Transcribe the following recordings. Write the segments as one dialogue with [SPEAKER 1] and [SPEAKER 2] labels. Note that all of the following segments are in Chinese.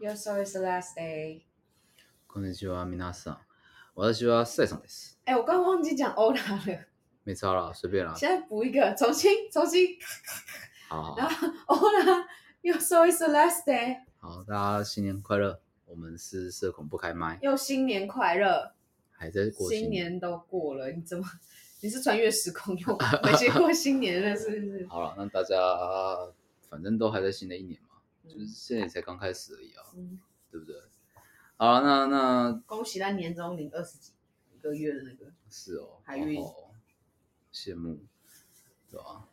[SPEAKER 1] よそうです、last day。
[SPEAKER 2] こんにちは、皆さん。私は赛さんです。
[SPEAKER 1] 哎，我刚忘记讲欧拉了，
[SPEAKER 2] 没差啦，随便啦。
[SPEAKER 1] 现在补一个，重新 重新。
[SPEAKER 2] 好好
[SPEAKER 1] 然后欧拉又说一次 last day，
[SPEAKER 2] 好，大家新年快乐！我们是社恐不开麦，
[SPEAKER 1] 又新年快乐，
[SPEAKER 2] 还在过
[SPEAKER 1] 新
[SPEAKER 2] 年。
[SPEAKER 1] 年都过了，你怎么？ 你是穿越时空又回去过新年了，是不 是？
[SPEAKER 2] 好了，那大家反正都还在新的一年嘛，就是现在也才刚开始而已啊，
[SPEAKER 1] 嗯，
[SPEAKER 2] 对不对？好了，那那
[SPEAKER 1] 恭喜他年终领二十几个月的那个，
[SPEAKER 2] 是哦，
[SPEAKER 1] 海运
[SPEAKER 2] 然后羡慕，对吧、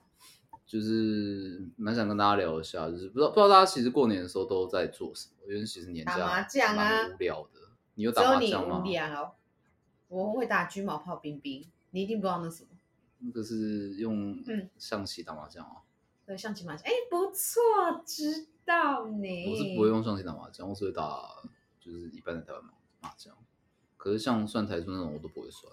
[SPEAKER 2] 就是蛮想跟大家聊一下，就是不知道不知道大家其实过年的时候都在做什么，因为其实年假
[SPEAKER 1] 打麻将啊
[SPEAKER 2] 蛮无聊的。你有
[SPEAKER 1] 只
[SPEAKER 2] 打
[SPEAKER 1] 有
[SPEAKER 2] 麻
[SPEAKER 1] 你
[SPEAKER 2] 将吗？
[SPEAKER 1] 无聊。我会打狙、毛炮、冰冰，你一定不知道那什么。
[SPEAKER 2] 那个是用
[SPEAKER 1] 嗯
[SPEAKER 2] 象棋打麻将哦，
[SPEAKER 1] 对，象棋麻将，哎，不错，知道你。
[SPEAKER 2] 我是不会用象棋打麻将，我只会打就是一般的台湾麻麻将。可是像算台数那种我都不会算，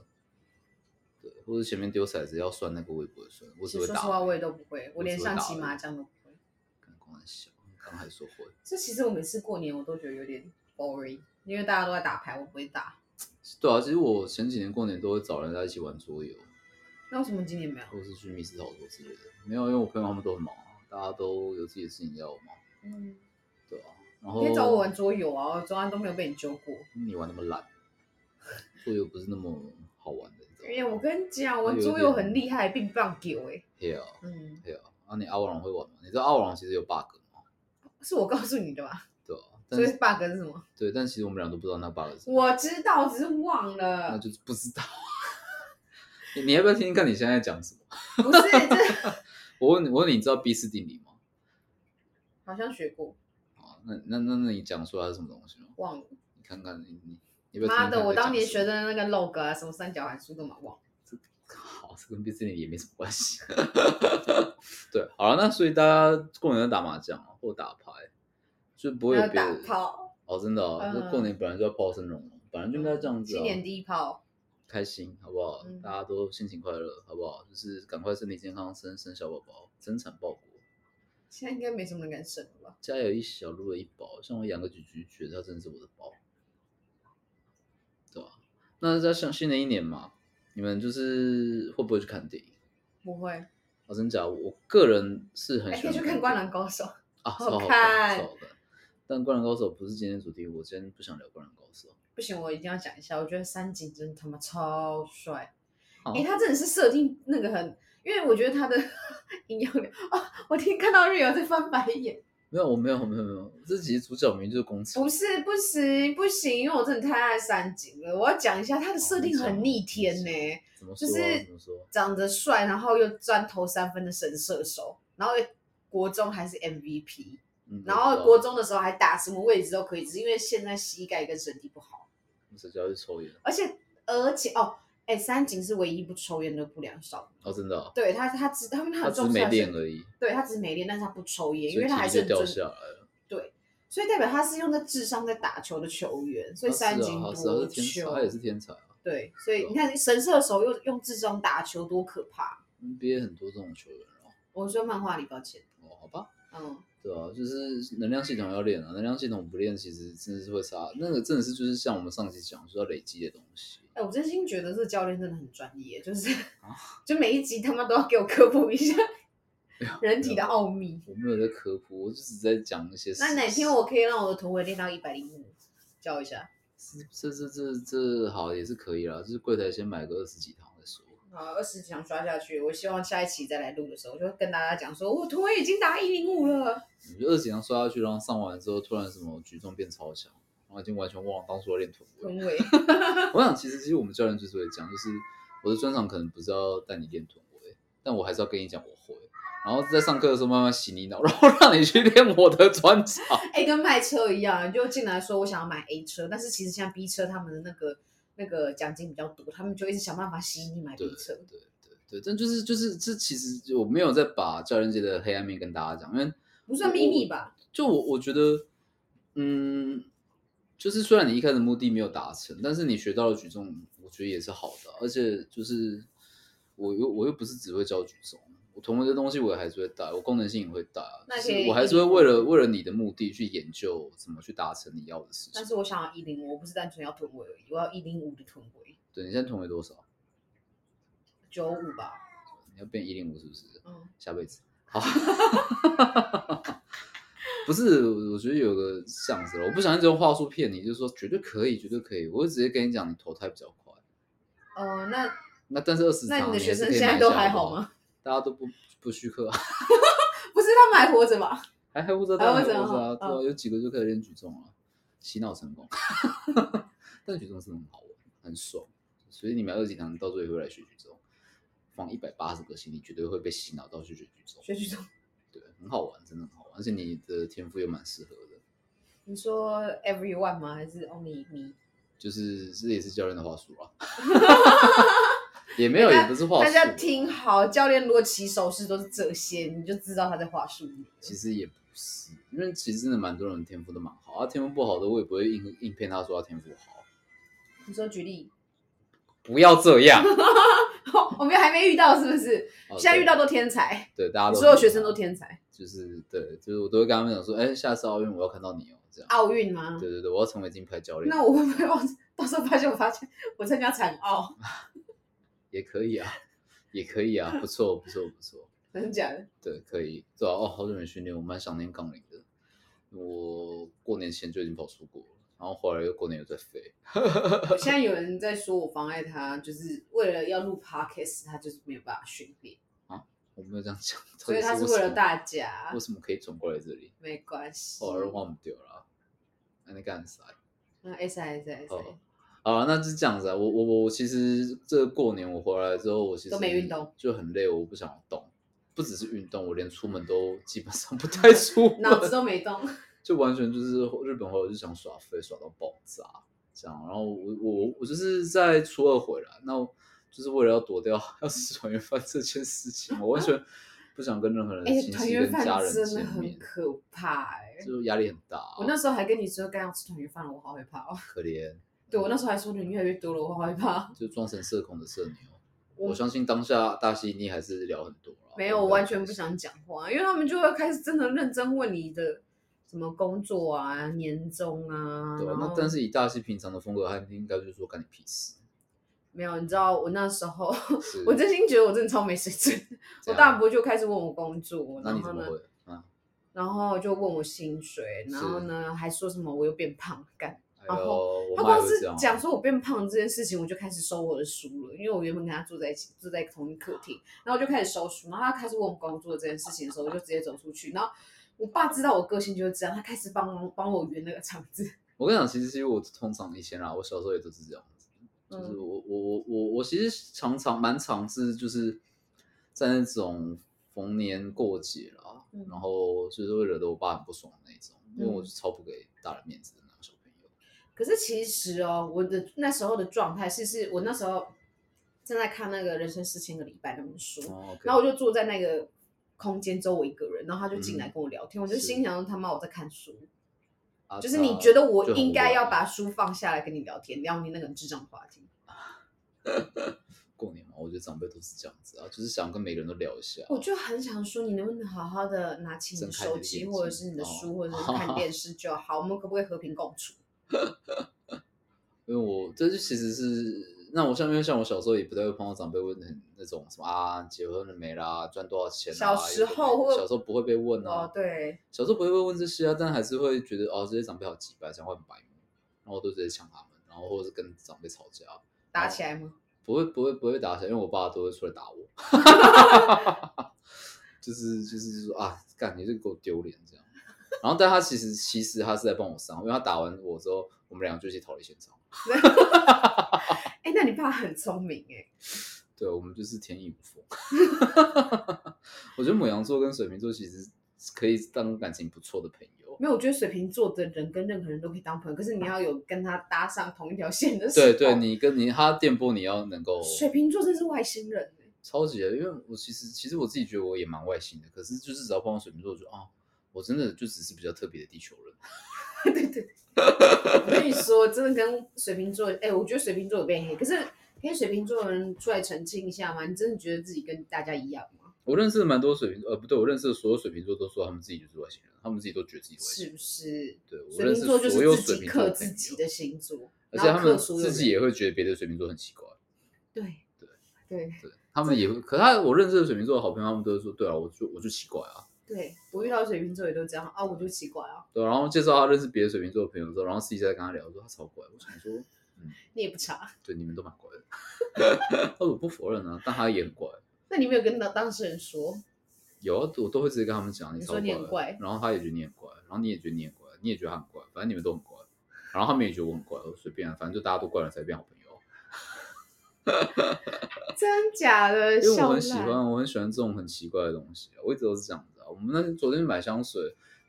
[SPEAKER 2] 对，或者前面丢骰子要算那个我也不会算，我
[SPEAKER 1] 其
[SPEAKER 2] 只
[SPEAKER 1] 实
[SPEAKER 2] 会
[SPEAKER 1] 说
[SPEAKER 2] 打
[SPEAKER 1] 实
[SPEAKER 2] 而已。
[SPEAKER 1] 话，我也都不会，我连
[SPEAKER 2] 只会
[SPEAKER 1] 象
[SPEAKER 2] 打欸
[SPEAKER 1] 棋、
[SPEAKER 2] 而已
[SPEAKER 1] 麻将都不会。
[SPEAKER 2] 跟光很小，刚还说会。
[SPEAKER 1] 这其实我每次过年我都觉得有点 boring，因为大家都在打牌，我不会打。
[SPEAKER 2] 对啊，其实我前几年过年都会找人家一起玩桌游，
[SPEAKER 1] 那为什么今年没有？
[SPEAKER 2] 或是去密室逃脱之类的。没有，因为我朋友他们都很忙啊，大家都有自己的事情要忙，
[SPEAKER 1] 嗯，
[SPEAKER 2] 对啊。然
[SPEAKER 1] 你
[SPEAKER 2] 后
[SPEAKER 1] 可以找我玩桌游啊，我从来都没有被你揪过。
[SPEAKER 2] 你玩那么烂， 桌游不是那么好玩的，你知道吗？
[SPEAKER 1] 哎呀，我跟你讲，
[SPEAKER 2] 有
[SPEAKER 1] 玩
[SPEAKER 2] 一
[SPEAKER 1] 桌游
[SPEAKER 2] 点
[SPEAKER 1] 很厉害，并棒球哎。
[SPEAKER 2] 对啊，
[SPEAKER 1] 嗯，
[SPEAKER 2] 对啊。啊，你阿瓦隆会玩吗？你知道阿瓦隆其实有 bug 吗？
[SPEAKER 1] 是我告诉你的吧？
[SPEAKER 2] 对啊，但
[SPEAKER 1] 所以
[SPEAKER 2] 是
[SPEAKER 1] bug 是什么？
[SPEAKER 2] 对，但其实我们俩都不知道那 bug 是什么，
[SPEAKER 1] 我知道，只是忘
[SPEAKER 2] 那
[SPEAKER 1] 了。
[SPEAKER 2] 就是不知道。 你你要不要听听看你现在在讲什么？
[SPEAKER 1] 不是， 这
[SPEAKER 2] 我问你，我问你，你知道毕氏定理吗？
[SPEAKER 1] 好像学过，
[SPEAKER 2] 啊，那那那那你讲出来是什么东西吗？
[SPEAKER 1] 忘了。
[SPEAKER 2] 你看看你你你要不要听听
[SPEAKER 1] 妈
[SPEAKER 2] 看
[SPEAKER 1] 的，我当年学
[SPEAKER 2] 的
[SPEAKER 1] 的那个 log 啊，什么三角函数都嘛忘了。
[SPEAKER 2] 好，这跟毕氏定理也没什么关系。 对，好了，那所以大家过年要打麻将啊，或打牌，就不会
[SPEAKER 1] 还
[SPEAKER 2] 有
[SPEAKER 1] 有
[SPEAKER 2] 别
[SPEAKER 1] 打
[SPEAKER 2] 的。
[SPEAKER 1] 炮，
[SPEAKER 2] 哦，真的哦，
[SPEAKER 1] 嗯
[SPEAKER 2] 那过年本来就要抛生龙哦，本来就应该这样子、啊。
[SPEAKER 1] 新年第一炮，
[SPEAKER 2] 开心，好不好？
[SPEAKER 1] 嗯
[SPEAKER 2] 大家都心情快乐，好不好？就是赶快身体健康，生生小宝宝，增产报国。
[SPEAKER 1] 现在应该没什么人敢生了吧？
[SPEAKER 2] 家有一小，如有一宝，像我养个橘橘，觉得它真的是我的宝，对吧、那在像新的一年嘛，你们就是会不会去看电影？
[SPEAKER 1] 不会，
[SPEAKER 2] 我、真假，我个人是很
[SPEAKER 1] 还
[SPEAKER 2] 喜
[SPEAKER 1] 可
[SPEAKER 2] 欢
[SPEAKER 1] 哎以去看《
[SPEAKER 2] 电
[SPEAKER 1] 灌
[SPEAKER 2] 影
[SPEAKER 1] 篮高手》。
[SPEAKER 2] 啊，
[SPEAKER 1] 好
[SPEAKER 2] 超好
[SPEAKER 1] 看
[SPEAKER 2] 看，超好看。但《灌篮高手》不是今天的主题，我今天不想聊《灌篮高手
[SPEAKER 1] 不行，我一定要讲一下，我觉得三井真他妈超帅。
[SPEAKER 2] 好
[SPEAKER 1] 哎、
[SPEAKER 2] 啊
[SPEAKER 1] 他真的是设定那个很，因为我觉得他的 营养流哦，我听看到瑞友在翻白眼，》。
[SPEAKER 2] 没有，我没有，没有，没有。这集主角名就是宫崎，
[SPEAKER 1] 不是不行不行，因为我真的太爱三井了。我要哦讲一下他的设定很逆天呢、
[SPEAKER 2] 怎么
[SPEAKER 1] 就
[SPEAKER 2] 说？
[SPEAKER 1] 是
[SPEAKER 2] 怎么说？
[SPEAKER 1] 长得帅，然后又专投三分的神射手，然后国中还是 MVP，
[SPEAKER 2] 嗯
[SPEAKER 1] 然
[SPEAKER 2] 我知
[SPEAKER 1] 后
[SPEAKER 2] 道
[SPEAKER 1] 国中的时候还打什么位置都可以，只是因为现在膝盖跟身体不好。
[SPEAKER 2] 谁叫他去抽烟？
[SPEAKER 1] 而且而且哦，哎，三井是唯一不抽烟的不良少女。
[SPEAKER 2] 哦，真的、哦，
[SPEAKER 1] 对他，他只他们
[SPEAKER 2] 他
[SPEAKER 1] 很
[SPEAKER 2] 只是
[SPEAKER 1] 重视
[SPEAKER 2] 没
[SPEAKER 1] 他
[SPEAKER 2] 练
[SPEAKER 1] 身
[SPEAKER 2] 而已，
[SPEAKER 1] 对他只是没练，但是他不抽烟，因
[SPEAKER 2] 所以
[SPEAKER 1] 为他还
[SPEAKER 2] 体
[SPEAKER 1] 是
[SPEAKER 2] 力
[SPEAKER 1] 很
[SPEAKER 2] 就掉
[SPEAKER 1] 尊，
[SPEAKER 2] 下来了。
[SPEAKER 1] 所以代表他是用在智商在打球的球员，所以
[SPEAKER 2] 他
[SPEAKER 1] 三
[SPEAKER 2] 是
[SPEAKER 1] 井
[SPEAKER 2] 啊，他是啊
[SPEAKER 1] 多
[SPEAKER 2] 他是天
[SPEAKER 1] 球
[SPEAKER 2] 才，他也是天才啊。
[SPEAKER 1] 对，所以你看神射手又用智商打球多可怕！
[SPEAKER 2] NBA 很多这种球员哦。
[SPEAKER 1] 我说漫画里抱歉，
[SPEAKER 2] 哦，好吧，
[SPEAKER 1] 嗯，
[SPEAKER 2] 对啊，就是能量系统要练啊，能量系统不练，其实真的是会差。那个真的是就是像我们上期讲，说要累积的东西。
[SPEAKER 1] 哎，我真心觉得这个教练真的很专业，就是
[SPEAKER 2] 啊
[SPEAKER 1] 就每一集他妈都要给我科普一下
[SPEAKER 2] 没有
[SPEAKER 1] 人体的奥秘。
[SPEAKER 2] 我没有在科普，我就只在讲一些事实。
[SPEAKER 1] 那哪天我可以让我的臀围练到一百零五，教一下。
[SPEAKER 2] 这这这这好也是可以啦，就是柜台先买个二十几堂再说。
[SPEAKER 1] 啊，二十强刷下去，我希望下一期再来录的时候，我就跟大家讲说，我臀围已经达一零五了。
[SPEAKER 2] 你就二十几堂刷下去，然后上完之后突然什么举重变超强，然后已经完全忘了当初要练臀围。
[SPEAKER 1] 臀围，
[SPEAKER 2] 我想，其实其实我们教练就是会讲，就是我的专长可能不是要带你练臀围，但我还是要跟你讲我会，然后在上课的时候慢慢洗你脑，然后让你去练我的专长。
[SPEAKER 1] 哎、跟卖车一样，你就进来说我想要买 A 车，但是其实现在 B 车他们的那个那个奖金比较多，他们就一直想办法吸引你买
[SPEAKER 2] 对
[SPEAKER 1] B
[SPEAKER 2] 对
[SPEAKER 1] 车。
[SPEAKER 2] 对对，但就是就是这其实我没有在把教练界的黑暗面跟大家讲，因为
[SPEAKER 1] 不算秘密吧？
[SPEAKER 2] 就我我觉得，嗯，就是虽然你一开始目的没有达成，但是你学到了举重，我觉得也是好的啊，而且就是我又我又不是只会教举重，我同一个东西我也还是会带，我功能性也会带啊，
[SPEAKER 1] 那
[SPEAKER 2] 就是
[SPEAKER 1] 可以
[SPEAKER 2] 我还是会为了为了你的目的去研究怎么去达成你要的事情
[SPEAKER 1] 但。是我想要一零五，我不是单纯要臀围而已，我要一零五的臀围，
[SPEAKER 2] 对你现在同为多少？
[SPEAKER 1] 九五吧，
[SPEAKER 2] 你要变一零五是不是？
[SPEAKER 1] 嗯，
[SPEAKER 2] 下辈子好。 不是，我我觉得有个这样子了，我不想用这种话术骗你，就是说绝对可以，绝对可以，我就直接跟你讲，你投胎比较快。
[SPEAKER 1] 呃，那
[SPEAKER 2] 那但是二十，
[SPEAKER 1] 那你的学生
[SPEAKER 2] 还是可以
[SPEAKER 1] 现在
[SPEAKER 2] 买
[SPEAKER 1] 都
[SPEAKER 2] 下
[SPEAKER 1] 还
[SPEAKER 2] 好
[SPEAKER 1] 好
[SPEAKER 2] 不？
[SPEAKER 1] 吗？
[SPEAKER 2] 大家都不不续课、啊，
[SPEAKER 1] 不是，他们还活着吧？
[SPEAKER 2] 还还不知道，
[SPEAKER 1] 还
[SPEAKER 2] 还
[SPEAKER 1] 活
[SPEAKER 2] 不知
[SPEAKER 1] 着
[SPEAKER 2] 道
[SPEAKER 1] 哈
[SPEAKER 2] 啊，对啊
[SPEAKER 1] 哦
[SPEAKER 2] 有几个就可以练举重了，洗脑成功。 但举重是很好玩，很爽，所以你们二级堂到最后也会来学举重，放一百八十个心，你绝对会被洗脑到去学举重。
[SPEAKER 1] 学举重，
[SPEAKER 2] 对，很好玩，真的很好玩，而且你的天赋又蛮适合的，
[SPEAKER 1] 你说 everyone 吗？还是 only me？
[SPEAKER 2] 就是这也是教练的话术 啊，也没有，
[SPEAKER 1] 大
[SPEAKER 2] 也不是话术，啊
[SPEAKER 1] 大家听，好，教练如果起手势都是这些，你就知道他在话术你了。
[SPEAKER 2] 其实也不是，因为其实真的蛮多人天赋都蛮好，啊，天赋不好的我也不会硬硬骗他说他天赋好，
[SPEAKER 1] 你说举例， 哦
[SPEAKER 2] 不要这样，
[SPEAKER 1] 我们还没遇到是不是？
[SPEAKER 2] 哦
[SPEAKER 1] 现在
[SPEAKER 2] 对
[SPEAKER 1] 遇到都天才，
[SPEAKER 2] 对大家都啊
[SPEAKER 1] 所有学生都，天才。
[SPEAKER 2] 就是对，就是我都会跟他们讲说，哎，下次奥运我要看到你哦，这样，
[SPEAKER 1] 奥运吗？
[SPEAKER 2] 对对对，我要成为金牌教练，
[SPEAKER 1] 啊那我会不会忘记？到时候发现我发现我参加残奥，
[SPEAKER 2] 也可以啊，也可以啊，不错不错不错，
[SPEAKER 1] 真的假 的？
[SPEAKER 2] 对，可以，对啊，哦，好久没训练，我蛮想念杠铃的。我过年前就已经跑出国了，然后后来又过年又在飞。
[SPEAKER 1] 现在有人在说我妨碍他，就是为了要录 podcast，他就是没有办法训练，
[SPEAKER 2] 我没有这样讲，到
[SPEAKER 1] 所以
[SPEAKER 2] 底
[SPEAKER 1] 他
[SPEAKER 2] 是
[SPEAKER 1] 是为
[SPEAKER 2] 什
[SPEAKER 1] 了
[SPEAKER 2] 么
[SPEAKER 1] 大家
[SPEAKER 2] 为，什么可以转过来这里？
[SPEAKER 1] 没关系。
[SPEAKER 2] 偶尔忘不掉了，啊那你干啥？
[SPEAKER 1] 那 S I S I S
[SPEAKER 2] 哦好了，那就这样子啊。我我我我其实这个过年我回来之后，我其实
[SPEAKER 1] 都没运动，
[SPEAKER 2] 就很累，我不想动。不只是运动，我连出门都基本上不太出 门，
[SPEAKER 1] 脑子都没动。
[SPEAKER 2] 就完全就是日本回来我就想耍飞耍到爆炸这样，然后我我我就是在初二回来，那我就是为了要躲掉 要吃团圆饭这件事情，我完全不想跟 任何人
[SPEAKER 1] 哎、
[SPEAKER 2] 亲
[SPEAKER 1] 团
[SPEAKER 2] 戚
[SPEAKER 1] 圆
[SPEAKER 2] 跟
[SPEAKER 1] 饭
[SPEAKER 2] 家人
[SPEAKER 1] 真的
[SPEAKER 2] 见
[SPEAKER 1] 很
[SPEAKER 2] 面，
[SPEAKER 1] 可怕哎、
[SPEAKER 2] 就压力很大啊、
[SPEAKER 1] 我那时候还跟你说，刚要吃团圆饭了，我好害怕哦。
[SPEAKER 2] 可怜，
[SPEAKER 1] 对我那时候还说人越来越多了，我好害怕。哦
[SPEAKER 2] 就装成社恐的社牛。
[SPEAKER 1] 我
[SPEAKER 2] 我相信当下大西你还是聊很多啦
[SPEAKER 1] 没有，我完全不想讲话，因为他们就会开始真的认真问你的什么工作啊、年终啊。
[SPEAKER 2] 对啊、
[SPEAKER 1] 然
[SPEAKER 2] 那
[SPEAKER 1] 后
[SPEAKER 2] 但是以大西平常的风格，他应该就是说干你屁事。
[SPEAKER 1] 没有，你知道我那时候，
[SPEAKER 2] 是
[SPEAKER 1] 我真心觉得我真的超没水 准。我
[SPEAKER 2] 怎样
[SPEAKER 1] 大伯就开始问我工作，
[SPEAKER 2] 那
[SPEAKER 1] 然
[SPEAKER 2] 你
[SPEAKER 1] 后
[SPEAKER 2] 怎么
[SPEAKER 1] 呢，
[SPEAKER 2] 会啊？
[SPEAKER 1] 然后就问我薪水，然后呢还说什么我又变胖了干。
[SPEAKER 2] 哎
[SPEAKER 1] 然
[SPEAKER 2] 呦，
[SPEAKER 1] 后
[SPEAKER 2] 我
[SPEAKER 1] 他
[SPEAKER 2] 妈也
[SPEAKER 1] 光
[SPEAKER 2] 会
[SPEAKER 1] 是
[SPEAKER 2] 这样啊
[SPEAKER 1] 讲说我变胖这件事情，我就开始收我的书了，因为我原本跟他住在一起，住在同一个客厅，然后我就开始收书，然后他开始问我工作这件事情的时候，我就直接走出去，然后我爸知道我个性就是这样，他开始帮忙帮我圆那个场子，
[SPEAKER 2] 我跟你讲，其实是因为我通常以前啊啦，我小时候也都是这样子， 就是
[SPEAKER 1] 嗯
[SPEAKER 2] 我我我我我其实常常蛮常是就是在那种逢年过节啦，
[SPEAKER 1] 嗯
[SPEAKER 2] 然后就是会惹得我爸很不爽的那种，因为我
[SPEAKER 1] 嗯
[SPEAKER 2] 是超不给大人面子的那种小朋友。
[SPEAKER 1] 可是其实哦，我的那时候的状态是，是我那时候正在看那个《人生四千个礼拜》那本书，
[SPEAKER 2] 哦，OK，
[SPEAKER 1] 然后我就坐在那个空间，只有我一个人，然后他就进来
[SPEAKER 2] 嗯
[SPEAKER 1] 跟我聊天，我就是心想说他妈我在看书，
[SPEAKER 2] 啊
[SPEAKER 1] 就是你觉得
[SPEAKER 2] 就
[SPEAKER 1] 我
[SPEAKER 2] 很
[SPEAKER 1] 应该要
[SPEAKER 2] 晚
[SPEAKER 1] 把书放下来跟你聊天，聊你那个智障话题。
[SPEAKER 2] 过年嘛，我觉得长辈都是这样子啊，就是想跟每个人都聊一下。
[SPEAKER 1] 我就很想说，你能不能好好的拿起你的
[SPEAKER 2] 睁开你
[SPEAKER 1] 手
[SPEAKER 2] 的
[SPEAKER 1] 机，
[SPEAKER 2] 眼
[SPEAKER 1] 或者
[SPEAKER 2] 睛
[SPEAKER 1] 是你的书，
[SPEAKER 2] 哦
[SPEAKER 1] 或 者是看电视就好？我们可不可以和平共处？
[SPEAKER 2] 因为我这就其实是，那我像因为像我小时候也不太会碰到长辈问很那种什么啊，结婚了没啦，赚多少钱啦。
[SPEAKER 1] 小时
[SPEAKER 2] 有的没的
[SPEAKER 1] 候会
[SPEAKER 2] 小时候不会被问啊，
[SPEAKER 1] 哦，对，
[SPEAKER 2] 小时候不会问这些啊，但还是会觉得哦，这些长辈好鸡掰，讲话很白目，然后我都直接呛他们，然后或者是跟长辈吵架，
[SPEAKER 1] 打起来吗？
[SPEAKER 2] 不会不会不会打起来，因为我爸都会出来打我， 就是就是说啊，干你这个给我丢脸这样。然后但他其实其实他是在帮我伤，因为他打完我之后，我们两个就一起逃离现场。
[SPEAKER 1] 哎，那你爸很聪明哎，
[SPEAKER 2] 对，我们就是天衣无缝。 我觉得母羊座跟水瓶座其实可以当感情不错的朋友。
[SPEAKER 1] 没有，我觉得水瓶座的人跟任何人都可以当朋友，可是你要有跟他搭上同一条线的时候。
[SPEAKER 2] 对对，你跟你他电波你要能够
[SPEAKER 1] 哦水瓶座真是外星人哎，
[SPEAKER 2] 超级的，因为我其实其实我自己觉得我也蛮外星的，可是就是只要碰到水瓶座，我就啊，我真的就只是比较特别的地球人。
[SPEAKER 1] 对 对，我跟你说，真的跟水瓶座，哎、我觉得水瓶座有变黑，可是跟水瓶座的人出来澄清一下嘛，你真的觉得自己跟大家一样吗？
[SPEAKER 2] 我认识的蛮多水瓶，呃，不对，我认识的所有水瓶座都说他们自己就是外星人，他们自己都觉得自己外
[SPEAKER 1] 是
[SPEAKER 2] 星人。
[SPEAKER 1] 不是？
[SPEAKER 2] 对，我
[SPEAKER 1] 水
[SPEAKER 2] 认
[SPEAKER 1] 瓶
[SPEAKER 2] 识
[SPEAKER 1] 座就
[SPEAKER 2] 所有
[SPEAKER 1] 是自
[SPEAKER 2] 水
[SPEAKER 1] 己
[SPEAKER 2] 瓶座
[SPEAKER 1] 克
[SPEAKER 2] 的
[SPEAKER 1] 自
[SPEAKER 2] 朋
[SPEAKER 1] 己
[SPEAKER 2] 友
[SPEAKER 1] 的星座，
[SPEAKER 2] 而
[SPEAKER 1] 然
[SPEAKER 2] 且
[SPEAKER 1] 后
[SPEAKER 2] 他
[SPEAKER 1] 克
[SPEAKER 2] 们
[SPEAKER 1] 所有
[SPEAKER 2] 自己
[SPEAKER 1] 人
[SPEAKER 2] 也会觉得别的水瓶座很奇怪。
[SPEAKER 1] 对
[SPEAKER 2] 对
[SPEAKER 1] 对
[SPEAKER 2] 对他们也会，可他我认识的水瓶座的好朋友，他们都会说，对啊，我就我就奇怪啊，
[SPEAKER 1] 对，我遇到水瓶座也都这样啊，我就奇怪啊，
[SPEAKER 2] 对啊。然后介绍他认识别的水瓶座的朋友之后，然后私底下跟他聊，说他超怪。我想说，
[SPEAKER 1] 你也不差。
[SPEAKER 2] 对，你们都蛮怪的。 他说我不否认啊，但他也很怪。
[SPEAKER 1] 那你没有跟当当事人 说？
[SPEAKER 2] 有啊，我都会直接跟他们讲，
[SPEAKER 1] 你说
[SPEAKER 2] 超怪
[SPEAKER 1] 你
[SPEAKER 2] 的，
[SPEAKER 1] 很怪
[SPEAKER 2] 然后他也觉得你很怪，然后你也觉得你很怪，你也觉得他很怪，反正你们都很怪，然后他们也觉得我很怪，我随便啊，反正就大家都怪了才变好朋友。啊
[SPEAKER 1] 真假的？
[SPEAKER 2] 因为
[SPEAKER 1] 笑
[SPEAKER 2] 我很喜
[SPEAKER 1] 烂
[SPEAKER 2] 欢，我很喜欢这种很奇怪的东西啊、我一直都是这样子啊。我们那天昨天买香水，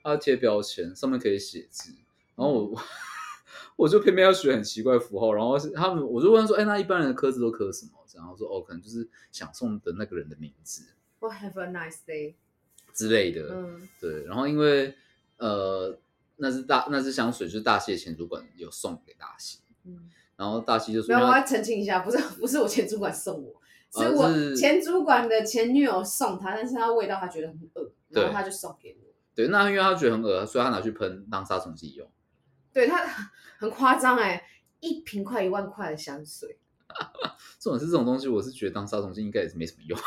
[SPEAKER 2] 它贴标签，上面可以写字，然后我
[SPEAKER 1] 嗯
[SPEAKER 2] 我就偏偏要学很奇怪的符号，然后是他们我就问他说，哎，那一般人的刻字都刻什么？然后说哦，可能就是想送的那个人的名字
[SPEAKER 1] 我 have a nice day。
[SPEAKER 2] 之类的。
[SPEAKER 1] 嗯，
[SPEAKER 2] 对，然后因为呃，那是大那支香水就是大谢前主管有送给大西，
[SPEAKER 1] 嗯
[SPEAKER 2] 然后大西就说
[SPEAKER 1] 没有，我啊
[SPEAKER 2] 他
[SPEAKER 1] 要澄清一下，不是 不是我前主管送我，
[SPEAKER 2] 啊
[SPEAKER 1] 是我
[SPEAKER 2] 是
[SPEAKER 1] 前主管的前女友送他，但是他味道他觉得很恶，然后
[SPEAKER 2] 对
[SPEAKER 1] 他就送给我。
[SPEAKER 2] 对，那因为他觉得很恶所以他拿去喷当杀虫剂用。
[SPEAKER 1] 对他很夸张哎，一瓶快一万块的香水。
[SPEAKER 2] 这种是这种东西，我是觉得当杀虫剂应该也是没什么用，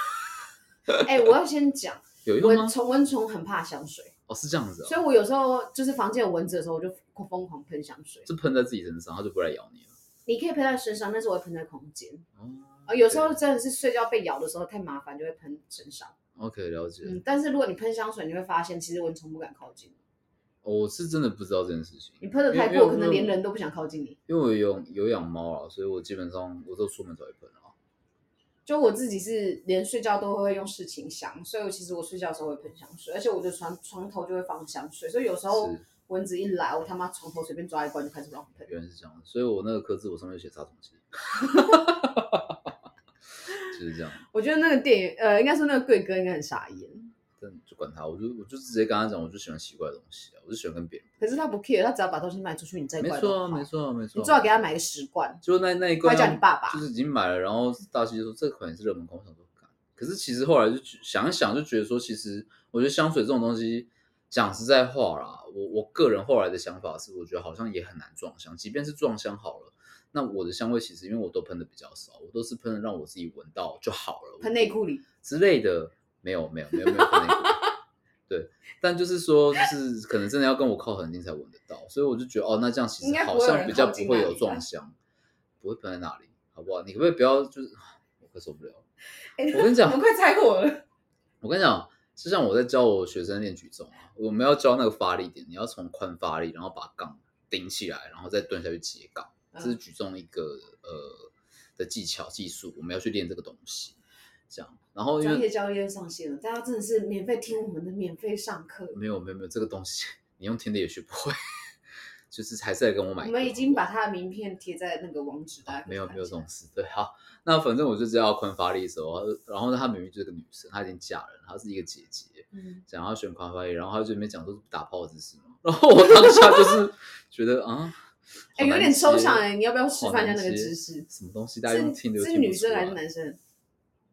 [SPEAKER 1] 哎、我要先讲，
[SPEAKER 2] 有用
[SPEAKER 1] 我
[SPEAKER 2] 吗？
[SPEAKER 1] 从蚊虫很怕香水，
[SPEAKER 2] 哦，是这样子
[SPEAKER 1] 所
[SPEAKER 2] 啊、
[SPEAKER 1] 以我有时候就是房间有蚊子的时候，我就疯狂喷香水。
[SPEAKER 2] 就喷在自己身上，它就不来咬你了。
[SPEAKER 1] 你可以喷在身上，但是我会喷在空间。
[SPEAKER 2] 哦，
[SPEAKER 1] 啊，有时候真的是睡觉被咬的时候太麻烦，就会喷身上。
[SPEAKER 2] OK，了解、
[SPEAKER 1] 嗯，但是如果你喷香水，你会发现其实蚊虫不敢靠近你，
[SPEAKER 2] 哦我是真的不知道这件事情，
[SPEAKER 1] 你喷的太
[SPEAKER 2] 因为
[SPEAKER 1] 过，可能连人都不想靠近你。
[SPEAKER 2] 因为我有有养猫啊，所以我基本上我都出门才会喷啊。
[SPEAKER 1] 就我自己是连睡觉都会用事情香，所以我其实我睡觉的时候会喷香水，而且我的床床头就会放香水，所以有时候
[SPEAKER 2] 是
[SPEAKER 1] 蚊子一来，我他妈床头随便抓一罐就开始乱喷。
[SPEAKER 2] 原来是这样，所以我那个刻字我上面写杀虫剂， 就是这样，
[SPEAKER 1] 我觉得那个店员，呃，应该说那个贵哥应该很傻眼，
[SPEAKER 2] 但就管他，我就我就直接跟他讲，我就喜欢奇怪的东西啊，我就喜欢跟别人，
[SPEAKER 1] 可是他不 care，他只要把东西卖出去，你再
[SPEAKER 2] 没
[SPEAKER 1] 怪都
[SPEAKER 2] 错啊，
[SPEAKER 1] 好
[SPEAKER 2] 没，错啊，没错啊，
[SPEAKER 1] 你最好给他买个十罐，
[SPEAKER 2] 就那那一罐
[SPEAKER 1] 快叫你爸爸
[SPEAKER 2] 就是已经买了，然后大西就说这款也是热门款，我想说，干可是其实后来就觉想一想，就觉得说，其实我觉得香水这种东西，讲实在话啦，我我个人后来的想法是，我觉得好像也很难撞香，即便是撞香好了，那我的香味其实因为我都喷的比较少，我都是喷的让我自己闻到就好了，
[SPEAKER 1] 喷内裤里。
[SPEAKER 2] 之类的，没有没有没有没有喷内裤。对，但就是说，就是可能真的要跟我靠很近才闻得到，所以我就觉得哦，那这样其
[SPEAKER 1] 应
[SPEAKER 2] 实
[SPEAKER 1] 该不
[SPEAKER 2] 好
[SPEAKER 1] 会有
[SPEAKER 2] 像
[SPEAKER 1] 人
[SPEAKER 2] 比较
[SPEAKER 1] 靠近
[SPEAKER 2] 不会
[SPEAKER 1] 那
[SPEAKER 2] 有
[SPEAKER 1] 里吧啊
[SPEAKER 2] 撞香，不会喷在那里，好不好？你可不可以不要就是，我快受不了了。
[SPEAKER 1] 哎
[SPEAKER 2] 我跟 你讲
[SPEAKER 1] 我们快拆火了。
[SPEAKER 2] 我跟你讲，就像我在教我学生练举重啊，我们要教那个发力点，你要从髋发力，然后把杠顶起来，然后再蹲下去接杠，
[SPEAKER 1] 嗯
[SPEAKER 2] 这是举重一个呃的技巧技术，我们要去练这个东西。这样，然后因为
[SPEAKER 1] 专业教练上线了，大家真的是免费听我们的免费上课。
[SPEAKER 2] 没有没有没有，这个东西你用听的也学不会， 就是还是来跟我买
[SPEAKER 1] 我
[SPEAKER 2] 一个。
[SPEAKER 1] 们已经把他的名片贴在那个网址，大家可以
[SPEAKER 2] 没有
[SPEAKER 1] 看
[SPEAKER 2] 没有
[SPEAKER 1] 一
[SPEAKER 2] 这
[SPEAKER 1] 下
[SPEAKER 2] 种事，对，好，那反正我就知道昆发力的时候，然后她明明就是个女生，她已经嫁人，她是一个姐姐，
[SPEAKER 1] 嗯，
[SPEAKER 2] 想要选昆发力，然后她就没讲说是打炮的姿势嘛， 然后我当下就是觉得啊，
[SPEAKER 1] 哎、
[SPEAKER 2] 好
[SPEAKER 1] 有
[SPEAKER 2] 难
[SPEAKER 1] 点抽
[SPEAKER 2] 接
[SPEAKER 1] 象哎、你要不要示
[SPEAKER 2] 好
[SPEAKER 1] 范一下
[SPEAKER 2] 难
[SPEAKER 1] 那个
[SPEAKER 2] 接
[SPEAKER 1] 姿势？
[SPEAKER 2] 什么东西？大家用
[SPEAKER 1] 是
[SPEAKER 2] 听的
[SPEAKER 1] 是女生还是男生？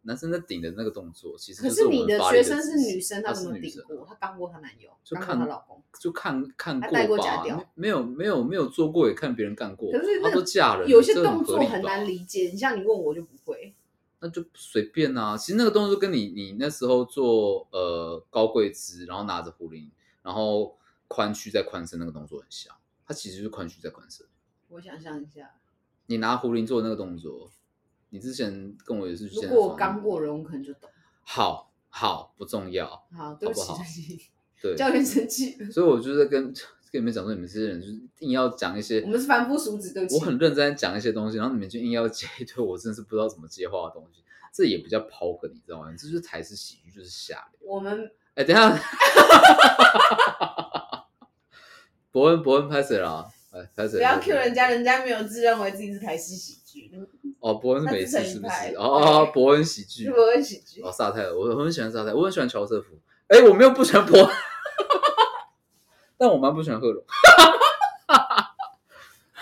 [SPEAKER 2] 男生在顶的那个动作，其实
[SPEAKER 1] 可
[SPEAKER 2] 就是我
[SPEAKER 1] 你
[SPEAKER 2] 们
[SPEAKER 1] 的
[SPEAKER 2] 发力
[SPEAKER 1] 学生
[SPEAKER 2] 的
[SPEAKER 1] 是
[SPEAKER 2] 姿势
[SPEAKER 1] 女生，她
[SPEAKER 2] 她
[SPEAKER 1] 怎
[SPEAKER 2] 是
[SPEAKER 1] 么
[SPEAKER 2] 女
[SPEAKER 1] 顶
[SPEAKER 2] 生
[SPEAKER 1] 过？她刚过她男友，
[SPEAKER 2] 就
[SPEAKER 1] 刚过
[SPEAKER 2] 看
[SPEAKER 1] 她老公。
[SPEAKER 2] 就看看
[SPEAKER 1] 她戴过假
[SPEAKER 2] 吧，
[SPEAKER 1] 吊
[SPEAKER 2] 没没有没有没有做过，也看别人干过。
[SPEAKER 1] 可是那
[SPEAKER 2] 他都嫁人了，
[SPEAKER 1] 有些
[SPEAKER 2] 这
[SPEAKER 1] 动
[SPEAKER 2] 合
[SPEAKER 1] 作
[SPEAKER 2] 理
[SPEAKER 1] 很
[SPEAKER 2] 吧
[SPEAKER 1] 难理解，你像你问我就不会。
[SPEAKER 2] 那就随便啊。其实那个动作跟你你那时候做呃高贵姿，然后拿着壶铃，然后髋屈再髋伸那个动作很像，它其实就是髋屈再髋伸。
[SPEAKER 1] 我想象一下，
[SPEAKER 2] 你拿壶铃做的那个动作，你之前跟我也是
[SPEAKER 1] 如
[SPEAKER 2] 健身房。
[SPEAKER 1] 果我刚过人，我可能就懂。
[SPEAKER 2] 好好不重要，
[SPEAKER 1] 好，对不起，
[SPEAKER 2] 好不好
[SPEAKER 1] 对不起，
[SPEAKER 2] 对。
[SPEAKER 1] 教练生气，
[SPEAKER 2] 所以我就是在跟 跟你们讲说，你们这些人就是硬要讲一些
[SPEAKER 1] 我们是凡夫俗子，对不起。
[SPEAKER 2] 我很认真在讲一些东西，然后你们就硬要接一堆我真的是不知道怎么接话的东西，这也不叫抛梗，你知道吗？这就是台式喜剧，就是下流。
[SPEAKER 1] 我们
[SPEAKER 2] 哎，等一下，伯恩，伯恩拍谁啦？哎，拍谁？
[SPEAKER 1] 不要 Q 人家，人家没有自认为自己是台式喜剧，
[SPEAKER 2] 哦，伯恩是美
[SPEAKER 1] 他
[SPEAKER 2] 式
[SPEAKER 1] 自成
[SPEAKER 2] 是
[SPEAKER 1] 一
[SPEAKER 2] 不
[SPEAKER 1] 派
[SPEAKER 2] 是？哦哦，哦
[SPEAKER 1] 对
[SPEAKER 2] 伯恩喜剧
[SPEAKER 1] 是不。会喜剧
[SPEAKER 2] 哦，。萨泰尔，我我很喜欢萨泰尔，我很喜欢乔瑟夫。哎，我没有不喜欢伯恩， 但 我蛮不喜欢贺龙。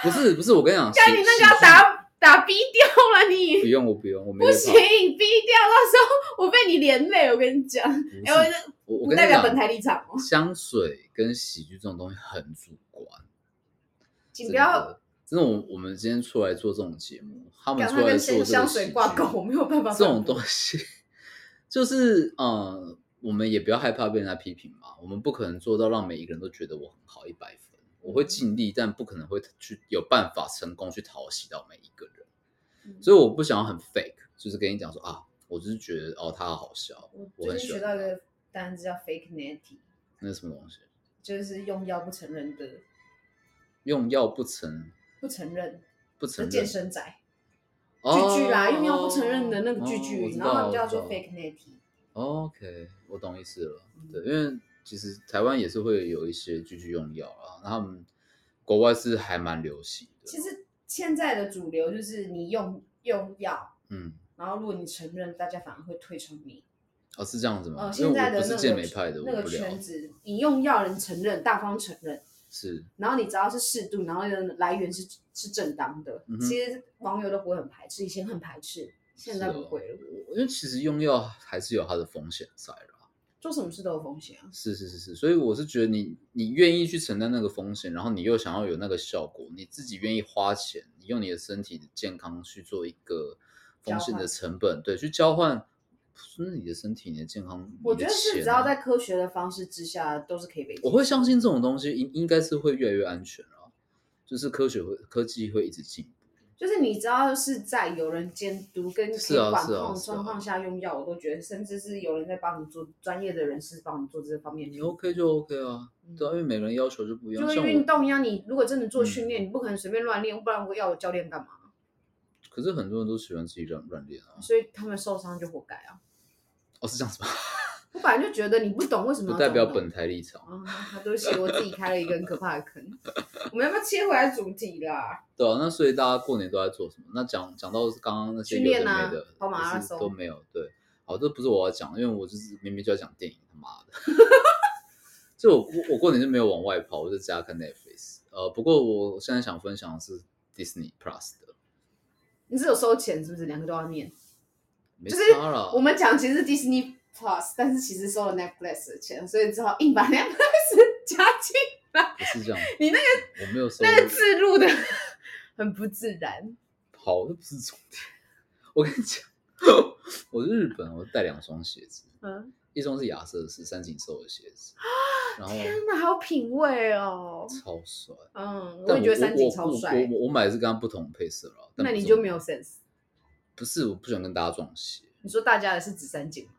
[SPEAKER 2] 不是不是，我跟你讲，
[SPEAKER 1] 像
[SPEAKER 2] 喜
[SPEAKER 1] 你那个要
[SPEAKER 2] 喜剧
[SPEAKER 1] 打打逼掉了你
[SPEAKER 2] 不，用，我不用，我没
[SPEAKER 1] 不
[SPEAKER 2] 在
[SPEAKER 1] 行，
[SPEAKER 2] 怕
[SPEAKER 1] 逼掉，到时候我被你连累，我跟你讲，
[SPEAKER 2] 不
[SPEAKER 1] 哎、我
[SPEAKER 2] 是
[SPEAKER 1] 这
[SPEAKER 2] 我我
[SPEAKER 1] 不
[SPEAKER 2] 跟
[SPEAKER 1] 代
[SPEAKER 2] 你
[SPEAKER 1] 表本台
[SPEAKER 2] 讲，
[SPEAKER 1] 立场哦，
[SPEAKER 2] 香水跟喜剧这种东西很主观，
[SPEAKER 1] 请
[SPEAKER 2] 真
[SPEAKER 1] 不要
[SPEAKER 2] 的。真的，我我们今天出来做这种节目，他们
[SPEAKER 1] 让
[SPEAKER 2] 出
[SPEAKER 1] 它
[SPEAKER 2] 来
[SPEAKER 1] 啊跟
[SPEAKER 2] 做这
[SPEAKER 1] 香
[SPEAKER 2] 个
[SPEAKER 1] 香
[SPEAKER 2] 喜
[SPEAKER 1] 水
[SPEAKER 2] 剧
[SPEAKER 1] 挂钩，我没有办法反驳。
[SPEAKER 2] 这种东西，就是呃，我们也不要害怕被人家批评嘛。我们不可能做到让每一个人都觉得我很好一百分，我会尽力，但不可能会去有办法成功去讨喜到每一个人。
[SPEAKER 1] 西
[SPEAKER 2] 所以我不想要很 fake，就是跟你讲说啊，我只是觉得哦，他好笑，
[SPEAKER 1] 我
[SPEAKER 2] 我
[SPEAKER 1] 最
[SPEAKER 2] 很
[SPEAKER 1] 近
[SPEAKER 2] 喜
[SPEAKER 1] 学
[SPEAKER 2] 欢
[SPEAKER 1] 到一
[SPEAKER 2] 他。
[SPEAKER 1] 个单词叫 fake natty，
[SPEAKER 2] 那是什么东西？
[SPEAKER 1] 就是用药不承认的，
[SPEAKER 2] 用药不承
[SPEAKER 1] 不承认
[SPEAKER 2] 不
[SPEAKER 1] 的
[SPEAKER 2] 承
[SPEAKER 1] 健
[SPEAKER 2] 认，
[SPEAKER 1] 身仔
[SPEAKER 2] 哦
[SPEAKER 1] 句句啦，用药不承认的那个句
[SPEAKER 2] 哦我
[SPEAKER 1] 句，
[SPEAKER 2] 知
[SPEAKER 1] 然后他们
[SPEAKER 2] 道
[SPEAKER 1] 叫
[SPEAKER 2] 我知
[SPEAKER 1] 做
[SPEAKER 2] 道哦
[SPEAKER 1] fake natty。
[SPEAKER 2] OK，我懂意思了。
[SPEAKER 1] 嗯
[SPEAKER 2] 对，因为其实台湾也是会有一些聚聚用药啊，那他们国外是还蛮流行的。
[SPEAKER 1] 其实现在的主流就是你用用药，
[SPEAKER 2] 嗯，
[SPEAKER 1] 然后如果你承认，大家反而会推崇你。
[SPEAKER 2] 哦，是这样子吗
[SPEAKER 1] 呃，？
[SPEAKER 2] 因
[SPEAKER 1] 现
[SPEAKER 2] 为
[SPEAKER 1] 在
[SPEAKER 2] 我
[SPEAKER 1] 的
[SPEAKER 2] 不
[SPEAKER 1] 那
[SPEAKER 2] 是
[SPEAKER 1] 个
[SPEAKER 2] 健美派的，
[SPEAKER 1] 那
[SPEAKER 2] 我
[SPEAKER 1] 个
[SPEAKER 2] 不了
[SPEAKER 1] 圈。子，你用药人承认，大方承认，
[SPEAKER 2] 是，
[SPEAKER 1] 然后你只要是适度，然后来源是是正当的，
[SPEAKER 2] 嗯哼
[SPEAKER 1] 其实网友都不会很排斥，以前很排斥，现在
[SPEAKER 2] 是
[SPEAKER 1] 不
[SPEAKER 2] 哦
[SPEAKER 1] 会了，
[SPEAKER 2] 我因为其实用药还是有它的风险在啦。
[SPEAKER 1] 做什么事都有风险啊。
[SPEAKER 2] 是是是是，所以我是觉得你你愿意去承担那个风险，然后你又想要有那个效果，你自己愿意花钱，你用你的身体的健康去做一个风险的成本，对，去交换，那你的身体、你的健康，
[SPEAKER 1] 我
[SPEAKER 2] 你
[SPEAKER 1] 觉
[SPEAKER 2] 的
[SPEAKER 1] 得是
[SPEAKER 2] 钱
[SPEAKER 1] 只要
[SPEAKER 2] 啊
[SPEAKER 1] 在科学的方式之下，都是可以被接受。
[SPEAKER 2] 我会相信这种东西应应该是会越来越安全啊，就是科学会科技会一直进步。
[SPEAKER 1] 就是你只要是在有人监督跟可
[SPEAKER 2] 是
[SPEAKER 1] 以
[SPEAKER 2] 啊
[SPEAKER 1] 管
[SPEAKER 2] 是啊
[SPEAKER 1] 控的
[SPEAKER 2] 是啊
[SPEAKER 1] 状况下用药，我都觉得，甚至是有人在帮你做专业的人士帮你做这方面的
[SPEAKER 2] 你 OK 就 OK 啊，对啊，因为每个人要求就不
[SPEAKER 1] 嗯
[SPEAKER 2] 一
[SPEAKER 1] 就
[SPEAKER 2] 样。
[SPEAKER 1] 跟
[SPEAKER 2] 像
[SPEAKER 1] 运
[SPEAKER 2] 我，
[SPEAKER 1] 动一样，你如果真的做训
[SPEAKER 2] 嗯
[SPEAKER 1] 练，你不可能随便乱练，不然我要我教练干嘛？
[SPEAKER 2] 可是很多人都喜欢自己乱乱练啊。
[SPEAKER 1] 所以他们受伤就活该啊！
[SPEAKER 2] 哦，是这样子吗？
[SPEAKER 1] 我本来就觉得你不懂为什么
[SPEAKER 2] 不
[SPEAKER 1] 要
[SPEAKER 2] 代表
[SPEAKER 1] 这么
[SPEAKER 2] 本台立场。
[SPEAKER 1] 弄啊，对不起，我自己开了一个很可怕的坑。我们要不要切回来主题啦？
[SPEAKER 2] 对啊，那所以大家过年都在做什么？那讲讲到刚刚那些
[SPEAKER 1] 训
[SPEAKER 2] 有的
[SPEAKER 1] 练啊
[SPEAKER 2] 没的，
[SPEAKER 1] 跑马拉
[SPEAKER 2] 也是
[SPEAKER 1] 松
[SPEAKER 2] 都没有。对，好，这不是我要讲的，因为我就是明明就要讲电影，他妈的。 就我我我过年就没有往外跑，我就在家看 Netflix。呃，不过我现在想分享的是 Disney Plus 的，
[SPEAKER 1] 你是有收钱是不是？两个都要念。
[SPEAKER 2] 没
[SPEAKER 1] 就是
[SPEAKER 2] 差啦。
[SPEAKER 1] 我们讲其实是 Disney Plus，但是其实收了 Netflix 的钱，所以只好硬把 Netflix 加进
[SPEAKER 2] 不是这样。
[SPEAKER 1] 你那
[SPEAKER 2] 个我没有收
[SPEAKER 1] 那个字录的，很不自然。
[SPEAKER 2] 好，那不是重点。我跟你讲， 我去日本，我带两双鞋子，
[SPEAKER 1] 嗯，啊
[SPEAKER 2] 一双是亚瑟士三井寿的鞋子，然后
[SPEAKER 1] 天哪，好有品味哦。
[SPEAKER 2] 超帅。
[SPEAKER 1] 嗯，我
[SPEAKER 2] 但
[SPEAKER 1] 也觉得三井超
[SPEAKER 2] 我
[SPEAKER 1] 帅
[SPEAKER 2] 我。我我买的是跟他不同的配色了。但
[SPEAKER 1] 那
[SPEAKER 2] 不
[SPEAKER 1] 你
[SPEAKER 2] 是
[SPEAKER 1] 就
[SPEAKER 2] 我
[SPEAKER 1] 没有 sense。
[SPEAKER 2] 不是我不喜欢跟大家撞鞋，
[SPEAKER 1] 你说大家的是指三井吗？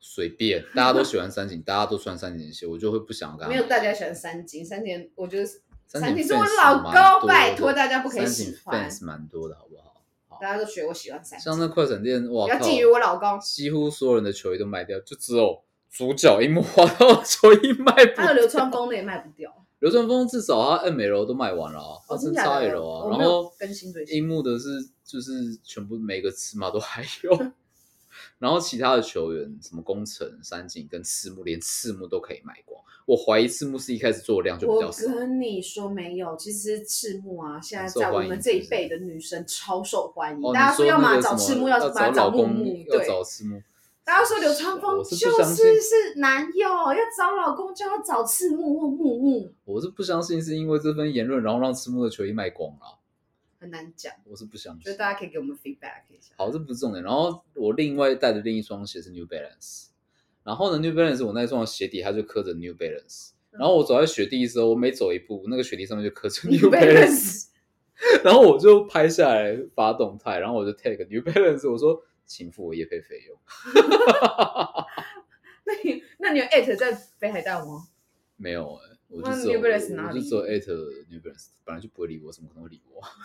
[SPEAKER 2] 随便大家都喜欢三井，大家都穿三井的鞋，我就会不想要跟他
[SPEAKER 1] 没
[SPEAKER 2] 买。
[SPEAKER 1] 有大家喜欢三井，三井我觉得三
[SPEAKER 2] 井
[SPEAKER 1] 井是我
[SPEAKER 2] fans
[SPEAKER 1] 老
[SPEAKER 2] 蛮
[SPEAKER 1] 公
[SPEAKER 2] 多
[SPEAKER 1] 拜
[SPEAKER 2] 的
[SPEAKER 1] 托大家不可以
[SPEAKER 2] 三井
[SPEAKER 1] 喜欢
[SPEAKER 2] fans 蛮多的好不好？好
[SPEAKER 1] 大家都觉得我喜欢三井
[SPEAKER 2] 像，那快闪店，哇
[SPEAKER 1] 不要
[SPEAKER 2] 靠！
[SPEAKER 1] 觊觎我老公，
[SPEAKER 2] 几乎所有人的球衣都卖掉，就只有主角樱木花道的球衣卖不
[SPEAKER 1] 还有流川枫的也卖不掉。
[SPEAKER 2] 流川枫至少他 ML 都卖完了啊，他
[SPEAKER 1] 哦，真
[SPEAKER 2] 真
[SPEAKER 1] 的假
[SPEAKER 2] x
[SPEAKER 1] 的
[SPEAKER 2] L 啊，
[SPEAKER 1] 我
[SPEAKER 2] 然
[SPEAKER 1] 没有
[SPEAKER 2] 后
[SPEAKER 1] 更新最新。
[SPEAKER 2] 樱木的是就是全部每个尺码都还有， 然后其他的球员什么宫城、山井跟赤木，连赤木都可以卖光。我怀疑赤木是一开始做的量就比较
[SPEAKER 1] 我
[SPEAKER 2] 少，
[SPEAKER 1] 跟你说没有，其实赤木啊，现在
[SPEAKER 2] 很受
[SPEAKER 1] 在我
[SPEAKER 2] 欢
[SPEAKER 1] 们
[SPEAKER 2] 迎
[SPEAKER 1] 这
[SPEAKER 2] 是
[SPEAKER 1] 一
[SPEAKER 2] 不是
[SPEAKER 1] 辈的女生超受欢迎，
[SPEAKER 2] 哦，
[SPEAKER 1] 大家
[SPEAKER 2] 你说
[SPEAKER 1] 要
[SPEAKER 2] 那
[SPEAKER 1] 么
[SPEAKER 2] 个
[SPEAKER 1] 找
[SPEAKER 2] 什
[SPEAKER 1] 赤
[SPEAKER 2] 么
[SPEAKER 1] 木，
[SPEAKER 2] 要
[SPEAKER 1] 么要
[SPEAKER 2] 老
[SPEAKER 1] 木
[SPEAKER 2] 公，
[SPEAKER 1] 木，
[SPEAKER 2] 要
[SPEAKER 1] 对。
[SPEAKER 2] 找赤木，
[SPEAKER 1] 大家说流川枫
[SPEAKER 2] 我是
[SPEAKER 1] 就
[SPEAKER 2] 不相信
[SPEAKER 1] 是是男友，要找老公就要找赤木或木木，
[SPEAKER 2] 我是不相信是因为这份言论，然后让赤木的球衣卖光了，啊
[SPEAKER 1] 很难讲。
[SPEAKER 2] 我是不相
[SPEAKER 1] 觉
[SPEAKER 2] 信
[SPEAKER 1] 得。大家可以给我们 feedback 一下。
[SPEAKER 2] 好，这不是重点。然后我另外带的另一双鞋是 New Balance，然后呢，New Balance 我那双鞋底它就刻着 New Balance，然后我走在雪地的时候，我每走一步，那个雪地上面就刻着
[SPEAKER 1] 你
[SPEAKER 2] New
[SPEAKER 1] 被认
[SPEAKER 2] Balance，
[SPEAKER 1] 识，
[SPEAKER 2] 然后我就拍下来发动态，然后我就 tag New Balance，我说请付我业配费用，
[SPEAKER 1] 那你那你有 at 在北海道吗？
[SPEAKER 2] 没有哎、我就
[SPEAKER 1] 那
[SPEAKER 2] 只有
[SPEAKER 1] New Balance 哪
[SPEAKER 2] 我就
[SPEAKER 1] 里
[SPEAKER 2] 只有 at New Balance，本来就不会理我，怎么可能会理我？啊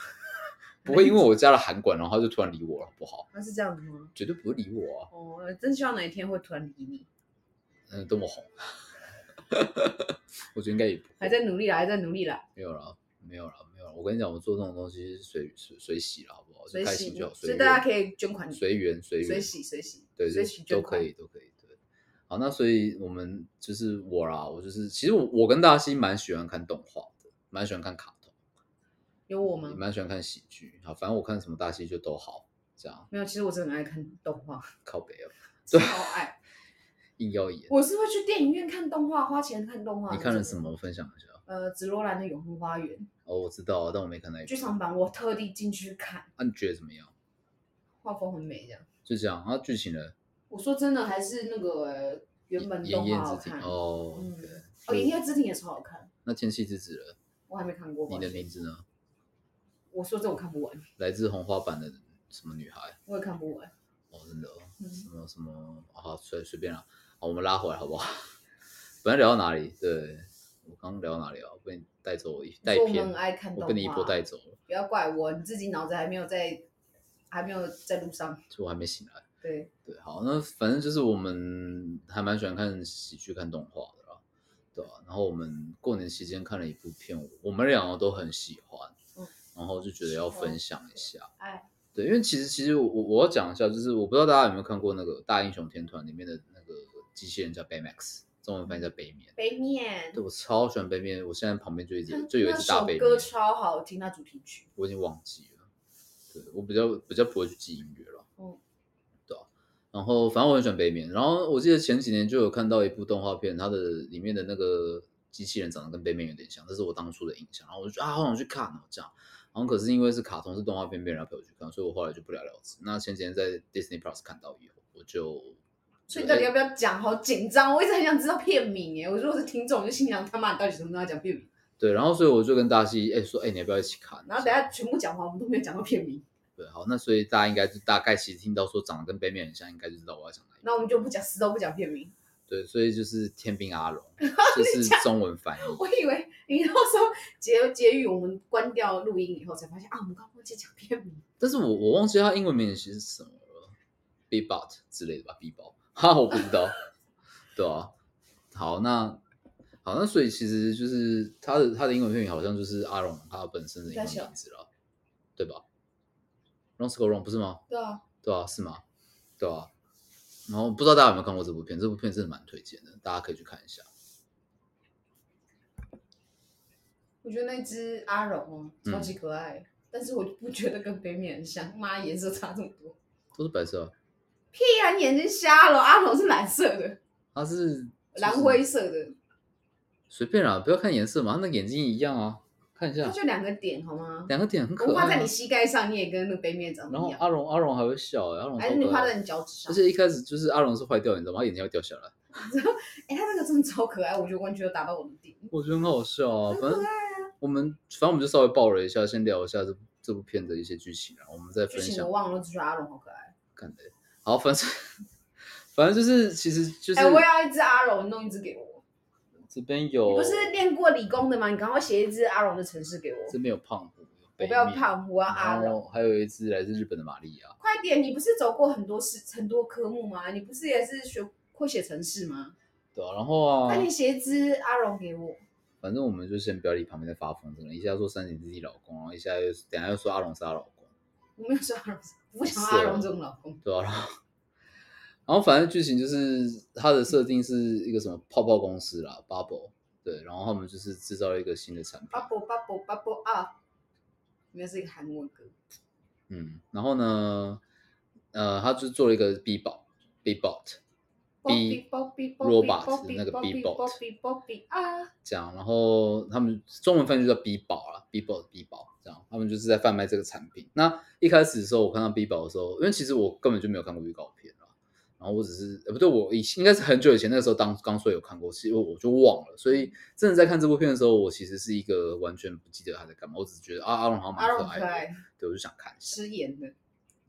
[SPEAKER 2] 不会因为我加了韩管，然后他就突然理我了，好不好？
[SPEAKER 1] 他是这样子吗？
[SPEAKER 2] 绝对不会理我啊！
[SPEAKER 1] 哦，真希望哪一天会突然理你，
[SPEAKER 2] 嗯，等我红， 我觉得应该也不会
[SPEAKER 1] 还在努力啦，还在努力啦，
[SPEAKER 2] 没有啦，没有啦，没有啦。我跟你讲，我做这种东西是随随随喜啦，好不好？就
[SPEAKER 1] 随
[SPEAKER 2] 开
[SPEAKER 1] 喜
[SPEAKER 2] 心就好，，
[SPEAKER 1] 所
[SPEAKER 2] 随
[SPEAKER 1] 以大家
[SPEAKER 2] 缘
[SPEAKER 1] 可以捐款，
[SPEAKER 2] 随缘随缘
[SPEAKER 1] 随喜随喜，
[SPEAKER 2] 对，
[SPEAKER 1] 随
[SPEAKER 2] 就
[SPEAKER 1] 喜捐
[SPEAKER 2] 都可
[SPEAKER 1] 款。
[SPEAKER 2] 以都可以对。好，那所以我们就是我啦，我就是其实我我跟大西蛮喜欢看动画的，蛮喜欢看卡通。
[SPEAKER 1] 有我
[SPEAKER 2] 也
[SPEAKER 1] 吗？
[SPEAKER 2] 蛮喜欢看喜剧，好，反正我看什么大戏就都好，这样
[SPEAKER 1] 没有，其实我真的很爱看动 画，
[SPEAKER 2] 靠北哦，
[SPEAKER 1] 超
[SPEAKER 2] 对
[SPEAKER 1] 爱。
[SPEAKER 2] 硬要演。
[SPEAKER 1] 我是会去电影院看动画，花钱看动画。
[SPEAKER 2] 你看了什？么？分享一下。
[SPEAKER 1] 呃，紫罗兰的永恒花园
[SPEAKER 2] 哦，我知道，但我没看那一部啊
[SPEAKER 1] 剧。场版，我特地进去看，
[SPEAKER 2] 那、你觉得怎么样？
[SPEAKER 1] 画风很美，这样。
[SPEAKER 2] 就这样，然啊后剧情呢？
[SPEAKER 1] 我说真的，还是那个呃原本
[SPEAKER 2] 炎
[SPEAKER 1] 动画
[SPEAKER 2] 炎
[SPEAKER 1] 好
[SPEAKER 2] 之庭
[SPEAKER 1] 看。
[SPEAKER 2] 哦，
[SPEAKER 1] 嗯
[SPEAKER 2] 对
[SPEAKER 1] 哦，炎夜之庭也超好看，
[SPEAKER 2] 那天气之子了，
[SPEAKER 1] 我还没看过。
[SPEAKER 2] 你的
[SPEAKER 1] 抱歉
[SPEAKER 2] 名字呢？
[SPEAKER 1] 我说这我看不完，
[SPEAKER 2] 来自红花版的什么女孩？
[SPEAKER 1] 我也看不完。
[SPEAKER 2] 哦，真的哦，
[SPEAKER 1] 嗯
[SPEAKER 2] 什么什么，啊好随随便啦，好，我们拉回来好 不好？本来聊到哪里？对我刚刚聊到哪里啊？我被你带走我一带
[SPEAKER 1] 我
[SPEAKER 2] 偏
[SPEAKER 1] 们，爱看动画。
[SPEAKER 2] 我被你一波带走了，
[SPEAKER 1] 不要怪我，你自己脑子还没有在，还没有在路上。
[SPEAKER 2] 就我还没醒来。
[SPEAKER 1] 对，
[SPEAKER 2] 对，好，那反正就是我们还蛮喜欢看喜剧、看动画的啦，对啊，然后我们过年期间看了一部片，我们两个都很喜欢，
[SPEAKER 1] 嗯
[SPEAKER 2] 然后就觉得要分享一下。
[SPEAKER 1] 哎，
[SPEAKER 2] 对，因为其实其实我我我要讲一下，就是我不知道大家有没有看过那个《大英雄天团》里面的那个机器人叫 Baymax，中文翻译叫北面。
[SPEAKER 1] 北面。
[SPEAKER 2] 对，我超喜欢北面，我现在旁边就一
[SPEAKER 1] 它
[SPEAKER 2] 直就有一只大
[SPEAKER 1] 那
[SPEAKER 2] 北
[SPEAKER 1] 首
[SPEAKER 2] 面，
[SPEAKER 1] 歌超好听，那主题曲。
[SPEAKER 2] 我已经忘记了。对我比较比较不会去记音乐了。
[SPEAKER 1] 嗯
[SPEAKER 2] 对啊。然后反正我很喜欢北面，然后我记得前几年就有看到一部动画片，它的里面的那个机器人长得跟北面有点像，这是我当初的印象。然后我就觉得啊，好想去看哦，这样。然后可是因为是卡通是动画片，没有人要陪我去看，所以我后来就不了了之。那前几天在 Disney Plus 看到以后，我就
[SPEAKER 1] 所以到底要不要讲？好紧张，我一直很想知道片名哎。我如果是听众，我就心想他妈你到底什么时候要讲片名？啊
[SPEAKER 2] 对，然后所以我就跟大西哎、说哎、你要不要一起看？
[SPEAKER 1] 然后等下全部讲完，我们都没有讲到片名，
[SPEAKER 2] 对，好，那所以大家应该就大概其实听到说长得跟北面很像，应该就知道我要讲哪一部。
[SPEAKER 1] 那我们就不讲，死都不讲片名。
[SPEAKER 2] 对，所以就是天兵 阿龙，这是中文翻译。
[SPEAKER 1] 我以为你要说结结语，我们关掉录音以后才发现啊，我们刚刚忘记讲片名。
[SPEAKER 2] 但是我我忘记他英文名其实是什么了，Bebot 之类的吧，Bebot，哈，我不知道。 对啊，好，那好，那所以其实就是他的他的英文片名好像就是阿龙他本身的英文
[SPEAKER 1] 在想
[SPEAKER 2] 名字了，对吧？Wrong go wrong 不是吗？
[SPEAKER 1] 对啊，
[SPEAKER 2] 对啊，是吗？对啊。然后不知道大家有没有看过这部片，这部片真的蛮推荐的，大家可以去看一下。
[SPEAKER 1] 我觉得那只阿荣哦，
[SPEAKER 2] 嗯
[SPEAKER 1] 超级可爱，但是我就不觉得跟北冕很像，妈颜色差这么多。
[SPEAKER 2] 都是白色啊，
[SPEAKER 1] 屁然眼睛瞎了，阿荣是蓝色的，
[SPEAKER 2] 它是
[SPEAKER 1] 蓝
[SPEAKER 2] 就是
[SPEAKER 1] 灰色的，
[SPEAKER 2] 随便啦，不要看颜色嘛，他那个眼睛一样啊，看一
[SPEAKER 1] 它
[SPEAKER 2] 下，
[SPEAKER 1] 就两个点好吗？
[SPEAKER 2] 两个点很可
[SPEAKER 1] 我画
[SPEAKER 2] 爱、
[SPEAKER 1] 在
[SPEAKER 2] 啊
[SPEAKER 1] 你。膝盖上，你也跟那个北冕长得
[SPEAKER 2] 然
[SPEAKER 1] 一
[SPEAKER 2] 后
[SPEAKER 1] 样，
[SPEAKER 2] 阿龙，阿龙还会笑、欸，阿龙
[SPEAKER 1] 还
[SPEAKER 2] 超
[SPEAKER 1] 是你
[SPEAKER 2] 可
[SPEAKER 1] 画
[SPEAKER 2] 爱
[SPEAKER 1] 在
[SPEAKER 2] 的。
[SPEAKER 1] 你啊脚趾上
[SPEAKER 2] 而？且一开始就是阿龙是坏掉，你知道吗？他眼睛会掉下 来，
[SPEAKER 1] 哎、它这个真的超可爱，我觉得完全有打到我的点。
[SPEAKER 2] 我觉得很好笑啊。
[SPEAKER 1] 很
[SPEAKER 2] 反
[SPEAKER 1] 可
[SPEAKER 2] 正我们，反正我们就稍微爆了一下，先聊一下这部这部片的一些剧情，然后我们再
[SPEAKER 1] 剧
[SPEAKER 2] 分
[SPEAKER 1] 情
[SPEAKER 2] 享
[SPEAKER 1] 我。忘了，只觉得阿荣好可爱。
[SPEAKER 2] 看的，好，反正 反正就是，其实就是、
[SPEAKER 1] 哎、我也要一只阿荣，你弄一只给我。
[SPEAKER 2] 这边有，
[SPEAKER 1] 你不是练过理工的吗？你赶快写一只阿荣的城市给我。
[SPEAKER 2] 这边有胖虎，有
[SPEAKER 1] 我
[SPEAKER 2] 北
[SPEAKER 1] 不要
[SPEAKER 2] 面，
[SPEAKER 1] 胖，我要阿
[SPEAKER 2] 然
[SPEAKER 1] 荣。
[SPEAKER 2] 后还有一只来自日本的玛利亚，
[SPEAKER 1] 快点！你不是走过很多事、很多科目吗？你不是也是学会写程式吗？
[SPEAKER 2] 对啊，然后啊，
[SPEAKER 1] 快点写一只阿荣给我。
[SPEAKER 2] 反正我们就先不要理旁边在发疯这个，一下说三井自己老公，然后一下又等下又说阿龙是她老公，
[SPEAKER 1] 我没有说阿荣，我不想要
[SPEAKER 2] 是哦
[SPEAKER 1] 阿荣这种老 公。
[SPEAKER 2] 对吧、然后，然后反正剧情就是它的设定是一个什么泡泡公司啦，Bubble，对，然后他们就是制造一个新的产品，
[SPEAKER 1] bubble bubble bubble up，那啊是一个韩文歌。
[SPEAKER 2] 嗯，然后呢，呃，他就做了一个 B 宝 B bot，B robot 的那个 B bot
[SPEAKER 1] Bobby Bobby 啊，
[SPEAKER 2] 这样，然后他们中文翻译就叫 B 宝啦 b 宝 B 宝这样，他们就是在贩卖这个产品。那一开始的时候，我看到 B 宝的时候，因为其实我根本就没有看过预告片啦，然后我只是呃不对，我以应该是很久以前那个时候当刚说有看过，其实我我就忘了，所以真的在看这部片的时候，我其实是一个完全不记得他在干嘛，我只是觉得啊阿龙好像
[SPEAKER 1] 阿
[SPEAKER 2] 蛮可
[SPEAKER 1] 荣
[SPEAKER 2] 爱
[SPEAKER 1] 可
[SPEAKER 2] 的，
[SPEAKER 1] 爱，
[SPEAKER 2] 对，我就想看一下。
[SPEAKER 1] 失言的，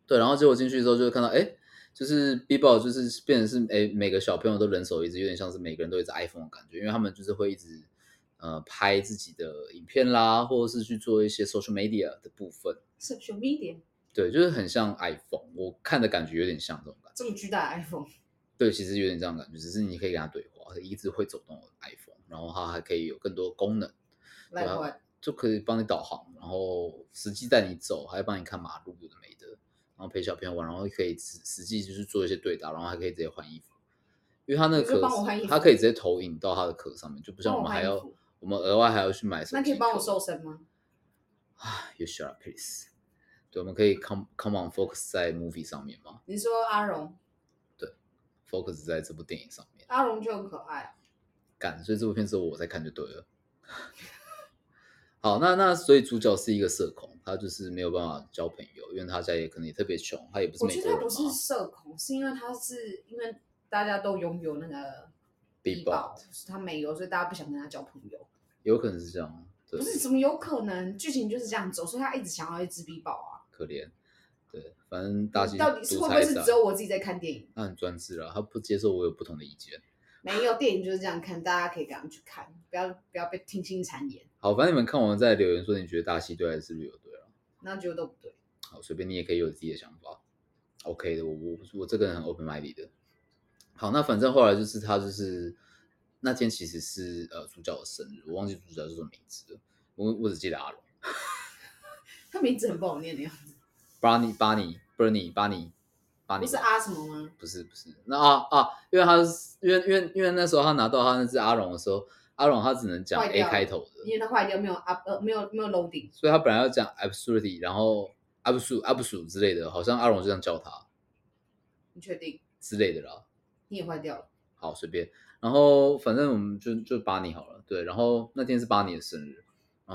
[SPEAKER 2] 对，然后结果进去之后就会看到，哎，就是 B b o 就是变成是哎每个小朋友都人手一只，有点像是每个人都有一只 iPhone 的感觉，因为他们就是会一直呃拍自己的影片啦，或者是去做一些 social media 的部分，
[SPEAKER 1] social media
[SPEAKER 2] 对，就是很像 iPhone，我看的感觉有点像这种感觉，
[SPEAKER 1] 这么巨大的 iPhone，
[SPEAKER 2] 对，其实有点这样的感觉，只是你可以跟他对话，一只会走动的 iPhone，然后它还可以有更多功能。
[SPEAKER 1] 来
[SPEAKER 2] 对啊
[SPEAKER 1] 换
[SPEAKER 2] 就可以帮你导航，然后实际带你走，还帮你看马路有的没的，然后陪小朋友玩，然后可以实实际就是做一些对答，然后还可以直接换衣服，因为他那个
[SPEAKER 1] 你就帮我换衣
[SPEAKER 2] 壳
[SPEAKER 1] 服
[SPEAKER 2] 它可以直接投影到他的壳上面，就不像
[SPEAKER 1] 帮我
[SPEAKER 2] 我们还
[SPEAKER 1] 换衣
[SPEAKER 2] 要
[SPEAKER 1] 服，
[SPEAKER 2] 我们额外还要去买手机壳。
[SPEAKER 1] 那可以帮我瘦身吗？
[SPEAKER 2] 啊，You shut up, please。对，我们可以 come come on focus 在 movie 上面嘛
[SPEAKER 1] 你说阿荣，
[SPEAKER 2] ，focus 在这部电影上面。
[SPEAKER 1] 阿荣就很可爱啊，
[SPEAKER 2] 干，所以这部片只有我在看就对了。好，那那所以主角是一个社恐，他就是没有办法交朋友，因为他家也可能也特别穷，他也不是
[SPEAKER 1] 我
[SPEAKER 2] 美
[SPEAKER 1] 觉
[SPEAKER 2] 国
[SPEAKER 1] 得
[SPEAKER 2] 人
[SPEAKER 1] 不
[SPEAKER 2] 嘛
[SPEAKER 1] 是。社恐，是因为他是因为大家都拥有那个
[SPEAKER 2] Big
[SPEAKER 1] 宝
[SPEAKER 2] Bot，
[SPEAKER 1] 他没有，所以大家不想跟他交朋友。
[SPEAKER 2] 有可能是这样，对
[SPEAKER 1] 不，是怎么有可能？剧情就是这样走，所以他一直想要一只 B 宝啊。
[SPEAKER 2] 可怜，对，反正大西
[SPEAKER 1] 嗯到底是
[SPEAKER 2] 独
[SPEAKER 1] 会不会
[SPEAKER 2] 裁
[SPEAKER 1] 是
[SPEAKER 2] 者
[SPEAKER 1] 只有我自己在看电影？
[SPEAKER 2] 他很专制啊了，他不接受我有不同的意见。
[SPEAKER 1] 没有，电影就是这样看，大家可以赶快去看，不要不要被听信谗言，
[SPEAKER 2] 好，反正你们看完再留言说你觉得大西对还是绿友对啊了。
[SPEAKER 1] 那觉得都不对。
[SPEAKER 2] 好，随便你也可以有自己的想法，OK 的。我我我这个人很 open minded 的。好，那反正后来就是他就是那天其实是呃主角的生日，我忘记主角是什么名字了，我我只记得阿龙，
[SPEAKER 1] 他名字很不好念的样子，
[SPEAKER 2] 巴尼巴尼 Bernie 巴尼巴尼
[SPEAKER 1] 不是
[SPEAKER 2] 吧
[SPEAKER 1] 阿什么吗？
[SPEAKER 2] 不是不是，那啊啊，因为他是因为因为因为那时候他拿到他那只阿龙的时候，阿龙他只能讲
[SPEAKER 1] 坏
[SPEAKER 2] A
[SPEAKER 1] 掉了
[SPEAKER 2] 开头的，
[SPEAKER 1] 因为他坏掉，没有 up 呃没有没有 loading，
[SPEAKER 2] 所以他本来要讲 absurdity，然后 absurd absurd 之类的，好像阿龙就这样叫他
[SPEAKER 1] 你确定？
[SPEAKER 2] 之类的啦。
[SPEAKER 1] 你也坏掉了，
[SPEAKER 2] 好，随便。然后反正我们就就巴尼好了，对。然后那天是巴尼的生日，然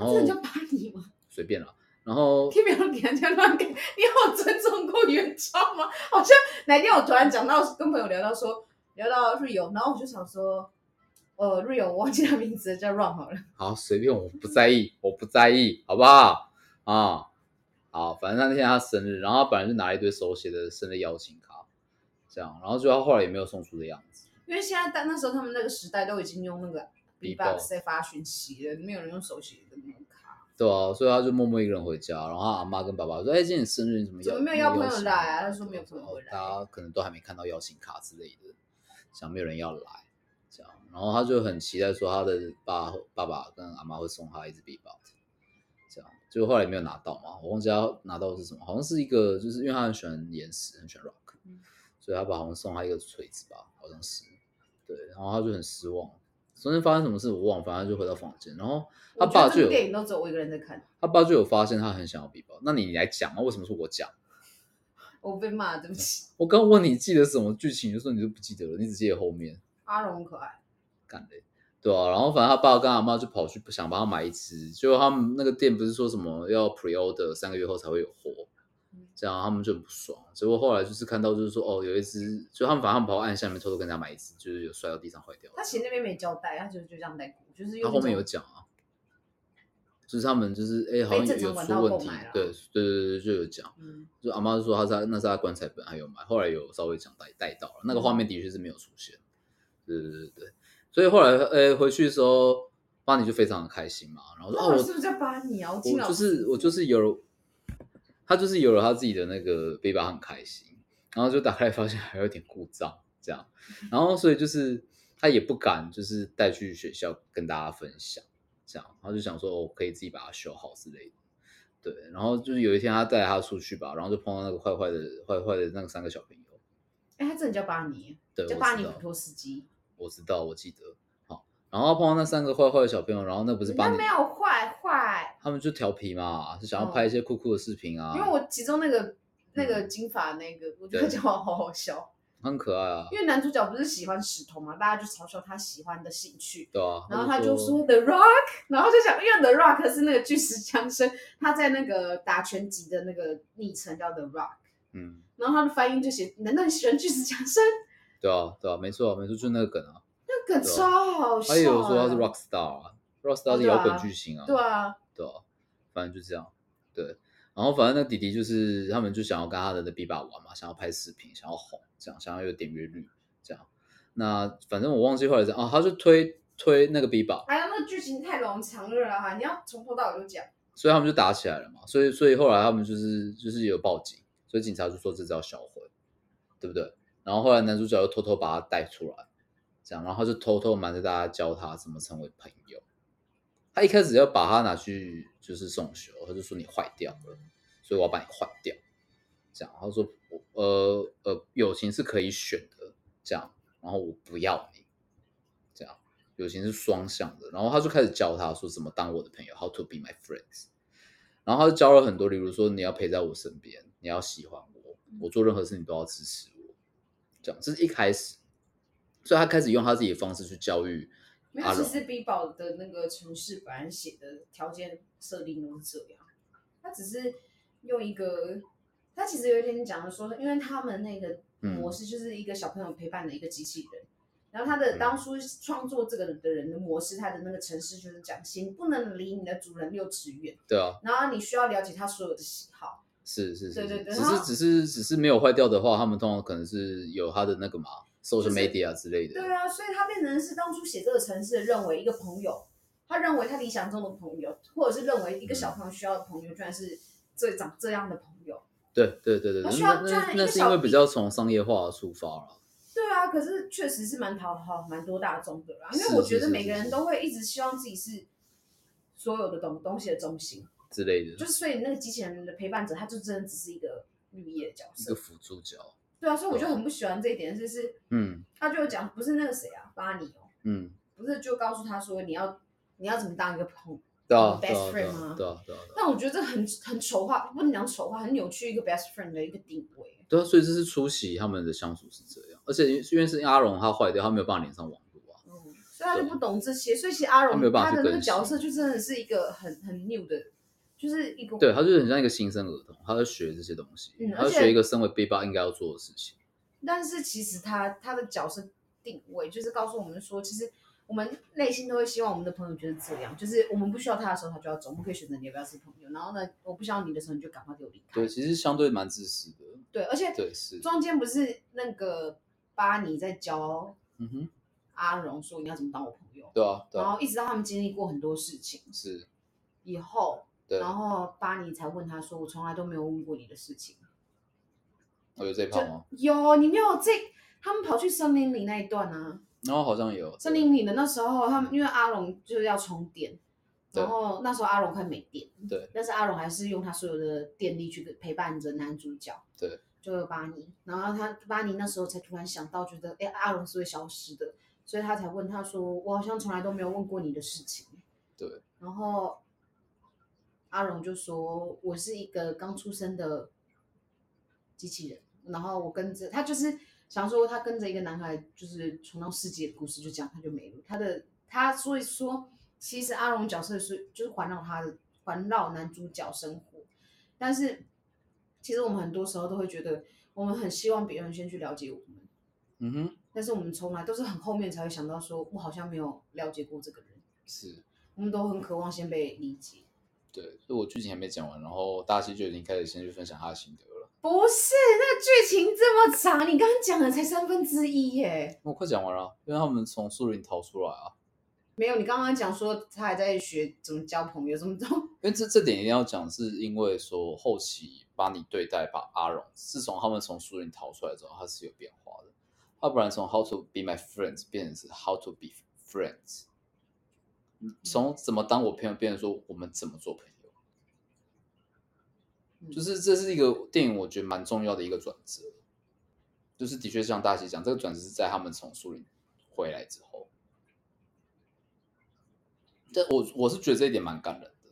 [SPEAKER 1] 他
[SPEAKER 2] 后
[SPEAKER 1] 哦真的叫巴尼吗？
[SPEAKER 2] 随便啦。然后
[SPEAKER 1] 可以不要给人家乱改，你有尊重过原创吗？好像哪天我突然讲到跟朋友聊到说聊到 Rio，然后我就想说，呃 Rio 我忘记他名字了，叫 Ron 好了。
[SPEAKER 2] 好，随便，我不在意，我不在意，好不好？啊，好，反正那天他生日，然后他本来就拿了一堆手写的生日邀请卡，这样，然后就他后来也没有送出的样子。
[SPEAKER 1] 因为现在但那时候他们那个时代都已经用那个 B
[SPEAKER 2] Beatbox
[SPEAKER 1] box 在发讯息了，没有人用手写的那种卡，
[SPEAKER 2] 对啊，所以他就默默一个人回家，然后他阿妈跟爸爸说：“哎，今天你生日，你怎么邀
[SPEAKER 1] 怎么没有邀朋友
[SPEAKER 2] 邀请
[SPEAKER 1] 来啊
[SPEAKER 2] 我
[SPEAKER 1] 他说没有朋友
[SPEAKER 2] 对啊
[SPEAKER 1] 来
[SPEAKER 2] 大家可能都还没看到邀请卡之类的，想没有人要来，这样，然后他就很期待说他的爸爸爸跟阿妈会送他一只 B 包，这样，结果后来没有拿到嘛，我忘记他拿到的是什么，好像是一个，就是因为他很喜欢岩石，很喜欢 rock，、
[SPEAKER 1] 嗯
[SPEAKER 2] 所以他爸好像送他一个锤子吧，好像是，对，然后他就很失望。昨天发生什么事我忘了，反正他就回到房间，然后他
[SPEAKER 1] 我觉得
[SPEAKER 2] 爸就
[SPEAKER 1] 这
[SPEAKER 2] 有
[SPEAKER 1] 部电影都只有我一个人在看，
[SPEAKER 2] 他爸就有发现他很想要皮包，那你来讲啊，为什么是我讲？
[SPEAKER 1] 我被骂，对不起。
[SPEAKER 2] 我刚问你记得什么剧情，你就说你就不记得了，你只记得后面
[SPEAKER 1] 阿荣很可爱，
[SPEAKER 2] 干的，对啊。然后反正他爸跟他妈就跑去想帮他买一只，结果他们那个店不是说什么要 pre order 三个月后才会有货
[SPEAKER 1] 嗯，
[SPEAKER 2] 这样他们就很不爽。结果后来就是看到就是说哦，有一只，就他们反正他们跑到暗巷里面偷偷跟人家买一只，就是有摔到地上坏掉的。
[SPEAKER 1] 他其实那边没交代，他就就这样带过，就是
[SPEAKER 2] 他
[SPEAKER 1] 用
[SPEAKER 2] 后面
[SPEAKER 1] 一
[SPEAKER 2] 有
[SPEAKER 1] 种
[SPEAKER 2] 讲啊，就是他们就是哎、好像
[SPEAKER 1] 非
[SPEAKER 2] 有
[SPEAKER 1] 正常
[SPEAKER 2] 有
[SPEAKER 1] 管道
[SPEAKER 2] 出问
[SPEAKER 1] 购
[SPEAKER 2] 题
[SPEAKER 1] 买啊啦，
[SPEAKER 2] 对对对对，就有讲。
[SPEAKER 1] 嗯，
[SPEAKER 2] 就阿妈就说她在那是她棺材本还有买，后来有稍微讲带带到了，那个画面的确是没有出现。对对对对对，所以后来呃、回去的时候，巴尼就非常的开心嘛，然后说
[SPEAKER 1] 那
[SPEAKER 2] 啊
[SPEAKER 1] 我
[SPEAKER 2] 我
[SPEAKER 1] 哦是不是叫巴尼啊？我听
[SPEAKER 2] 我
[SPEAKER 1] 到
[SPEAKER 2] 就是我就是有了，他就是有了他自己的那个背包很开心，然后就打开来发现还有点故障 这样，然后所以就是他也不敢就是带去学校跟大家分享这样，他就想说哦我可以自己把它修好之类的。对，然后就是有一天他带他出去吧，然后就碰到那个坏坏的坏坏的那个三个小朋友。
[SPEAKER 1] 哎，他真的叫巴尼，
[SPEAKER 2] 对，我
[SPEAKER 1] 叫
[SPEAKER 2] 知
[SPEAKER 1] 巴尼
[SPEAKER 2] 道
[SPEAKER 1] 普，托斯基，
[SPEAKER 2] 我知道，我记得。好，然后他碰到那三个坏坏的小朋友，然后那不是把
[SPEAKER 1] 他
[SPEAKER 2] 你
[SPEAKER 1] 没，有坏坏，
[SPEAKER 2] 他们就调皮嘛，是想要
[SPEAKER 1] 哦
[SPEAKER 2] 拍一些酷酷的视频啊。
[SPEAKER 1] 因为我其中那个那个金发那个，我觉得
[SPEAKER 2] 对
[SPEAKER 1] 叫我好好笑，
[SPEAKER 2] 很可爱啊，
[SPEAKER 1] 因为男主角不是喜欢石头嘛，大家就嘲笑他喜欢的兴趣，
[SPEAKER 2] 对啊。
[SPEAKER 1] 然后他就说 The Rock，然后就想，因为 The Rock 是那个巨石强森，他在那个打拳击的那个昵称叫 The Rock，
[SPEAKER 2] 嗯，
[SPEAKER 1] 然后他的翻译就写，难道你喜欢巨石强森？
[SPEAKER 2] 对啊，对啊，没错，没错，就那个梗啊。
[SPEAKER 1] 那个
[SPEAKER 2] 对啊
[SPEAKER 1] 超好笑、啊。
[SPEAKER 2] 他也有说他是 rock star 啊，rock star
[SPEAKER 1] 哦
[SPEAKER 2] 是
[SPEAKER 1] 对啊
[SPEAKER 2] 摇滚巨星啊，
[SPEAKER 1] 对啊，
[SPEAKER 2] 对啊，反正就这样，对。然后反正那弟弟就是他们就想要跟他的那 B 爸玩嘛，想要拍视频，想要红，这样想要有点阅率，这样。那反正我忘记后来是啊，他就推推那个 B 爸，
[SPEAKER 1] 哎呀，那个剧情太冗长了啦，你要从头到尾都讲。
[SPEAKER 2] 所以他们就打起来了嘛。所以所以后来他们就是就是有报警，所以警察就说这只要销毁，对不对？然后后来男主角又偷偷把他带出来，这样，然后他就偷偷瞒着大家教他怎么成为朋友。他一开始要把他拿去就是送修，他就说你坏掉了，所以我要把你换掉。这样，他说我呃呃，友情是可以选的，这样，然后我不要你，这样，友情是双向的。然后他就开始教他说怎么当我的朋友，How to be my friends。然后他就教了很多，比如说你要陪在我身边，你要喜欢我，
[SPEAKER 1] 嗯
[SPEAKER 2] 我做任何事你都要支持我，这样这是一开始，所以他开始用他自己的方式去教育
[SPEAKER 1] 没
[SPEAKER 2] 哎
[SPEAKER 1] 有，其实 B 宝的那个城市本来写的条件设定都是这样，他只是用一个，他其实有一点讲说，因为他们那个模式就是一个小朋友陪伴的一个机器人，然后他的
[SPEAKER 2] 嗯
[SPEAKER 1] 当初创作这个的人的模式，他的那个城市就是讲，行，不能离你的主人六尺远，
[SPEAKER 2] 对啊，
[SPEAKER 1] 然后你需要了解他所有的喜好，
[SPEAKER 2] 是是是，
[SPEAKER 1] 对对
[SPEAKER 2] 是
[SPEAKER 1] 对
[SPEAKER 2] 只
[SPEAKER 1] 然
[SPEAKER 2] 是
[SPEAKER 1] 后
[SPEAKER 2] 只是只是没有坏掉的话，他们通常可能是有他的那个嘛
[SPEAKER 1] 是
[SPEAKER 2] ，social media 之类的，
[SPEAKER 1] 对啊，所以他变成是当初写这个城市的认为一个朋友，他认为他理想中的朋友，或者是认为一个小
[SPEAKER 2] 嗯
[SPEAKER 1] 朋友需要的朋友，居然是这长这样的朋友。
[SPEAKER 2] 对对对对，
[SPEAKER 1] 他
[SPEAKER 2] 那
[SPEAKER 1] 需要
[SPEAKER 2] 那
[SPEAKER 1] 这样
[SPEAKER 2] 那
[SPEAKER 1] 一
[SPEAKER 2] 那
[SPEAKER 1] 个
[SPEAKER 2] 是因
[SPEAKER 1] 小
[SPEAKER 2] 为
[SPEAKER 1] 弟
[SPEAKER 2] 比较从商业化出发了，
[SPEAKER 1] 对啊，可是确实是蛮讨好蛮多大众的啦，因
[SPEAKER 2] 是
[SPEAKER 1] 为我
[SPEAKER 2] 是
[SPEAKER 1] 觉得
[SPEAKER 2] 是
[SPEAKER 1] 每
[SPEAKER 2] 是
[SPEAKER 1] 个
[SPEAKER 2] 是
[SPEAKER 1] 人都会一直希望自己是所有的东东西的中心，
[SPEAKER 2] 之类的，
[SPEAKER 1] 就是所以那个机器人的陪伴者，他就真的只是一个绿叶的角
[SPEAKER 2] 一个
[SPEAKER 1] 色。
[SPEAKER 2] 辅助角，
[SPEAKER 1] 对啊，所以我就很不喜欢这一点，就是
[SPEAKER 2] 嗯
[SPEAKER 1] 他就讲不是那个谁啊，巴尼哦，
[SPEAKER 2] 嗯，
[SPEAKER 1] 不是就告诉他说你要你要怎么当一个朋
[SPEAKER 2] 对啊对
[SPEAKER 1] best
[SPEAKER 2] 啊对
[SPEAKER 1] friend
[SPEAKER 2] 啊
[SPEAKER 1] 吗
[SPEAKER 2] 对啊对啊对啊，
[SPEAKER 1] 但我觉得这很很丑化，不能讲丑化，很扭曲一个 best friend 的一个定位。
[SPEAKER 2] 对啊，所以这是初期他们的相处是这样，而且因为是阿荣他坏掉，他没有办法连上网络啊，
[SPEAKER 1] 嗯，所以他就不懂这些，所以其实阿荣
[SPEAKER 2] 他没有办法
[SPEAKER 1] 他的那
[SPEAKER 2] 去
[SPEAKER 1] 个
[SPEAKER 2] 更新
[SPEAKER 1] 角色就真的是一个很很 new 的，就是一个
[SPEAKER 2] 对，他就是很像一个新生儿童，他在学这些东西，
[SPEAKER 1] 嗯
[SPEAKER 2] 他
[SPEAKER 1] 而
[SPEAKER 2] 在
[SPEAKER 1] 且
[SPEAKER 2] 学一个身为 B 爸应该要做的事情，
[SPEAKER 1] 但是其实他他的角色定位就是告诉我们说，其实我们内心都会希望我们的朋友就是这样，就是我们不需要他的时候他就要走，我们可以选择你要不要是朋友。然后呢，我不需要你的时候你就赶快给我离开
[SPEAKER 2] 对，。其实相对蛮自私的，
[SPEAKER 1] 对，而且
[SPEAKER 2] 对是，
[SPEAKER 1] 中间不是那个巴尼在教
[SPEAKER 2] 嗯哼，
[SPEAKER 1] 阿荣说你要怎么当我朋友，
[SPEAKER 2] 对啊对
[SPEAKER 1] 然
[SPEAKER 2] 啊
[SPEAKER 1] 后一直到他们经历过很多事情
[SPEAKER 2] 是，
[SPEAKER 1] 以后，
[SPEAKER 2] 对，
[SPEAKER 1] 然后巴尼才问他说：“我从来都没有问过你的事情。
[SPEAKER 2] 我哦有这一趴吗？”
[SPEAKER 1] 有，你没有这？他们跑去森林里那一段啊，
[SPEAKER 2] 然哦后好像有
[SPEAKER 1] 森林里的那时候，他们因为阿龙就是要充电，
[SPEAKER 2] 对
[SPEAKER 1] 然后那时候阿龙快没电，
[SPEAKER 2] 对，
[SPEAKER 1] 但是阿龙还是用他所有的电力去陪伴着男主角，
[SPEAKER 2] 对，
[SPEAKER 1] 就是巴尼。然后他巴尼那时候才突然想到，觉得哎，阿龙是会消失的，所以他才问他说：“我好像从来都没有问过你的事情。”
[SPEAKER 2] 对，
[SPEAKER 1] 然后阿荣就说：“我是一个刚出生的机器人，然后我跟着他，就是想说他跟着一个男孩，就是闯荡世界的故事，就这样他就没了。他的他所以说，其实阿荣角色是就是环绕他的环绕男主角生活，但是其实我们很多时候都会觉得，我们很希望别人先去了解我们，
[SPEAKER 2] 嗯哼，
[SPEAKER 1] 但是我们从来都是很后面才会想到说，我好像没有了解过这个人。”
[SPEAKER 2] 是
[SPEAKER 1] 我们都很渴望先被理解。
[SPEAKER 2] 对，所以我剧情还没讲完，然后大西就已经开始先去分享他的心得了。
[SPEAKER 1] 不是，那个剧情这么长，你刚刚讲的才三分之一耶。
[SPEAKER 2] 我快讲完了，啊因为他们从树林逃出来啊，
[SPEAKER 1] 没有，你刚刚讲说他还在学怎么交朋友，怎么怎么，
[SPEAKER 2] 因为这这点一定要讲，是因为说后期把你对待把阿荣，自从他们从树林逃出来之后，他是有变化的，要不然从 How to be my friends 变成是 How to be friends，从怎么当我朋友变成说我们怎么做朋友。
[SPEAKER 1] 嗯
[SPEAKER 2] 就是这是一个电影，我觉得蛮重要的一个转折，就是的确像大西讲，这个转折是在他们从树林回来之后。但我我是觉得这一点蛮感人的。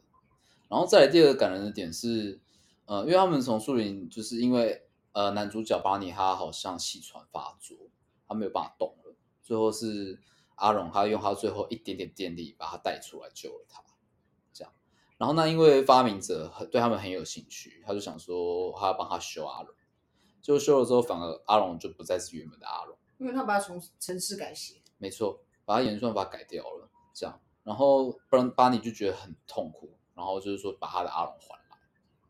[SPEAKER 2] 然后再来第二个感人的点是，呃，因为他们从树林，就是因为呃男主角巴尼他好像气喘发作，他没有办法动了，最后是阿荣他用他最后一点点电力把他带出来救了他，这样。然后那因为发明者很对他们很有兴趣，他就想说他要帮他修阿荣，结果修了之后，反而阿荣就不再是原本的阿荣。
[SPEAKER 1] 因为他把它从城市改写，
[SPEAKER 2] 没错，把他演算法改掉了，这样，然后不然巴尼就觉得很痛苦，然后就是说把他的阿龙还来，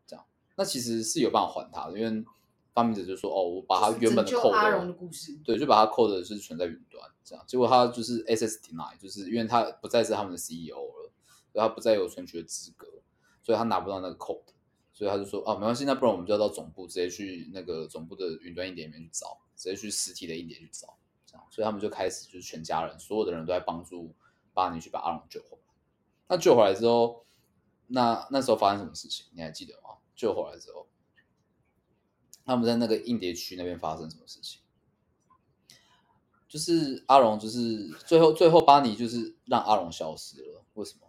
[SPEAKER 2] 这样，那其实是有办法还他的，因为发明者就说哦，我把他原本
[SPEAKER 1] 就是拯
[SPEAKER 2] 的扣
[SPEAKER 1] 救阿荣的
[SPEAKER 2] 的，
[SPEAKER 1] 故事。
[SPEAKER 2] 对，就把他扣的是存在云端，这样，结果他就是 SS deny，就是因为他不再是他们的 CEO 了，所以他不再有存取的资格，所以他拿不到那个 code，所以他就说啊，没关系，那不然我们就要到总部，直接去那个总部的云端硬碟里面去找，直接去实体的硬碟去找。这样，所以他们就开始就是全家人，所有的人都在帮助巴尼去把阿龙救回来。那救回来之后，那那时候发生什么事情？你还记得吗？救回来之后，他们在那个硬碟区那边发生什么事情？就是阿龙，就是最后最后巴尼就是让阿龙消失了，为什么？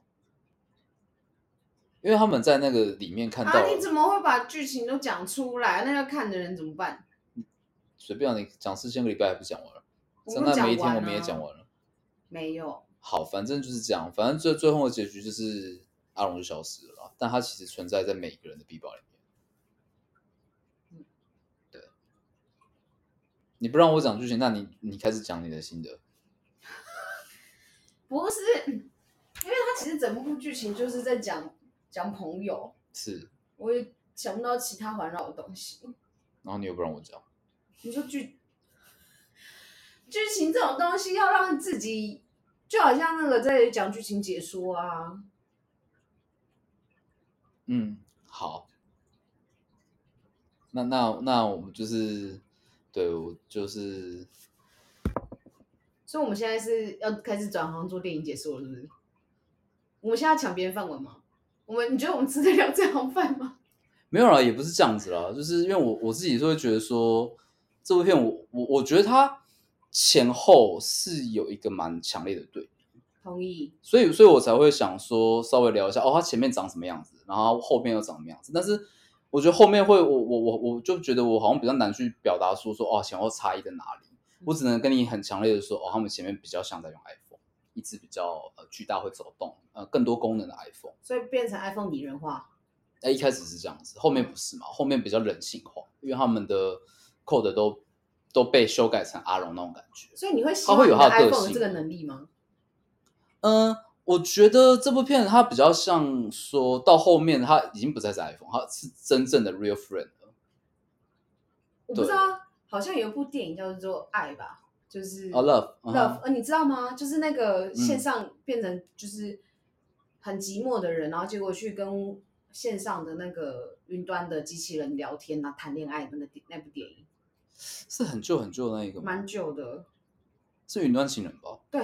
[SPEAKER 2] 因因为他们在那个里面看到
[SPEAKER 1] 啊，你怎
[SPEAKER 2] 了，
[SPEAKER 1] 么会把剧情都讲出来？那要看的人怎么办？
[SPEAKER 2] 随便啊你讲四千个礼拜还不讲完了，
[SPEAKER 1] 我
[SPEAKER 2] 在
[SPEAKER 1] 们
[SPEAKER 2] 那
[SPEAKER 1] 讲
[SPEAKER 2] 每一天
[SPEAKER 1] 完
[SPEAKER 2] 我们也
[SPEAKER 1] 啊
[SPEAKER 2] 讲完了。
[SPEAKER 1] 没有，
[SPEAKER 2] 好，反正就是这样，反正最最后的结局就是阿龙就消失了啦，但他其实存在在每个人的臂膀里面。对，你不让我讲剧情，那你你开始讲你的心得。
[SPEAKER 1] 不是，因为他其实整部剧情就是在讲讲朋友，
[SPEAKER 2] 是，
[SPEAKER 1] 我也想不到其他环绕的东西。
[SPEAKER 2] 然后你又不让我讲，
[SPEAKER 1] 你说剧剧情这种东西要让自己，就好像那个在讲剧情解说啊，
[SPEAKER 2] 嗯，好，那那那我们就是，对我就是
[SPEAKER 1] 所以我们现在是要开始转行做电影解说了，是不是？我们现在要抢别人饭碗吗？我们你觉得我们吃得了这行饭吗？
[SPEAKER 2] 没有啦，也不是这样子啦，就是因为我我自己就会觉得说，这部片我我我觉得它前后是有一个蛮强烈的对比，
[SPEAKER 1] 同意，
[SPEAKER 2] 所以所以我才会想说稍微聊一下哦，它前面长什么样子，然后后面又长什么样子，但是。我觉得后面会，我我我我就觉得我好像比较难去表达说说哦前后差异在哪里，我只能跟你很强烈的说哦他们前面比较像在用 iPhone，一只比较呃巨大会走动呃更多功能的 iPhone，
[SPEAKER 1] 所以变成 iPhone 拟人化。
[SPEAKER 2] 那哎一开始是这样子，后面不是嘛？后面比较人性化，因为他们的 code 都都被修改成阿龙那种感觉。
[SPEAKER 1] 所以你会希
[SPEAKER 2] 它
[SPEAKER 1] 望
[SPEAKER 2] 会
[SPEAKER 1] 你
[SPEAKER 2] 有
[SPEAKER 1] 的
[SPEAKER 2] 它的个
[SPEAKER 1] iPhone 有
[SPEAKER 2] 性
[SPEAKER 1] 这个能力吗？
[SPEAKER 2] 嗯，我觉得这部片它比较像说到后面，它已经不再是 iPhone，它是真正的 real friend 了。
[SPEAKER 1] 我不知道，好像有一部电影叫做《爱》吧，就是
[SPEAKER 2] 哦、love，嗯哼
[SPEAKER 1] Love，呃，你知道吗？就是那个线上变成就是很寂寞的人，然后结果去跟线上的那个云端的机器人聊天啊，谈恋爱的那个电那部电影，
[SPEAKER 2] 是很旧很旧的那一个吗？
[SPEAKER 1] 蛮久的。
[SPEAKER 2] 是云端情人吧？
[SPEAKER 1] 对，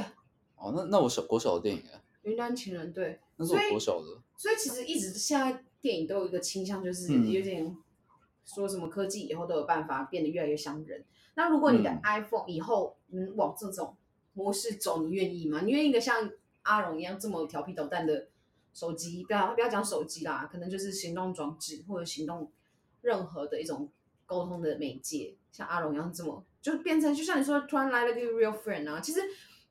[SPEAKER 2] 哦，那那我小国小的电影哎，
[SPEAKER 1] 云端情人对，
[SPEAKER 2] 那是我
[SPEAKER 1] 所以
[SPEAKER 2] 国小的。
[SPEAKER 1] 所以其实一直现在电影都有一个倾向，就是
[SPEAKER 2] 嗯
[SPEAKER 1] 有点说什么科技以后都有办法变得越来越像人。那如果你的
[SPEAKER 2] 嗯
[SPEAKER 1] iPhone 以后能往这种模式走，你愿意吗？你愿意一个像阿荣一样这么调皮捣蛋的手机？不要不要讲手机啦，可能就是行动装置或者行动任何的一种沟通的媒介，像阿荣一样这么就变成就像你说，突然来了个 real friend 啊，其实。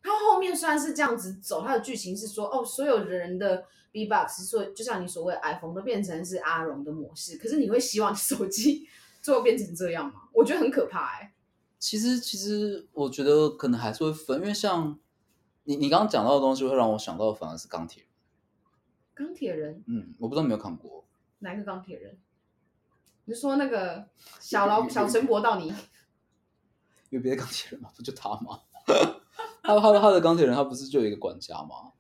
[SPEAKER 1] 它后面虽然是这样子走，它的剧情是说，哦，所有的人的 B box，所就像你所谓的 iPhone 都变成是阿荣的模式，可是你会希望手机 最后变成这样吗？我觉得很可怕哎、
[SPEAKER 2] 其实，其实我觉得可能还是会分，因为像你你刚刚讲到的东西，会让我想到反而是钢铁人。
[SPEAKER 1] 钢铁人
[SPEAKER 2] 嗯，我不知道你有没有看过。
[SPEAKER 1] 哪一个钢铁人？你是说那个小老小陈伯道尼？
[SPEAKER 2] 有别的钢铁人吗？ 不就他吗？他他他的钢铁人，他不是就有一个管家吗？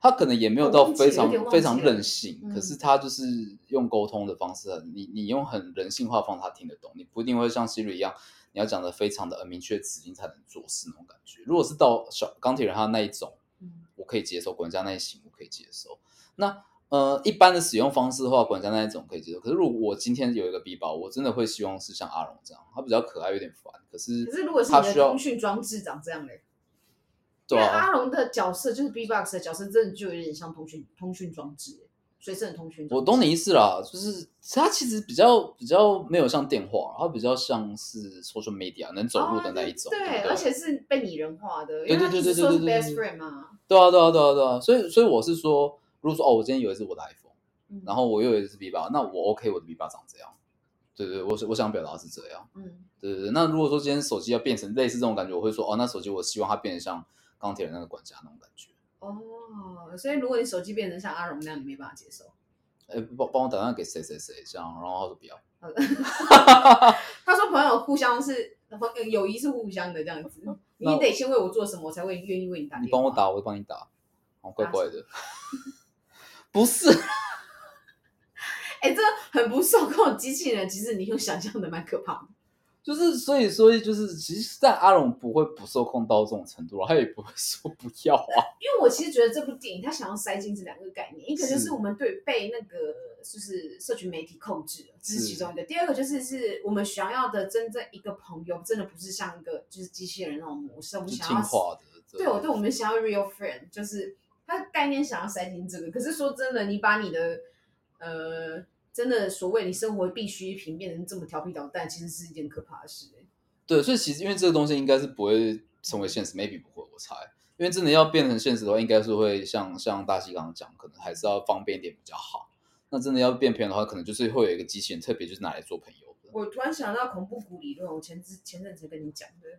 [SPEAKER 2] 他可能也没有
[SPEAKER 1] 我
[SPEAKER 2] 到
[SPEAKER 1] 忘记
[SPEAKER 2] 非
[SPEAKER 1] 有点
[SPEAKER 2] 常
[SPEAKER 1] 忘
[SPEAKER 2] 非
[SPEAKER 1] 记
[SPEAKER 2] 常
[SPEAKER 1] 了
[SPEAKER 2] 任性，
[SPEAKER 1] 嗯
[SPEAKER 2] 可是他就是用沟通的方式很，你你用很人性化的方式，他听得懂。你不一定会像 Siri 一样，你要讲的非常的明确指令才能做事那种感觉。如果是到小钢铁人他那一种，
[SPEAKER 1] 嗯
[SPEAKER 2] 我可以接受；管家那一型我可以接受。那呃，一般的使用方式的话，管家那一种可以接受。可是如果我今天有一个 B 包，我真的会希望是像阿龙这样，他比较可爱，有点烦。可是
[SPEAKER 1] 可是如果是
[SPEAKER 2] 他
[SPEAKER 1] 你的
[SPEAKER 2] 需要
[SPEAKER 1] 通讯装置长这样嘞、
[SPEAKER 2] 对
[SPEAKER 1] 因为
[SPEAKER 2] 啊，
[SPEAKER 1] 阿荣的角色就是 B box 的角色，真的就有点像通讯通讯装置欸、随身的通讯装置。
[SPEAKER 2] 我懂你意思啦，就是它其实比较比较没有像电话，它比较像是 social media 能走路的那一种，
[SPEAKER 1] 哦对，
[SPEAKER 2] 对不
[SPEAKER 1] 而且是被拟人化的，
[SPEAKER 2] 对
[SPEAKER 1] 因为
[SPEAKER 2] 对
[SPEAKER 1] 他
[SPEAKER 2] 对
[SPEAKER 1] 一
[SPEAKER 2] 对
[SPEAKER 1] 直
[SPEAKER 2] 对
[SPEAKER 1] 说
[SPEAKER 2] 对
[SPEAKER 1] 是
[SPEAKER 2] 对对
[SPEAKER 1] best friend 嘛。
[SPEAKER 2] 对啊对啊对啊对啊，所以所以我是说，如果说哦，我今天有一只我的 iPhone，
[SPEAKER 1] 嗯
[SPEAKER 2] 然后我又有一只 B 八，那我 OK 我的 B 八长这样，对对，我我想表达是这样，
[SPEAKER 1] 嗯，
[SPEAKER 2] 对对对。那如果说今天手机要变成类似这种感觉，我会说哦，那手机我希望它变得像钢铁人那个管家那种感觉。
[SPEAKER 1] 哦，所以如果你手机变成像阿荣那样，你没办法接受。
[SPEAKER 2] 哎，帮帮我打电话给谁谁谁这样，然后他说不要，
[SPEAKER 1] 他说朋友互相是朋友友谊是互相的这样子，
[SPEAKER 2] 那我
[SPEAKER 1] 你得先为我做什么，我才会愿意为你打电话。
[SPEAKER 2] 你帮我打，我就帮你打，哦，怪
[SPEAKER 1] 打
[SPEAKER 2] 怪 的，不是
[SPEAKER 1] 哎、这很不受控。机器人其实你用想象的蛮可怕的。
[SPEAKER 2] 就是所以所以就是，其实但阿龙不会不受控到这种程度，他也不会说不要啊。
[SPEAKER 1] 因为我其实觉得这部电影它想要塞进这两个概念，一个就是
[SPEAKER 2] 是
[SPEAKER 1] 我们对被那个就是社群媒体控制了，这是
[SPEAKER 2] 是
[SPEAKER 1] 其中一个；第二个就是是我们想要的真正一个朋友，真的不是像一个就是机器人那种模式，我们
[SPEAKER 2] 就
[SPEAKER 1] 想
[SPEAKER 2] 进
[SPEAKER 1] 要
[SPEAKER 2] 化的，
[SPEAKER 1] 对我对我们想要 real friend，就是它的概念想要塞进这个。可是说真的，你把你的呃，真的所谓你生活必需品变成这么调皮捣蛋，其实是一件可怕的事、欸。
[SPEAKER 2] 对，所以其实因为这个东西应该是不会成为现实，maybe 不会，我猜。因为真的要变成现实的话，应该是会像像大西刚刚讲，可能还是要方便一点比较好。那真的要变朋友的话，可能就是会有一个机器人，特别就是拿来做朋友的。
[SPEAKER 1] 我突然想到恐怖谷理论，我前之前阵子跟你讲的，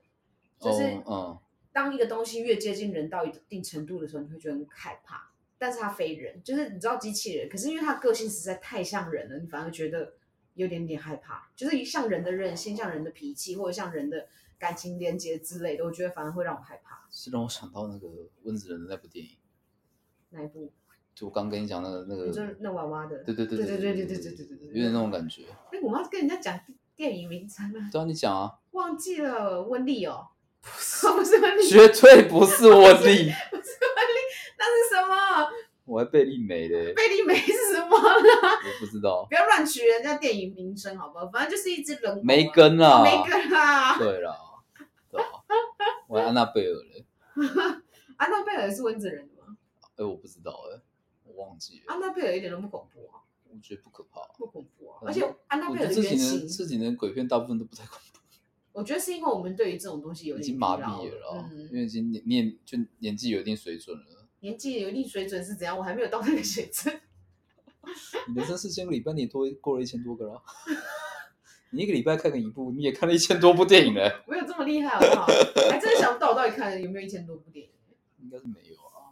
[SPEAKER 2] 哦
[SPEAKER 1] 就是
[SPEAKER 2] 嗯，
[SPEAKER 1] 当一个东西越接近人到一定程度的时候，你会觉得很害怕。但是它非人，就是你知道机器人，可是因为它个性实在太像人了，你反而觉得有点点害怕，就是像人的任性、像人的脾气，或者像人的感情连接之类的，我觉得反而会让我害怕。
[SPEAKER 2] 嗯是让我想到那个温子仁的那部电影，
[SPEAKER 1] 那一部，
[SPEAKER 2] 就我刚跟你讲那个那
[SPEAKER 1] 就
[SPEAKER 2] 个，
[SPEAKER 1] 是那娃娃的，
[SPEAKER 2] 嗯对对对
[SPEAKER 1] 对对
[SPEAKER 2] 对对
[SPEAKER 1] 对
[SPEAKER 2] 对
[SPEAKER 1] 对对对
[SPEAKER 2] 有点那种感觉。
[SPEAKER 1] 哎，我妈跟人家讲电影名称啊，
[SPEAKER 2] 对啊，你 讲啊，
[SPEAKER 1] 忘记了，温丽哦，不是 不是温丽，
[SPEAKER 2] 绝对不是我力，
[SPEAKER 1] 那是什么？
[SPEAKER 2] 我还被力美嘞，
[SPEAKER 1] 贝利梅是什么？
[SPEAKER 2] 我不知道，
[SPEAKER 1] 不要乱取人家电影名称，好不好？反正就是一只人狗啊啊
[SPEAKER 2] 没根啦，
[SPEAKER 1] 没跟啦。
[SPEAKER 2] 对啦，对啊，我还安娜贝尔嘞，
[SPEAKER 1] 安娜贝尔是温子仁的吗？
[SPEAKER 2] 哎，我不知道哎，我忘记了，
[SPEAKER 1] 安娜贝尔一点都不恐怖啊，
[SPEAKER 2] 我觉得不可怕。
[SPEAKER 1] 不恐怖啊。
[SPEAKER 2] 嗯
[SPEAKER 1] 而且安娜
[SPEAKER 2] 我
[SPEAKER 1] 贝
[SPEAKER 2] 觉
[SPEAKER 1] 尔
[SPEAKER 2] 得
[SPEAKER 1] 的
[SPEAKER 2] 这几
[SPEAKER 1] 原
[SPEAKER 2] 年这
[SPEAKER 1] 型，
[SPEAKER 2] 几年鬼片大部分都不太恐
[SPEAKER 1] 我觉得是因为我们对于这种东西有
[SPEAKER 2] 怖，已
[SPEAKER 1] 点
[SPEAKER 2] 经麻
[SPEAKER 1] 疲劳
[SPEAKER 2] 痹了啦，因
[SPEAKER 1] 嗯，
[SPEAKER 2] 为已经年年就年纪有一定水准了。
[SPEAKER 1] 年纪有一定水准是怎样？我还没有到那个水准。
[SPEAKER 2] 你人生四千个礼拜，你也多过了一千多个啦。 你一个礼拜看个一部，你也看了一千多部电影嘞，
[SPEAKER 1] 我有这么厉害好 不好？还真的想不到我到底看了有没有一千多部电影。
[SPEAKER 2] 应该是没有啊，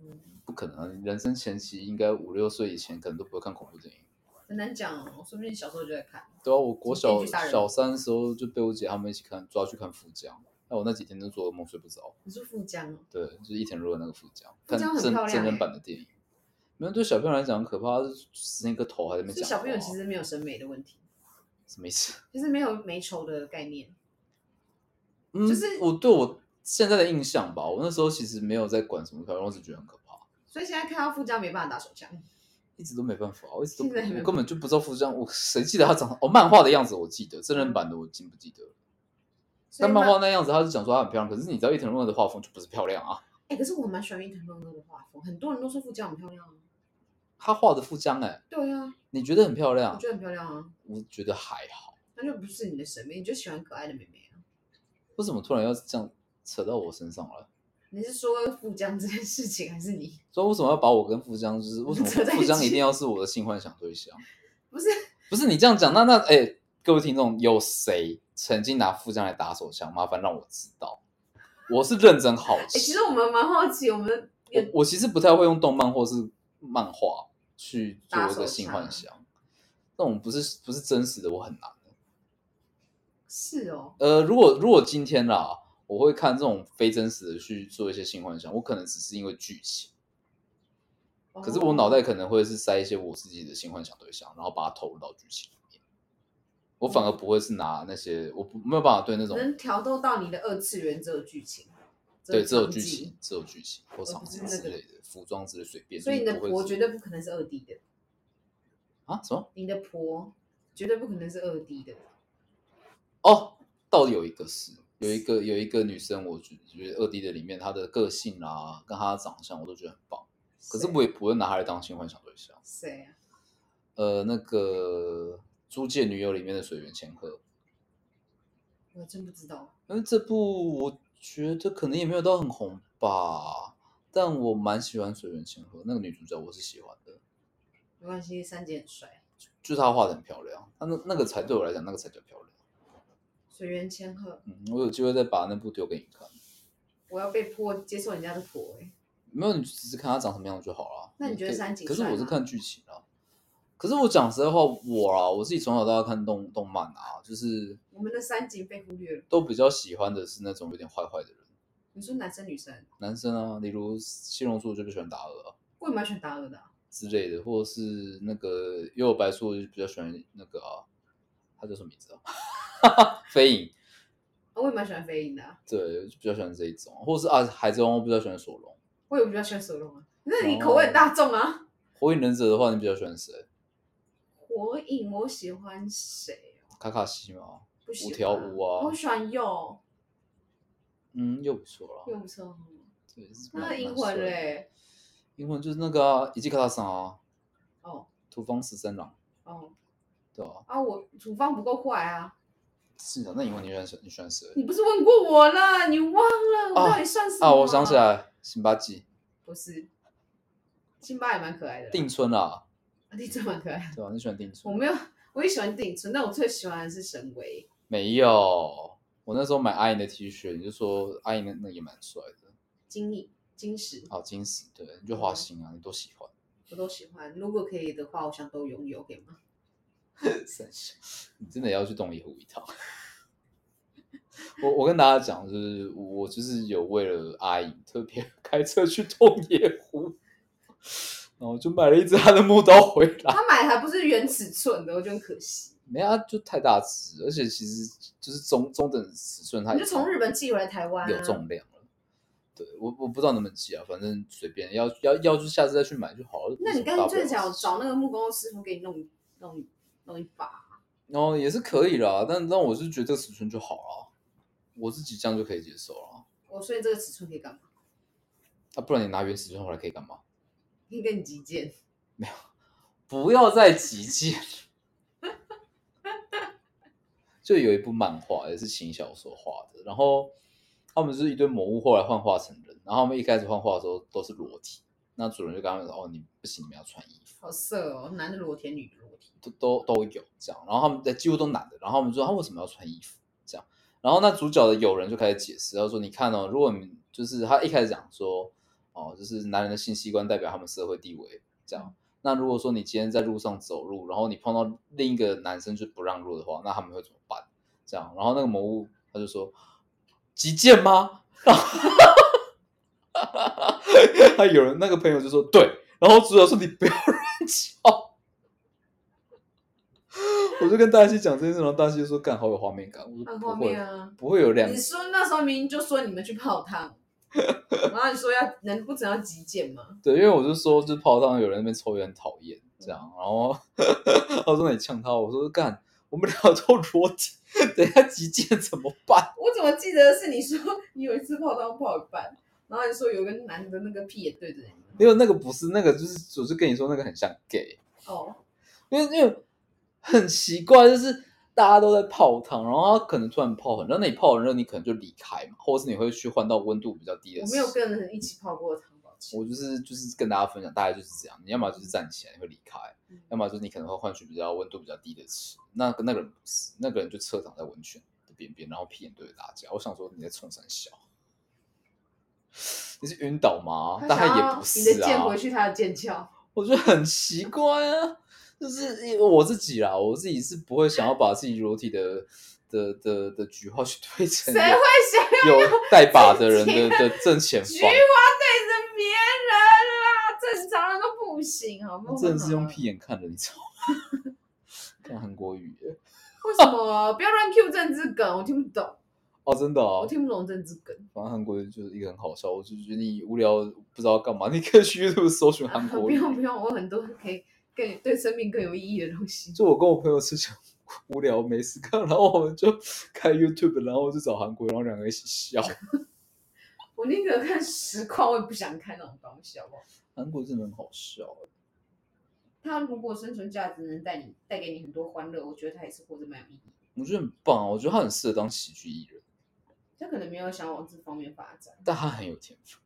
[SPEAKER 1] 嗯，
[SPEAKER 2] 不可能啊、你人生前期应该五六岁以前，可能都不会看恐怖电影。
[SPEAKER 1] 很难讲哦，说不定小时候就在看。
[SPEAKER 2] 对啊，我国
[SPEAKER 1] 什么
[SPEAKER 2] 小
[SPEAKER 1] 电锯杀人
[SPEAKER 2] 小三的时候就被我姐他们一起看，抓去看《富江》，那我那几天都做噩梦睡不着。
[SPEAKER 1] 你说富江哦，
[SPEAKER 2] 对，就是一田如的那个富江，
[SPEAKER 1] 富
[SPEAKER 2] 看
[SPEAKER 1] 江很
[SPEAKER 2] 真
[SPEAKER 1] 漂亮
[SPEAKER 2] 真人
[SPEAKER 1] 欸
[SPEAKER 2] 版的电影。没有对小朋友来讲很可怕，是伸一个头还在那边
[SPEAKER 1] 所以
[SPEAKER 2] 讲话。
[SPEAKER 1] 小朋友其实没有审美的问题，
[SPEAKER 2] 什么意思？
[SPEAKER 1] 就是没有美丑的概念。
[SPEAKER 2] 嗯，
[SPEAKER 1] 就是
[SPEAKER 2] 我对我现在的印象吧，我那时候其实没有在管什么漂亮，我只觉得很可怕。
[SPEAKER 1] 所以现在看到富江没办法打手枪，
[SPEAKER 2] 一直都没办法，我一直都不
[SPEAKER 1] 现在没办法
[SPEAKER 2] 我根本就不知道富江，我谁记得他长哦？漫画的样子我记得，真人版的我记不记得了？
[SPEAKER 1] 所以
[SPEAKER 2] 但
[SPEAKER 1] 慢
[SPEAKER 2] 漫画那样子，他是讲说他很漂亮，可是你知道伊藤润二的画风就不是漂亮啊。
[SPEAKER 1] 哎、可是我蛮喜欢伊藤润二的画风，很多人都说富江很漂亮啊。
[SPEAKER 2] 他画的富江哎、
[SPEAKER 1] 对啊，
[SPEAKER 2] 你觉得很漂
[SPEAKER 1] 我
[SPEAKER 2] 亮？
[SPEAKER 1] 觉得很漂亮啊，
[SPEAKER 2] 我觉得还好。
[SPEAKER 1] 那就不是你的审美，你就喜欢可爱的妹妹啊。
[SPEAKER 2] 为什么突然要这样扯到我身上来？
[SPEAKER 1] 你是说富江这件事情，还是你？
[SPEAKER 2] 所以为什么要把我跟富江，就是为 什
[SPEAKER 1] 扯
[SPEAKER 2] 么
[SPEAKER 1] 在一
[SPEAKER 2] 富
[SPEAKER 1] 起
[SPEAKER 2] 江一定要是我的性幻想对象？
[SPEAKER 1] 不是，哎
[SPEAKER 2] 不是你这样讲，那那哎、各位听众，有谁曾经拿富江来打手枪？麻烦让我知道，我是认真好
[SPEAKER 1] 哎、其
[SPEAKER 2] 奇。
[SPEAKER 1] 实我们蛮好奇，我们
[SPEAKER 2] 我我其实不太会用动漫或是漫画去做一个性幻想，那种不是不是真实的，我很难。
[SPEAKER 1] 是哦，
[SPEAKER 2] 呃，如果如果今天啦，我会看这种非真实的去做一些性幻想，我可能只是因为剧情。可是我脑
[SPEAKER 1] 哦
[SPEAKER 2] 袋可能会是塞一些我自己的性幻想对象，然后把它投入到剧情里面。我反而不会是拿那些，我不没有办法对那
[SPEAKER 1] 哦
[SPEAKER 2] 种
[SPEAKER 1] 能挑逗到你的二次元只有剧情，
[SPEAKER 2] 对只有
[SPEAKER 1] 场
[SPEAKER 2] 剧
[SPEAKER 1] 景
[SPEAKER 2] 情、只有剧情或场景之类的服装之类随便。
[SPEAKER 1] 所以你的
[SPEAKER 2] 就是不
[SPEAKER 1] 婆
[SPEAKER 2] 会是
[SPEAKER 1] 绝对不可能是二 D 的，
[SPEAKER 2] 啊什么
[SPEAKER 1] 你的婆绝对不可能是二 D 的。
[SPEAKER 2] 哦，到底有一个是有一个有一个女生，我觉觉得二 D 的里面她的个性啊，跟她的长相我都觉得很棒，可是
[SPEAKER 1] 谁
[SPEAKER 2] 我也不会拿她来当性幻想对象。
[SPEAKER 1] 谁啊？
[SPEAKER 2] 呃，那个《租借女友》里面的水原千鹤，
[SPEAKER 1] 我真不知道。
[SPEAKER 2] 因为这部我觉得可能也没有到很红吧，但我蛮喜欢水原千鹤那个女主角，我是喜欢的，
[SPEAKER 1] 没关系，三姐很帅，
[SPEAKER 2] 就是她画的很漂亮，她那那个才对我来讲，那个才叫漂亮。
[SPEAKER 1] 水原千鹤，
[SPEAKER 2] 嗯，我有机会再把那部丢给你看，
[SPEAKER 1] 我要被迫接受人家的婆哎、
[SPEAKER 2] 没有你只是看她长什么样就好了。
[SPEAKER 1] 那你觉得
[SPEAKER 2] 可以
[SPEAKER 1] 三井
[SPEAKER 2] 可是
[SPEAKER 1] 帅
[SPEAKER 2] 我是
[SPEAKER 1] 吗
[SPEAKER 2] 看剧情啊。可是我讲实在话，我啊，我自己从小到大看动动漫啊，就是
[SPEAKER 1] 我们的三井被忽略了。
[SPEAKER 2] 都比较喜欢的是那种有点坏坏的人，
[SPEAKER 1] 你说男生女生，
[SPEAKER 2] 男生啊，例如七龙珠就不喜欢达尔啊，
[SPEAKER 1] 我也蛮喜欢达尔的啊、
[SPEAKER 2] 之类的，或者是那个因为我白素，我就比较喜欢那个、啊，他叫什么名字啊？ 飞影，
[SPEAKER 1] 我也蛮喜欢飞鹰的啊、
[SPEAKER 2] 对，就比较喜欢这一种，或者是啊，海贼王，我比较喜欢索隆。
[SPEAKER 1] 我也比较喜欢索隆啊。那你口味很大众啊。
[SPEAKER 2] 火影忍者的话，你比较喜欢谁？
[SPEAKER 1] 火影我喜欢谁哦？
[SPEAKER 2] 卡卡西吗？
[SPEAKER 1] 不喜欢
[SPEAKER 2] 五条悟啊
[SPEAKER 1] 我喜欢鼬，
[SPEAKER 2] 嗯，又不错
[SPEAKER 1] 鼬
[SPEAKER 2] 啦。
[SPEAKER 1] 不错哦。
[SPEAKER 2] 对，是
[SPEAKER 1] 那
[SPEAKER 2] 蛮
[SPEAKER 1] 银魂嘞？
[SPEAKER 2] 蛮帅的银魂就是那个啊，伊季卡拉桑啊，
[SPEAKER 1] 哦，
[SPEAKER 2] 对土方十三郎，
[SPEAKER 1] 哦
[SPEAKER 2] 对吧、啊？
[SPEAKER 1] 啊，我处方不够快啊！
[SPEAKER 2] 是的，那你问你喜欢谁？你喜欢谁？
[SPEAKER 1] 你不是问过我了？你忘了我
[SPEAKER 2] 啊
[SPEAKER 1] 到底算什么？
[SPEAKER 2] 啊，我想起，来，辛巴基
[SPEAKER 1] 不是，辛巴也蛮可爱的啦，
[SPEAKER 2] 定春啦，
[SPEAKER 1] 啊定春蛮可爱的。
[SPEAKER 2] 对吧、你喜欢定
[SPEAKER 1] 我
[SPEAKER 2] 春？
[SPEAKER 1] 没有，我也喜欢定春，但我最喜欢的是神威。
[SPEAKER 2] 没有，我那时候买阿银的 T 恤，你就说阿银那那也蛮帅的，
[SPEAKER 1] 金翼、金石，
[SPEAKER 2] 好金石，对，你就
[SPEAKER 1] 嗯
[SPEAKER 2] 花心啊，你都喜欢。
[SPEAKER 1] 我都喜欢。如果可以的话，我想都拥有，可以吗？
[SPEAKER 2] 三小，你真的要去东里湖一趟。 我我跟大家讲，就是我就是有为了阿姨特别开车去洞野湖，然后就买了一只她的木刀回来。
[SPEAKER 1] 他买的还不是原尺寸的，我觉得很可惜。
[SPEAKER 2] 没啊，就太大只，而且其实就是中中等尺寸，它
[SPEAKER 1] 你
[SPEAKER 2] 已
[SPEAKER 1] 就
[SPEAKER 2] 经
[SPEAKER 1] 从日本寄回来台湾、啊，
[SPEAKER 2] 有重量了。对我我不知道能不能寄啊，反正随便，要要要就下次再去买就好了。
[SPEAKER 1] 那你
[SPEAKER 2] 有什么
[SPEAKER 1] 干
[SPEAKER 2] 大不了
[SPEAKER 1] 脆
[SPEAKER 2] 的
[SPEAKER 1] 找
[SPEAKER 2] 事
[SPEAKER 1] 找那个木工师傅给你弄弄弄一把。
[SPEAKER 2] 哦，也是可以啦，但但我是觉得这个尺寸就好了，我自己这样就可以接受了。
[SPEAKER 1] 我所以这个尺寸可以干嘛？
[SPEAKER 2] 啊，不然你拿原尺寸回来可以干嘛？
[SPEAKER 1] 可以跟你击剑。
[SPEAKER 2] 不要再极限。就有一部漫画也是轻小说画的，然后他们就是一堆魔物，后来幻化成人，然后他们一开始幻化的时候都是裸体，那主人就跟他们说：“哦，你不行，你们要穿衣服。”
[SPEAKER 1] 好色哦，男的裸体，女的裸体。
[SPEAKER 2] 都都都有这样，然后他们在几乎都男的，然后我们说他为什么要穿衣服这样，然后那主角的友人就开始解释，他说你看哦，如果你们就是他一开始讲说哦，就是男人的性器官代表他们社会地位这样，那如果说你今天在路上走路，然后你碰到另一个男生就不让路的话，那他们会怎么办？这样，然后那个魔物他就说击剑吗？ 然后他有人那个朋友就说对，然后主角说你不要乱叫。 我就跟大西讲这件事，然后大西就说：“干，好有画面感。”我说：“
[SPEAKER 1] 看
[SPEAKER 2] 不
[SPEAKER 1] 后
[SPEAKER 2] 会，
[SPEAKER 1] 面啊，
[SPEAKER 2] 不会有两
[SPEAKER 1] 你说那时候明明就说你们去泡汤，然后你说要能不只要极简吗？
[SPEAKER 2] 对，因为我就说，就是泡汤有人在那边抽烟很讨厌
[SPEAKER 1] 嗯
[SPEAKER 2] 这样，然后他说你呛他，我说干，我们俩都裸体，等一下击剑怎么办？
[SPEAKER 1] 我怎么记得是你说你有一次泡汤泡一半，然后你说有个男的那个屁也对着你。
[SPEAKER 2] 因为那个不是那个，就是我就跟你说那个很像 gay，
[SPEAKER 1] 哦，
[SPEAKER 2] 因为因为很奇怪，就是大家都在泡汤，然后他可能突然泡很热，那你泡很热，你可能就离开嘛，或者是你会去换到温度比较低的。
[SPEAKER 1] 我没有跟人一起泡过汤，抱歉。
[SPEAKER 2] 我就是就是跟大家分享，大概就是这样。你要么就是站起来你会离开，
[SPEAKER 1] 嗯
[SPEAKER 2] 要么就是你可能会换取比较温度比较低的池。那那个人不是，那个人就侧躺在温泉的边边，然后屁眼对着大家。我想说你在冲山笑，你是晕倒吗？
[SPEAKER 1] 他
[SPEAKER 2] 大
[SPEAKER 1] 想
[SPEAKER 2] 概
[SPEAKER 1] 要
[SPEAKER 2] 也不
[SPEAKER 1] 你的
[SPEAKER 2] 是
[SPEAKER 1] 剑
[SPEAKER 2] 啊。
[SPEAKER 1] 回去，他的剑鞘。
[SPEAKER 2] 我觉得很奇怪啊，就是因为我自己啦，我自己是不会想要把自己裸体的的的的菊花去推成
[SPEAKER 1] 谁会想
[SPEAKER 2] 有带把的人
[SPEAKER 1] 自
[SPEAKER 2] 的
[SPEAKER 1] 己
[SPEAKER 2] 的正前
[SPEAKER 1] 菊
[SPEAKER 2] 方
[SPEAKER 1] 花。对着别人啦，正常人都不行，好不好？
[SPEAKER 2] 真的是用屁眼看着 你知道吗看韩国语耶
[SPEAKER 1] 为什么啊不要乱 Q 政治梗？我听不懂，
[SPEAKER 2] 哦，真的
[SPEAKER 1] 我
[SPEAKER 2] 哦，
[SPEAKER 1] 听不懂政治梗。
[SPEAKER 2] 反正韩国语就是一个很好笑，我就觉得你无聊不知道干嘛，你可以去 YouTube 搜寻韩国
[SPEAKER 1] 啊不
[SPEAKER 2] 语。
[SPEAKER 1] 用不用，我很多可以更对生命更有意义的东西。
[SPEAKER 2] 就我跟我朋友之前无聊没事干，然后我们就开 YouTube，然后我就找韩国语，然后两个一起笑。
[SPEAKER 1] 我宁可看实况，我也不想看那种东西，好不好？
[SPEAKER 2] 韩国真的很好笑，
[SPEAKER 1] 它如果生存价值能带你带给你很多欢乐，我觉得它也是活着蛮有意义的。
[SPEAKER 2] 我觉得很棒啊，我觉得他很适合当喜剧艺人，
[SPEAKER 1] 他可能没有想往这方面发展，
[SPEAKER 2] 但他很有天赋。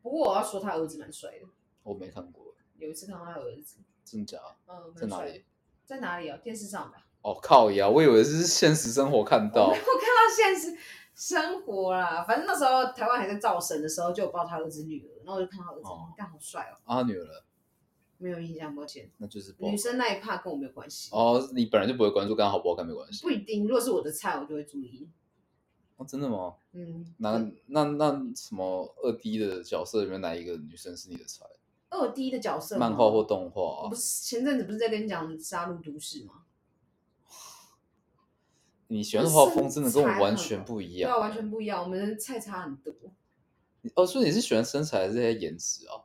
[SPEAKER 1] 不过我要说他儿子蛮帅的。
[SPEAKER 2] 我没看过，
[SPEAKER 1] 有一次看到他儿子，
[SPEAKER 2] 真假？
[SPEAKER 1] 嗯，
[SPEAKER 2] 在
[SPEAKER 1] 蛮
[SPEAKER 2] 哪
[SPEAKER 1] 帅的
[SPEAKER 2] 里？。
[SPEAKER 1] 在哪里啊？电视上吧。
[SPEAKER 2] 哦靠呀！我以为是现实生活看
[SPEAKER 1] 我
[SPEAKER 2] 到
[SPEAKER 1] 没有看到现实生活啦，反正那时候台湾还在造神的时候，就有报他儿子女儿，然后我就看他儿子
[SPEAKER 2] 哦，
[SPEAKER 1] 干、好帅哦，
[SPEAKER 2] 啊女儿，
[SPEAKER 1] 没有印象，抱歉。
[SPEAKER 2] 那就是不好
[SPEAKER 1] 女生那一趴跟我没有关系，
[SPEAKER 2] 哦，你本来就不会关注，跟他好不好看没关系。
[SPEAKER 1] 不一定。如果是我的菜，我就会注意。
[SPEAKER 2] 哦，真的吗？
[SPEAKER 1] 嗯，
[SPEAKER 2] 那那那什么二 D 的角色里面哪一个女生是你的菜？
[SPEAKER 1] 二 D 的角色吗
[SPEAKER 2] 漫画或动
[SPEAKER 1] 我
[SPEAKER 2] 画、啊
[SPEAKER 1] 不？是前阵子不是在跟你讲《杀戮都市》吗？
[SPEAKER 2] 你喜欢的画风真的跟我完全不一
[SPEAKER 1] 对
[SPEAKER 2] 样。
[SPEAKER 1] 啊，完全不一样，我们的菜差很多。
[SPEAKER 2] 你哦，所以你是喜欢身材还是在颜值啊？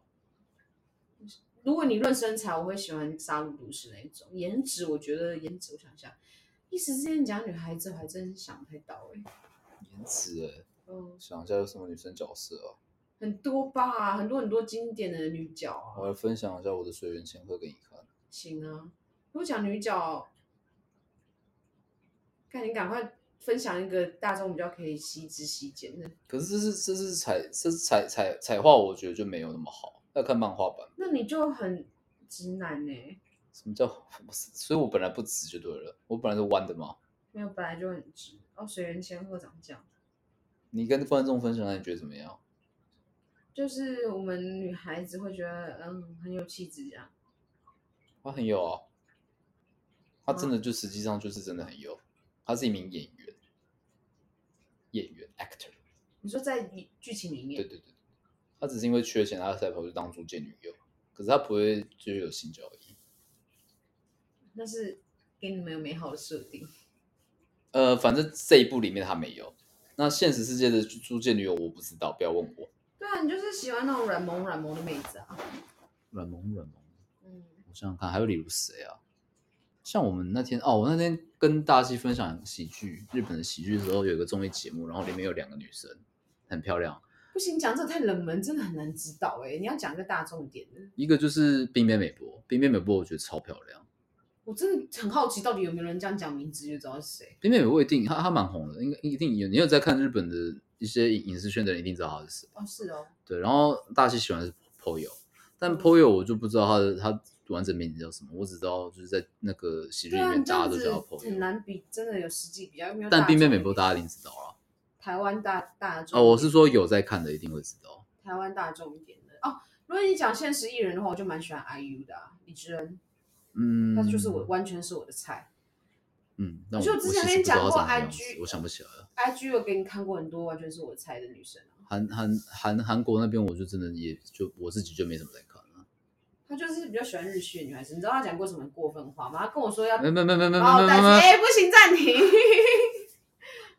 [SPEAKER 1] 如果你论身材，我会喜欢《杀戮都市》那一种。颜值，我觉得颜值，我想一下，一时之间讲女孩子，我还真想不太到哎、
[SPEAKER 2] 颜值哎、
[SPEAKER 1] 嗯，
[SPEAKER 2] 想一下有什么女生角色啊？
[SPEAKER 1] 很多吧，很多很多经典的女角啊。
[SPEAKER 2] 我来分享一下我的水源前科给你看。
[SPEAKER 1] 行啊，如果讲女角，看你赶快分享一个大众比较可以吸之吸简的。
[SPEAKER 2] 可是这是这是彩这是彩彩彩画，我觉得就没有那么好，要看漫画版。
[SPEAKER 1] 那你就很直男呢、欸
[SPEAKER 2] 什么叫？ 不是所以我本来不直就对了，我本来是弯的嘛。
[SPEAKER 1] 没有，本来就很直。哦，水原千鹤长这样，
[SPEAKER 2] 你跟观众分享，那你觉得怎么样？
[SPEAKER 1] 就是我们女孩子会觉得，嗯，很有气质这样。
[SPEAKER 2] 他很有啊，他真的就实际上就是真的很有，他是一名演员，演员 actor。
[SPEAKER 1] 你说在剧情里
[SPEAKER 2] 对
[SPEAKER 1] 面，
[SPEAKER 2] 对对，他只是因为缺钱，他才跑去当租借女友，可是他不会就是有性交易。
[SPEAKER 1] 那是给你们有美好的设定。
[SPEAKER 2] 呃，反正这一部里面他没有。那现实世界的租借女友我不知道，不要问我。
[SPEAKER 1] 对啊，你就是喜欢那种软萌软萌的妹子啊。
[SPEAKER 2] 软萌软萌，
[SPEAKER 1] 嗯，
[SPEAKER 2] 我想想看，还有例如谁啊？像我们那天哦，我那天跟大西分享喜剧，日本的喜剧的时候，有一个综艺节目，然后里面有两个女生，很漂亮，
[SPEAKER 1] 不行，讲这太冷门，真的很难知道哎、你要讲一个大众点的。
[SPEAKER 2] 一个就是冰边美波，冰边美波我觉得超漂亮，
[SPEAKER 1] 我真的很好奇，到底有没有人这样讲名字就知道是谁？
[SPEAKER 2] 冰边美波一定她她蛮红的，应该一定有你有在看日本的一些影影视圈的人一定知道她是谁。
[SPEAKER 1] 哦，是哦，
[SPEAKER 2] 对，然后大西喜欢的是 Poyo，但
[SPEAKER 1] 嗯
[SPEAKER 2] Poyo 我就不知道她的她完整名字叫什么，我只知道就是在那个喜剧
[SPEAKER 1] 对
[SPEAKER 2] 里
[SPEAKER 1] 啊，
[SPEAKER 2] 面
[SPEAKER 1] 你这
[SPEAKER 2] 大家
[SPEAKER 1] 样
[SPEAKER 2] 都
[SPEAKER 1] 子
[SPEAKER 2] 叫她
[SPEAKER 1] 很
[SPEAKER 2] Poyo，
[SPEAKER 1] 难比，真的有实际比较，因为
[SPEAKER 2] 但冰边美
[SPEAKER 1] 众
[SPEAKER 2] 波
[SPEAKER 1] 点
[SPEAKER 2] 大家一定知道啊。
[SPEAKER 1] 台湾大大众
[SPEAKER 2] 哦，我
[SPEAKER 1] 点
[SPEAKER 2] 是说有在看的一定会知道。
[SPEAKER 1] 台湾大众点的哦。如果你讲现实艺人的话，我就蛮喜欢 IU 的、啊、李智恩，
[SPEAKER 2] 嗯，
[SPEAKER 1] 他就是我、完全是我的菜。
[SPEAKER 2] 嗯，那我
[SPEAKER 1] 就
[SPEAKER 2] 我
[SPEAKER 1] 之前跟
[SPEAKER 2] 其
[SPEAKER 1] 你
[SPEAKER 2] 实不知道
[SPEAKER 1] 讲过
[SPEAKER 2] 她长什么样
[SPEAKER 1] IG
[SPEAKER 2] 子我想不起来了。
[SPEAKER 1] IG 有给你看过很多完全是我的菜的女生啊，
[SPEAKER 2] 韩韩韩韩国那边我就真的也就我自己就没怎么在看了。
[SPEAKER 1] 她就是比较喜欢日系的女孩子。你知道她讲过什么过分话吗？她跟我说要
[SPEAKER 2] 没没没没没没
[SPEAKER 1] 把我
[SPEAKER 2] 没
[SPEAKER 1] 带去，
[SPEAKER 2] 没，
[SPEAKER 1] 哎、不行，暂停。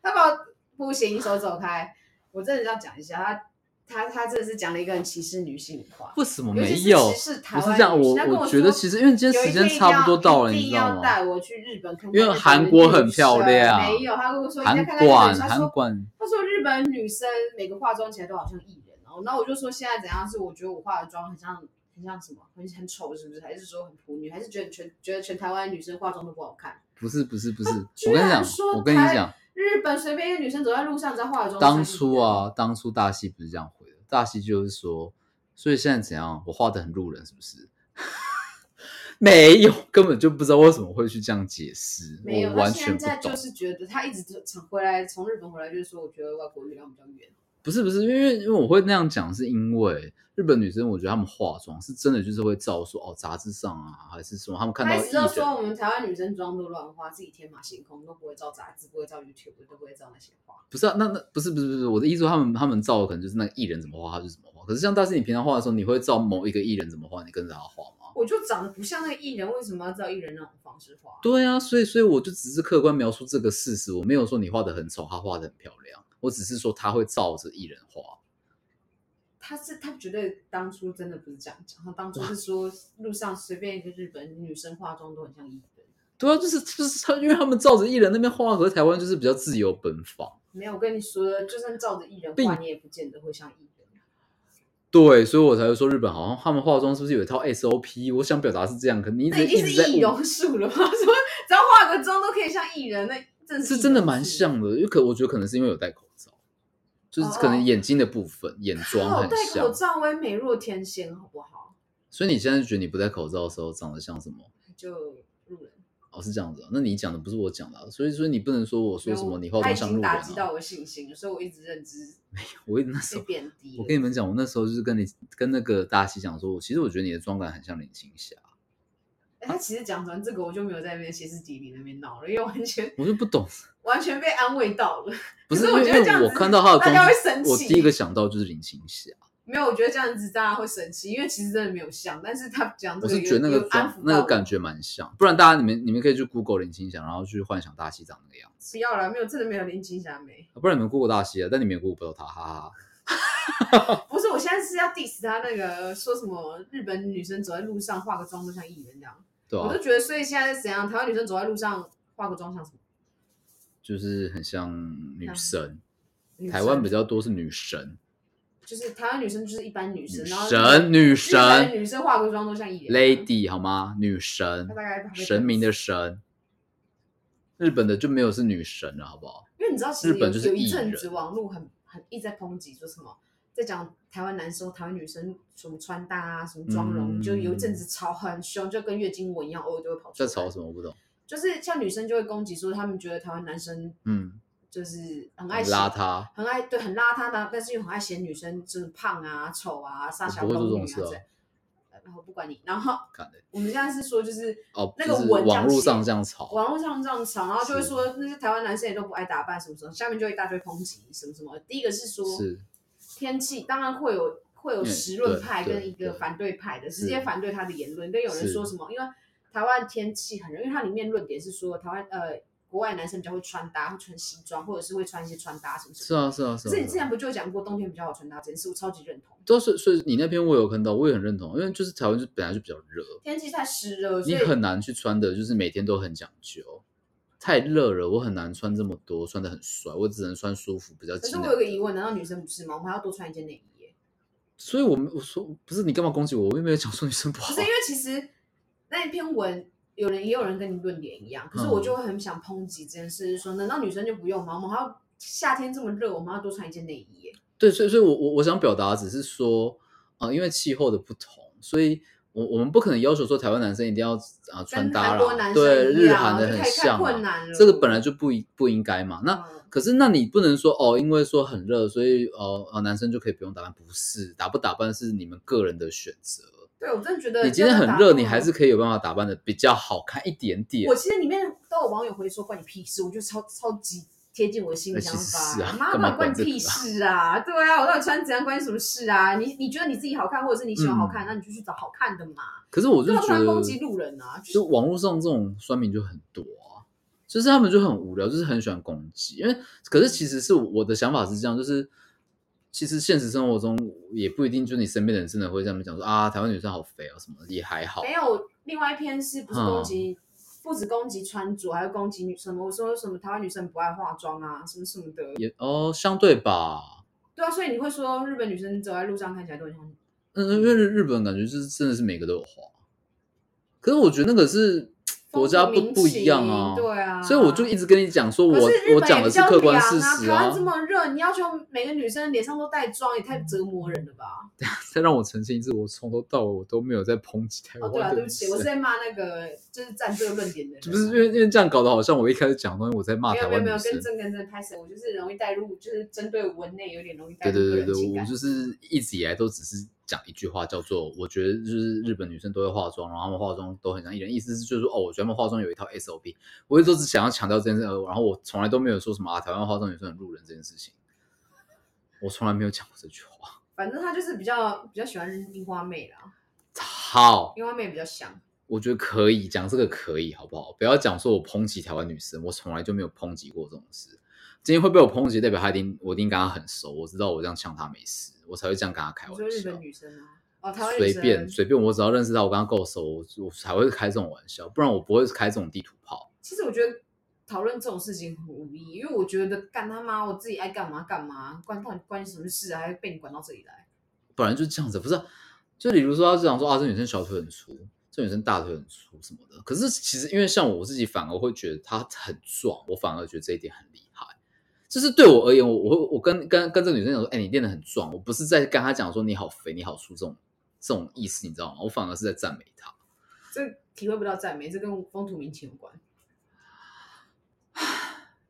[SPEAKER 1] 他把我不行，手走开。我真的要讲一下，他他他真的是讲了一个很歧视女性的话，
[SPEAKER 2] 为什么
[SPEAKER 1] 尤其
[SPEAKER 2] 没
[SPEAKER 1] 是
[SPEAKER 2] 有？
[SPEAKER 1] 歧视台
[SPEAKER 2] 不是
[SPEAKER 1] 湾
[SPEAKER 2] 这样，
[SPEAKER 1] 女
[SPEAKER 2] 我
[SPEAKER 1] 性他跟我
[SPEAKER 2] 觉得
[SPEAKER 1] 说
[SPEAKER 2] 其实因为今天时间差不多到了，
[SPEAKER 1] 有一天
[SPEAKER 2] 你
[SPEAKER 1] 一
[SPEAKER 2] 知
[SPEAKER 1] 定要一
[SPEAKER 2] 道
[SPEAKER 1] 定要
[SPEAKER 2] 吗？
[SPEAKER 1] 带我去日本看看，
[SPEAKER 2] 因为韩国很漂亮
[SPEAKER 1] 没有，他跟我说你
[SPEAKER 2] 韩
[SPEAKER 1] 在看看日本
[SPEAKER 2] 馆
[SPEAKER 1] 女生，他
[SPEAKER 2] 韩
[SPEAKER 1] 说
[SPEAKER 2] 馆，
[SPEAKER 1] 他说日本女生每个化妆起来都好像艺人哦，然后我就说现在怎样是我觉得我化的妆很像很像什么很很丑是不是？还是说很普女？还是觉得全觉得全台湾女生化妆都不好看？
[SPEAKER 2] 不是不是不是，
[SPEAKER 1] 啊居
[SPEAKER 2] 我跟
[SPEAKER 1] 然
[SPEAKER 2] 你讲，
[SPEAKER 1] 说
[SPEAKER 2] 我跟你
[SPEAKER 1] 台
[SPEAKER 2] 讲，
[SPEAKER 1] 日本随便一个女生走在路上，只要化了妆，
[SPEAKER 2] 当初，啊，当初大戏不是这样回的，大戏就是说，所以现在怎样，我画的很路人是不是？ 没有，根本就不知道为什么会去这样解释，
[SPEAKER 1] 没有，
[SPEAKER 2] 我
[SPEAKER 1] 她
[SPEAKER 2] 完全
[SPEAKER 1] 现
[SPEAKER 2] 不
[SPEAKER 1] 在
[SPEAKER 2] 懂
[SPEAKER 1] 就。是觉得她一直从回来从日本回来，就是说我觉得外国月亮比较圆。
[SPEAKER 2] 不是不是，因为因为我会那样讲，是因为日本女生，我觉得她们化妆是真的就是会照说哦，杂志上啊，还是什么，她们看到
[SPEAKER 1] 开
[SPEAKER 2] 艺
[SPEAKER 1] 始就
[SPEAKER 2] 人
[SPEAKER 1] 说我们台湾女生妆都乱画，自己天马行空，都不会照杂志，不会照 YouTube，都不会照那些画。
[SPEAKER 2] 不是啊，那那不是不是不是，我的意思说他们他们照的可能就是那个艺人怎么画，他就怎么画。可是像大师，你平常画的时候，你会照某一个艺人怎么画，你跟着他画吗？
[SPEAKER 1] 我就长得不像那个艺人，为什么要照艺人那种方式画？
[SPEAKER 2] 对啊，所以所以我就只是客观描述这个事实，我没有说你画的很丑，他画的很漂亮，我只是说他会照着艺人画。
[SPEAKER 1] 他是他绝对当初真的不是这样讲，他当
[SPEAKER 2] 啊
[SPEAKER 1] 初是说路上随便一个日本女生化妆都很像艺人。
[SPEAKER 2] 对啊，就是就是他，因为他们照着艺人那边画，和台湾就是比较自由奔放。
[SPEAKER 1] 没有，我跟你说，就算照着艺人画，
[SPEAKER 2] 并
[SPEAKER 1] 你也不见得会像艺人。啊
[SPEAKER 2] 对，所以我才会说日本好像他们化妆是不是有一套 SOP？我想表达是这样，可你一
[SPEAKER 1] 那
[SPEAKER 2] 直
[SPEAKER 1] 已经
[SPEAKER 2] 一直在
[SPEAKER 1] 是易
[SPEAKER 2] 误
[SPEAKER 1] 容术 了吧？什么只要化个妆都可以像艺人，那真的
[SPEAKER 2] 是
[SPEAKER 1] 是
[SPEAKER 2] 真的
[SPEAKER 1] 易容
[SPEAKER 2] 蛮
[SPEAKER 1] 术。啊
[SPEAKER 2] 像的，因为可我觉得可能是因为有戴口罩，就是可能眼睛的部分、眼妆
[SPEAKER 1] 靠，
[SPEAKER 2] 很
[SPEAKER 1] 哦啊戴口
[SPEAKER 2] 像，
[SPEAKER 1] 罩为美若天仙，好不好？
[SPEAKER 2] 所以你现在觉得你不戴口罩的时候长得像什么？
[SPEAKER 1] 就路人。
[SPEAKER 2] 哦，是这样子、啊，那你讲的不是我讲的啊、所以所以你不能说我说什么你化
[SPEAKER 1] 他
[SPEAKER 2] 妆
[SPEAKER 1] 已
[SPEAKER 2] 像路
[SPEAKER 1] 经
[SPEAKER 2] 人
[SPEAKER 1] 打击
[SPEAKER 2] 啊。
[SPEAKER 1] 到我信心了，所以我一直认 知
[SPEAKER 2] 我那时
[SPEAKER 1] 被
[SPEAKER 2] 候
[SPEAKER 1] 贬低了。
[SPEAKER 2] 我跟你们讲，我那时候就是跟你跟那个大西讲说，我其实我觉得你的妆感很像林青霞，
[SPEAKER 1] 哎他其实讲完这个，我就没有在那边歇斯底里那边闹了，因为完全
[SPEAKER 2] 我就不懂，
[SPEAKER 1] 完全被安慰到了。
[SPEAKER 2] 不
[SPEAKER 1] 可是我
[SPEAKER 2] 因
[SPEAKER 1] 觉得
[SPEAKER 2] 为
[SPEAKER 1] 这样
[SPEAKER 2] 我
[SPEAKER 1] 子
[SPEAKER 2] 看到她的
[SPEAKER 1] 大
[SPEAKER 2] 妆
[SPEAKER 1] 家会
[SPEAKER 2] 就是
[SPEAKER 1] 生气哦
[SPEAKER 2] 我第一个想到就是林青霞。
[SPEAKER 1] 没有，我觉得这样子大家会生气，因为其实真的没有像，但是他讲这
[SPEAKER 2] 我
[SPEAKER 1] 个
[SPEAKER 2] 是
[SPEAKER 1] 有
[SPEAKER 2] 觉得那个
[SPEAKER 1] 有安
[SPEAKER 2] 妆
[SPEAKER 1] 抚
[SPEAKER 2] 那
[SPEAKER 1] 到
[SPEAKER 2] 个
[SPEAKER 1] 我
[SPEAKER 2] 感觉蛮像，不然大家你们你们可以去 Google 林青霞，然后去幻想大西长那个样子，
[SPEAKER 1] 不要了，没有真的没有林青霞美。
[SPEAKER 2] 不然你们 Google 大西啊，但你们也 Google 不到她，哈哈。
[SPEAKER 1] 不是，我现在是要 diss 他那个说什么日本女生走在路上化个妆都像艺人这样，
[SPEAKER 2] 对
[SPEAKER 1] 我
[SPEAKER 2] 啊
[SPEAKER 1] 就，觉得所以现在是怎样，台湾女生走在路上化个妆像什么？
[SPEAKER 2] 就是很像女神，
[SPEAKER 1] 女生
[SPEAKER 2] 台湾比较多是女神，
[SPEAKER 1] 就是台湾女生就是一般女生，
[SPEAKER 2] 女
[SPEAKER 1] 然后就是
[SPEAKER 2] 神女
[SPEAKER 1] 日本
[SPEAKER 2] 神
[SPEAKER 1] 女生化个妆都像一脸
[SPEAKER 2] ，lady 好吗？女神
[SPEAKER 1] 她，大概
[SPEAKER 2] 神明的，神。日本的就没有是女神了，好不好？
[SPEAKER 1] 因为你知道其实
[SPEAKER 2] 日
[SPEAKER 1] 有
[SPEAKER 2] 本就是
[SPEAKER 1] 有一
[SPEAKER 2] 艺
[SPEAKER 1] 阵
[SPEAKER 2] 人
[SPEAKER 1] 子网络很很一直在抨击说什么。在讲台湾男生、台湾女生什么穿搭啊、什么妆容，
[SPEAKER 2] 嗯
[SPEAKER 1] 就有一阵子吵很凶，就跟月经文一样，偶尔就会跑出
[SPEAKER 2] 在
[SPEAKER 1] 来。
[SPEAKER 2] 吵什么？我不懂。
[SPEAKER 1] 就是像女生就会攻击说，他们觉得台湾男生
[SPEAKER 2] 嗯，
[SPEAKER 1] 就是很爱
[SPEAKER 2] 邋
[SPEAKER 1] 遢。
[SPEAKER 2] 遢，
[SPEAKER 1] 很爱对很邋遢的，但是又很爱嫌女生就是胖啊、丑啊、傻小
[SPEAKER 2] 我不会
[SPEAKER 1] 龙女啊
[SPEAKER 2] 做这种事啊
[SPEAKER 1] 这然后不管你，然后
[SPEAKER 2] 看的
[SPEAKER 1] 我们现在是说就是
[SPEAKER 2] 哦，
[SPEAKER 1] 那个
[SPEAKER 2] 就是
[SPEAKER 1] 文
[SPEAKER 2] 网络上
[SPEAKER 1] 这
[SPEAKER 2] 这
[SPEAKER 1] 样
[SPEAKER 2] 样
[SPEAKER 1] 写
[SPEAKER 2] 吵，
[SPEAKER 1] 网络上这样吵，然后就会
[SPEAKER 2] 是
[SPEAKER 1] 说那些台湾男生也都不爱打扮什么什么，下面就一大堆抨击什么什么。第一个是说
[SPEAKER 2] 是
[SPEAKER 1] 天气，当然会有会有
[SPEAKER 2] 嗯
[SPEAKER 1] 时论
[SPEAKER 2] 对
[SPEAKER 1] 派跟
[SPEAKER 2] 对
[SPEAKER 1] 一个
[SPEAKER 2] 对
[SPEAKER 1] 反对派的，直
[SPEAKER 2] 是
[SPEAKER 1] 接反对他的言论，跟有人
[SPEAKER 2] 是
[SPEAKER 1] 说什么，因为台湾天气很热，因为它里面论点是说台湾呃国外男生比较会穿搭，会穿西装，或者是会穿一些穿搭什么什么。
[SPEAKER 2] 是啊是啊是
[SPEAKER 1] 可是你之
[SPEAKER 2] 啊。
[SPEAKER 1] 前不就讲过冬天比较好穿搭这件事，我超级认同。
[SPEAKER 2] 都是，所以你那篇我有看到，我也很认同，因为就是台湾就本来就比较热，
[SPEAKER 1] 天气太湿了，所
[SPEAKER 2] 你
[SPEAKER 1] 以
[SPEAKER 2] 很难去穿的，就是每天都很讲究。太热了，我很难穿这么多，穿的很帅，我只能穿舒服，比较
[SPEAKER 1] 可是
[SPEAKER 2] 轻
[SPEAKER 1] 我有
[SPEAKER 2] 的。
[SPEAKER 1] 个疑问，难道女生不是吗？我们还要多穿一件内衣耶？
[SPEAKER 2] 所以我们我说不是你干嘛攻击我，我又没有讲说女生不好
[SPEAKER 1] 不是，因。为其实那一篇文有人也有人跟你论点一样，可是
[SPEAKER 2] 嗯
[SPEAKER 1] 我就会很想抨击这件事，是说难道女生就不用吗？我们还要夏天这么热，我们还要多穿一件内衣耶？
[SPEAKER 2] 对，所以所以我我我想表达只是说，啊、因为气候的不同，所以我我们不可能要求说台湾男生一定要啊、穿
[SPEAKER 1] 跟
[SPEAKER 2] 搭
[SPEAKER 1] 韩国男生
[SPEAKER 2] 啦，对，
[SPEAKER 1] 一
[SPEAKER 2] 日
[SPEAKER 1] 样啊
[SPEAKER 2] 韩的
[SPEAKER 1] 就
[SPEAKER 2] 很
[SPEAKER 1] 太太
[SPEAKER 2] 像
[SPEAKER 1] 困
[SPEAKER 2] 嘛，
[SPEAKER 1] 难了。
[SPEAKER 2] 这个本来就不一不应该嘛。那
[SPEAKER 1] 嗯
[SPEAKER 2] 可是那你不能说哦，因为说很热，所以哦呃男生就可以不用打扮，不是打不打扮是你们个人的选择。
[SPEAKER 1] 对我真的觉得
[SPEAKER 2] 你今天
[SPEAKER 1] 要
[SPEAKER 2] 很
[SPEAKER 1] 打
[SPEAKER 2] 热，
[SPEAKER 1] 扮
[SPEAKER 2] 你还是可以有办法打扮的比较好看一点点
[SPEAKER 1] 我。其实里面都有网友回说关你屁事，我觉得超超级贴近我的心里
[SPEAKER 2] 哎
[SPEAKER 1] 想
[SPEAKER 2] 其实是
[SPEAKER 1] 法
[SPEAKER 2] 啊。
[SPEAKER 1] 妈
[SPEAKER 2] 干
[SPEAKER 1] 到
[SPEAKER 2] 嘛
[SPEAKER 1] 底关你
[SPEAKER 2] 管这
[SPEAKER 1] 屁
[SPEAKER 2] 个啊
[SPEAKER 1] 事啊？对啊，我到底穿怎样关你什么事啊？你你觉得你自己好看，或者是你喜欢好看，那你就去找好看的嘛。
[SPEAKER 2] 可是我就
[SPEAKER 1] 对啊，
[SPEAKER 2] 觉
[SPEAKER 1] 不然
[SPEAKER 2] 得，
[SPEAKER 1] 攻击路人啊，就是
[SPEAKER 2] 就网络上这种酸民就很多啊，就是他们就很无聊，就是很喜欢攻击。因为可是其实是我的想法是这样，就是其实现实生活中也不一定，就是你身边的人真的会这样讲说啊，台湾女生好肥啊什么的，也还好嗯
[SPEAKER 1] 没。有。另外一篇是不是攻击？不止攻击穿着，还有攻击女什么？我说什么台湾女生不爱化妆啊，什么什么的。
[SPEAKER 2] 也哦，相对吧，
[SPEAKER 1] 对啊，所以你会说日本女生走在路上看起来都很像
[SPEAKER 2] 嗯，因为日本感觉就是真的是每个都有花，可是我觉得那个是国家
[SPEAKER 1] 风
[SPEAKER 2] 不
[SPEAKER 1] 土民
[SPEAKER 2] 不一样
[SPEAKER 1] 情
[SPEAKER 2] 啊，
[SPEAKER 1] 对啊。
[SPEAKER 2] 所以我就一直跟你讲说我，
[SPEAKER 1] 可
[SPEAKER 2] 我
[SPEAKER 1] 是日本
[SPEAKER 2] 讲
[SPEAKER 1] 也
[SPEAKER 2] 的
[SPEAKER 1] 比
[SPEAKER 2] 是
[SPEAKER 1] 较
[SPEAKER 2] 客观
[SPEAKER 1] 凉
[SPEAKER 2] 事
[SPEAKER 1] 啊，
[SPEAKER 2] 实
[SPEAKER 1] 台湾这么热，你要求每个女生脸上都带妆，也太折磨人了吧？
[SPEAKER 2] 再让我澄清一次，我从头到尾我都没有在抨击台
[SPEAKER 1] 哦，
[SPEAKER 2] 湾
[SPEAKER 1] 对
[SPEAKER 2] 的
[SPEAKER 1] 啊，
[SPEAKER 2] 人。
[SPEAKER 1] 对不起，我是在骂那个就是站这个论点的人。
[SPEAKER 2] 不是因为因为这样搞得好像我一开始讲的东西我在骂
[SPEAKER 1] 没
[SPEAKER 2] 台
[SPEAKER 1] 有没有
[SPEAKER 2] 湾女
[SPEAKER 1] 没有，
[SPEAKER 2] 生
[SPEAKER 1] 跟。正跟正拍谁，我就是容易带入，就是针对文内有点容易带
[SPEAKER 2] 对
[SPEAKER 1] 入
[SPEAKER 2] 对
[SPEAKER 1] 个人
[SPEAKER 2] 对对，
[SPEAKER 1] 情
[SPEAKER 2] 我
[SPEAKER 1] 感。
[SPEAKER 2] 就是一直以来都只是讲一句话，叫做我觉得就是日本女生都会化妆，然后她们化妆都很像艺人，意思是就是说哦，我觉得她们化妆有一套 SOP，我一直都只想要强调这件事，呃然后我从来都没有说什么啊台湾化妆女生很路人这件事情，我从来没有讲过这句话。
[SPEAKER 1] 反正他就是比较比较喜欢樱花妹啦，
[SPEAKER 2] 好，
[SPEAKER 1] 樱花妹比较香。
[SPEAKER 2] 我觉得可以讲这个可以，好不好？不要讲说我抨击台湾女生，我从来就没有抨击过这种事。今天会被我抨击，代表他一定我一定跟他很熟，我知道我这样呛他没事，我才会这样跟他开
[SPEAKER 1] 你
[SPEAKER 2] 玩
[SPEAKER 1] 说日
[SPEAKER 2] 笑
[SPEAKER 1] 本。女生啊？哦，台湾女
[SPEAKER 2] 随
[SPEAKER 1] 生
[SPEAKER 2] 便随便，我只要认识他，我跟他够熟，我我才会开这种玩笑，不然我不会开这种地图炮。
[SPEAKER 1] 其实我觉得讨论这种事情很无意义，因为我觉得干他妈，我自己爱干嘛干嘛，关到底关你什么事啊？还被你管到这里来？
[SPEAKER 2] 本来就是这样子，不是啊、就比如说他讲说啊，这女生小腿很粗，这女生大腿很粗什么的。可是其实因为像我自己，反而会觉得她很壮，我反而觉得这一点很厉害。就是对我而言，我我会我跟跟跟这个女生讲说，哎、你练得很壮，我不是在跟她讲说你好肥，你好粗这种这种意思，你知道吗？我反而是在赞美她。
[SPEAKER 1] 这体会不到赞美，这跟风土民情有关。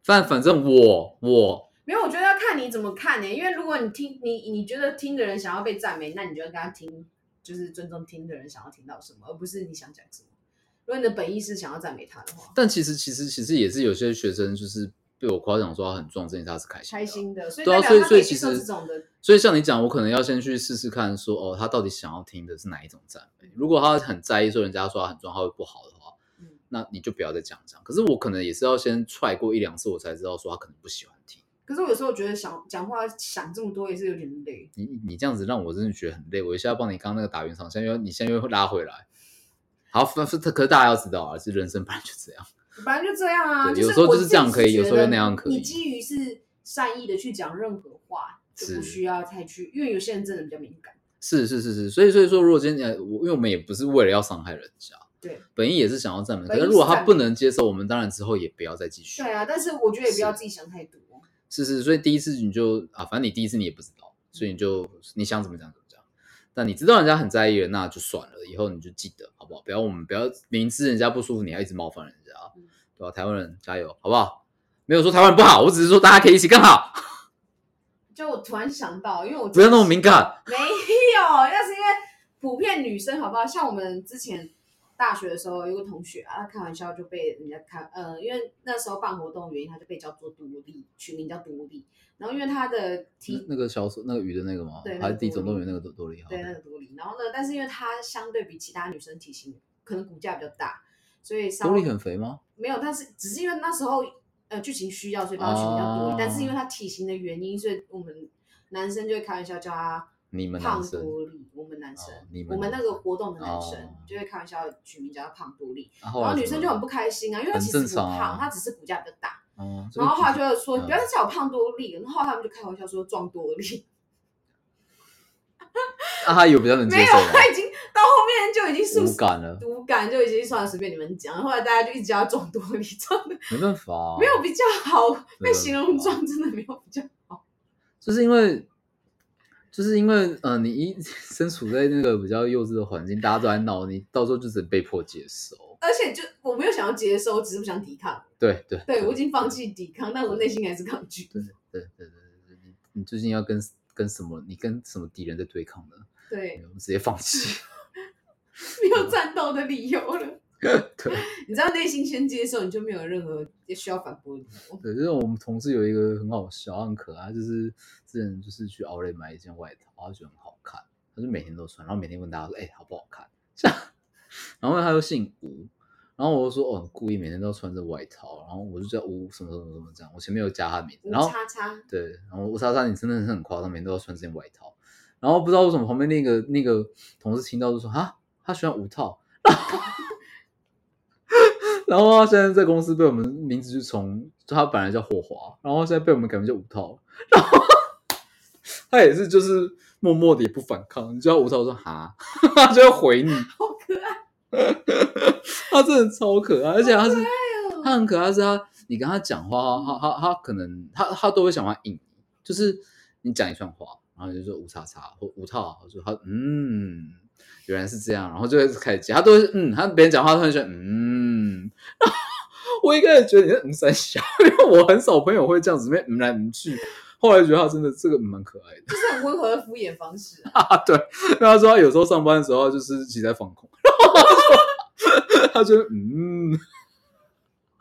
[SPEAKER 2] 但反正我我
[SPEAKER 1] 没有，我觉得要看你怎么看呢、欸因为如果你听你你觉得听的人想要被赞美，那你就要跟他听，就是尊重听的人想要听到什么，而不是你想讲什么。如果你的本意是想要赞美他的话，
[SPEAKER 2] 但其实其实其实也是有些学生就是被我夸奖说她很壮，这件事她是开心的啊
[SPEAKER 1] 开心的，所以
[SPEAKER 2] 对啊，
[SPEAKER 1] 代
[SPEAKER 2] 所
[SPEAKER 1] 表
[SPEAKER 2] 以
[SPEAKER 1] 他
[SPEAKER 2] 所
[SPEAKER 1] 可
[SPEAKER 2] 以
[SPEAKER 1] 以
[SPEAKER 2] 其
[SPEAKER 1] 接
[SPEAKER 2] 实
[SPEAKER 1] 受这种的。
[SPEAKER 2] 所以像你讲，我可能要先去试试看说，哦，他到底想要听的是哪一种赞美。如果他很在意说人家说他很壮，他会不好的话，
[SPEAKER 1] 嗯，
[SPEAKER 2] 那你就不要再讲这样。可是我可能也是要先踹过一两次，我才知道说他可能不喜欢听。
[SPEAKER 1] 可是我有时候觉得想讲话想这么多也是有点累。
[SPEAKER 2] 你你这样子让我真的觉得很累。我一下帮你刚刚那个打圆场，现在又你现在又拉回来。好，反反可是大家要知道啊，是人生本来就这样。
[SPEAKER 1] 反正就这样啊，
[SPEAKER 2] 对
[SPEAKER 1] 是
[SPEAKER 2] 有时候
[SPEAKER 1] 我
[SPEAKER 2] 就是这样
[SPEAKER 1] 自己
[SPEAKER 2] 可以有时候
[SPEAKER 1] 觉得
[SPEAKER 2] 又那样可以
[SPEAKER 1] 你基于是善意的去讲任何话，就是不需要太去，因为有些人真的比较敏感。
[SPEAKER 2] 是是是是，所以所以说，如果今天呃我因为我们也不是为了要伤害人家，
[SPEAKER 1] 对，
[SPEAKER 2] 本意也是想要赞美，可
[SPEAKER 1] 本意
[SPEAKER 2] 是如果
[SPEAKER 1] 是
[SPEAKER 2] 他
[SPEAKER 1] 赞
[SPEAKER 2] 不
[SPEAKER 1] 美
[SPEAKER 2] 能接受，我们当然之后也不要再继续。
[SPEAKER 1] 对啊，但是我觉得也不要自己想太多。
[SPEAKER 2] 是是，所以第一次你就啊，反正你第一次你也不知道，所以你就你想怎么讲怎么讲。但你知道人家很在意了，那就算了，以后你就记得好不好？不要我们不要明知人家不舒服，你还一直冒犯人家啊
[SPEAKER 1] 嗯，
[SPEAKER 2] 对吧、台湾人加油，好不好？没有说台湾人不好，我只是说大家可以一起更好，
[SPEAKER 1] 就我突然想到，因为我
[SPEAKER 2] 不要那么 敏感。
[SPEAKER 1] 没有，那是因为普遍女生好不好？像我们之前大学的时候，有个同学啊，开玩笑就被人家开，呃，因为那时候办活动的原因，他就被叫做独立，取名叫独立。然后因为他的
[SPEAKER 2] 那
[SPEAKER 1] 体
[SPEAKER 2] 那个小说那个鱼的那个吗
[SPEAKER 1] 对？那个
[SPEAKER 2] 还是《地
[SPEAKER 1] 多
[SPEAKER 2] 总
[SPEAKER 1] 利
[SPEAKER 2] 动员》那个多多厉害？
[SPEAKER 1] 对那个独立，然后呢，但是因为他相对比其他女生体型可能骨架比较大，所以稍
[SPEAKER 2] 多
[SPEAKER 1] 微
[SPEAKER 2] 利很肥吗？
[SPEAKER 1] 没有，但是只是因为那时候呃剧情需要，所以把他取名叫独立。
[SPEAKER 2] 哦
[SPEAKER 1] 但是因为他体型的原因，所以我们男生就会开玩笑叫他
[SPEAKER 2] 你们
[SPEAKER 1] 胖
[SPEAKER 2] 男生
[SPEAKER 1] 多利，我们男生，
[SPEAKER 2] 哦你们
[SPEAKER 1] 我们
[SPEAKER 2] 男
[SPEAKER 1] 那
[SPEAKER 2] 生
[SPEAKER 1] 个活动的男生、
[SPEAKER 2] 哦
[SPEAKER 1] 就会开玩笑取名叫他胖多利，
[SPEAKER 2] 然
[SPEAKER 1] 然后
[SPEAKER 2] 来
[SPEAKER 1] 女
[SPEAKER 2] 怎
[SPEAKER 1] 生
[SPEAKER 2] 么
[SPEAKER 1] 就
[SPEAKER 2] 了
[SPEAKER 1] 很不开心啊，因为他
[SPEAKER 2] 很
[SPEAKER 1] 其实
[SPEAKER 2] 正
[SPEAKER 1] 不
[SPEAKER 2] 常
[SPEAKER 1] 胖，
[SPEAKER 2] 啊
[SPEAKER 1] 他只是骨架比较大，
[SPEAKER 2] 哦，所以
[SPEAKER 1] 然后
[SPEAKER 2] 就
[SPEAKER 1] 他就会说、
[SPEAKER 2] 嗯
[SPEAKER 1] 不要再叫我胖多利了，然后他们就开玩笑说壮多利，
[SPEAKER 2] 那他有比较能
[SPEAKER 1] 没
[SPEAKER 2] 接
[SPEAKER 1] 有，
[SPEAKER 2] 受吗？
[SPEAKER 1] 他已经到后面就已经是
[SPEAKER 2] 无感了，
[SPEAKER 1] 无感就已经算了，随便你们讲，后来大家就一直叫他壮多利，壮的
[SPEAKER 2] 没办法啊，
[SPEAKER 1] 没有比较好，被形容
[SPEAKER 2] 没办
[SPEAKER 1] 壮真的没有比较
[SPEAKER 2] 哦
[SPEAKER 1] 好，
[SPEAKER 2] 就是因为，就是因为，呃，你一 身处在那个比较幼稚的环境，大家都在闹，你到时候就只能被迫接受。
[SPEAKER 1] 而且就我没有想要接受，只是不想抵抗，
[SPEAKER 2] 对对，
[SPEAKER 1] 对我已经放弃抵抗，但我内心还是抗拒。
[SPEAKER 2] 对对对对对对，你你最近要跟跟什么？你跟什么敌人在对抗呢？
[SPEAKER 1] 对，
[SPEAKER 2] 我们直接放弃。
[SPEAKER 1] 没有战斗的理由了。
[SPEAKER 2] 对
[SPEAKER 1] 你知道内心先接受，你就没有任何需要反驳的理由。
[SPEAKER 2] 对，就是我们同事有一个很好笑、很可爱，就是之前就是去奥莱买一件外套，他觉得很好看，他就每天都穿，然后每天问大家说：“哎、好不好看？” 这样，然后他又姓吴，然后我就说：“哦，你故意每天都穿着外套。”然后我就叫吴什么什么什么这样，我前面有加他的名字，
[SPEAKER 1] 无
[SPEAKER 2] 然后
[SPEAKER 1] 叉叉，
[SPEAKER 2] 对，然后吴莎莎你真的是很夸张，每天都要穿这件外套，然后不知道为什么旁边那个那个同事听到就说：“啊，他喜欢五套。” 然后他现在在公司被我们名字就从就他本来叫霍华，然后现在被我们改名叫吴 涛，然后他也是就是默默的也不反抗，你知道吴涛说哈， 他就要回你，
[SPEAKER 1] 好可爱
[SPEAKER 2] 他真的超可爱，而且他是他
[SPEAKER 1] 哦！
[SPEAKER 2] 很可爱，是他你跟他讲话，他他他可能他他都会想法应你，就是你讲一串话，然后你就说吴叉叉或吴套，我说他嗯。原来是这样，然后就会开始接，他都会嗯，他别人讲话，他会觉得嗯， 我一开始觉得你是嗯三小，因为我很少朋友会这样子面嗯来嗯去，后来觉得他真的这个蛮可爱的。
[SPEAKER 1] 就是很温和的敷衍方式、啊。
[SPEAKER 2] 因为他说他有时候上班的时候就是自己在放空， 然后 他就他就嗯，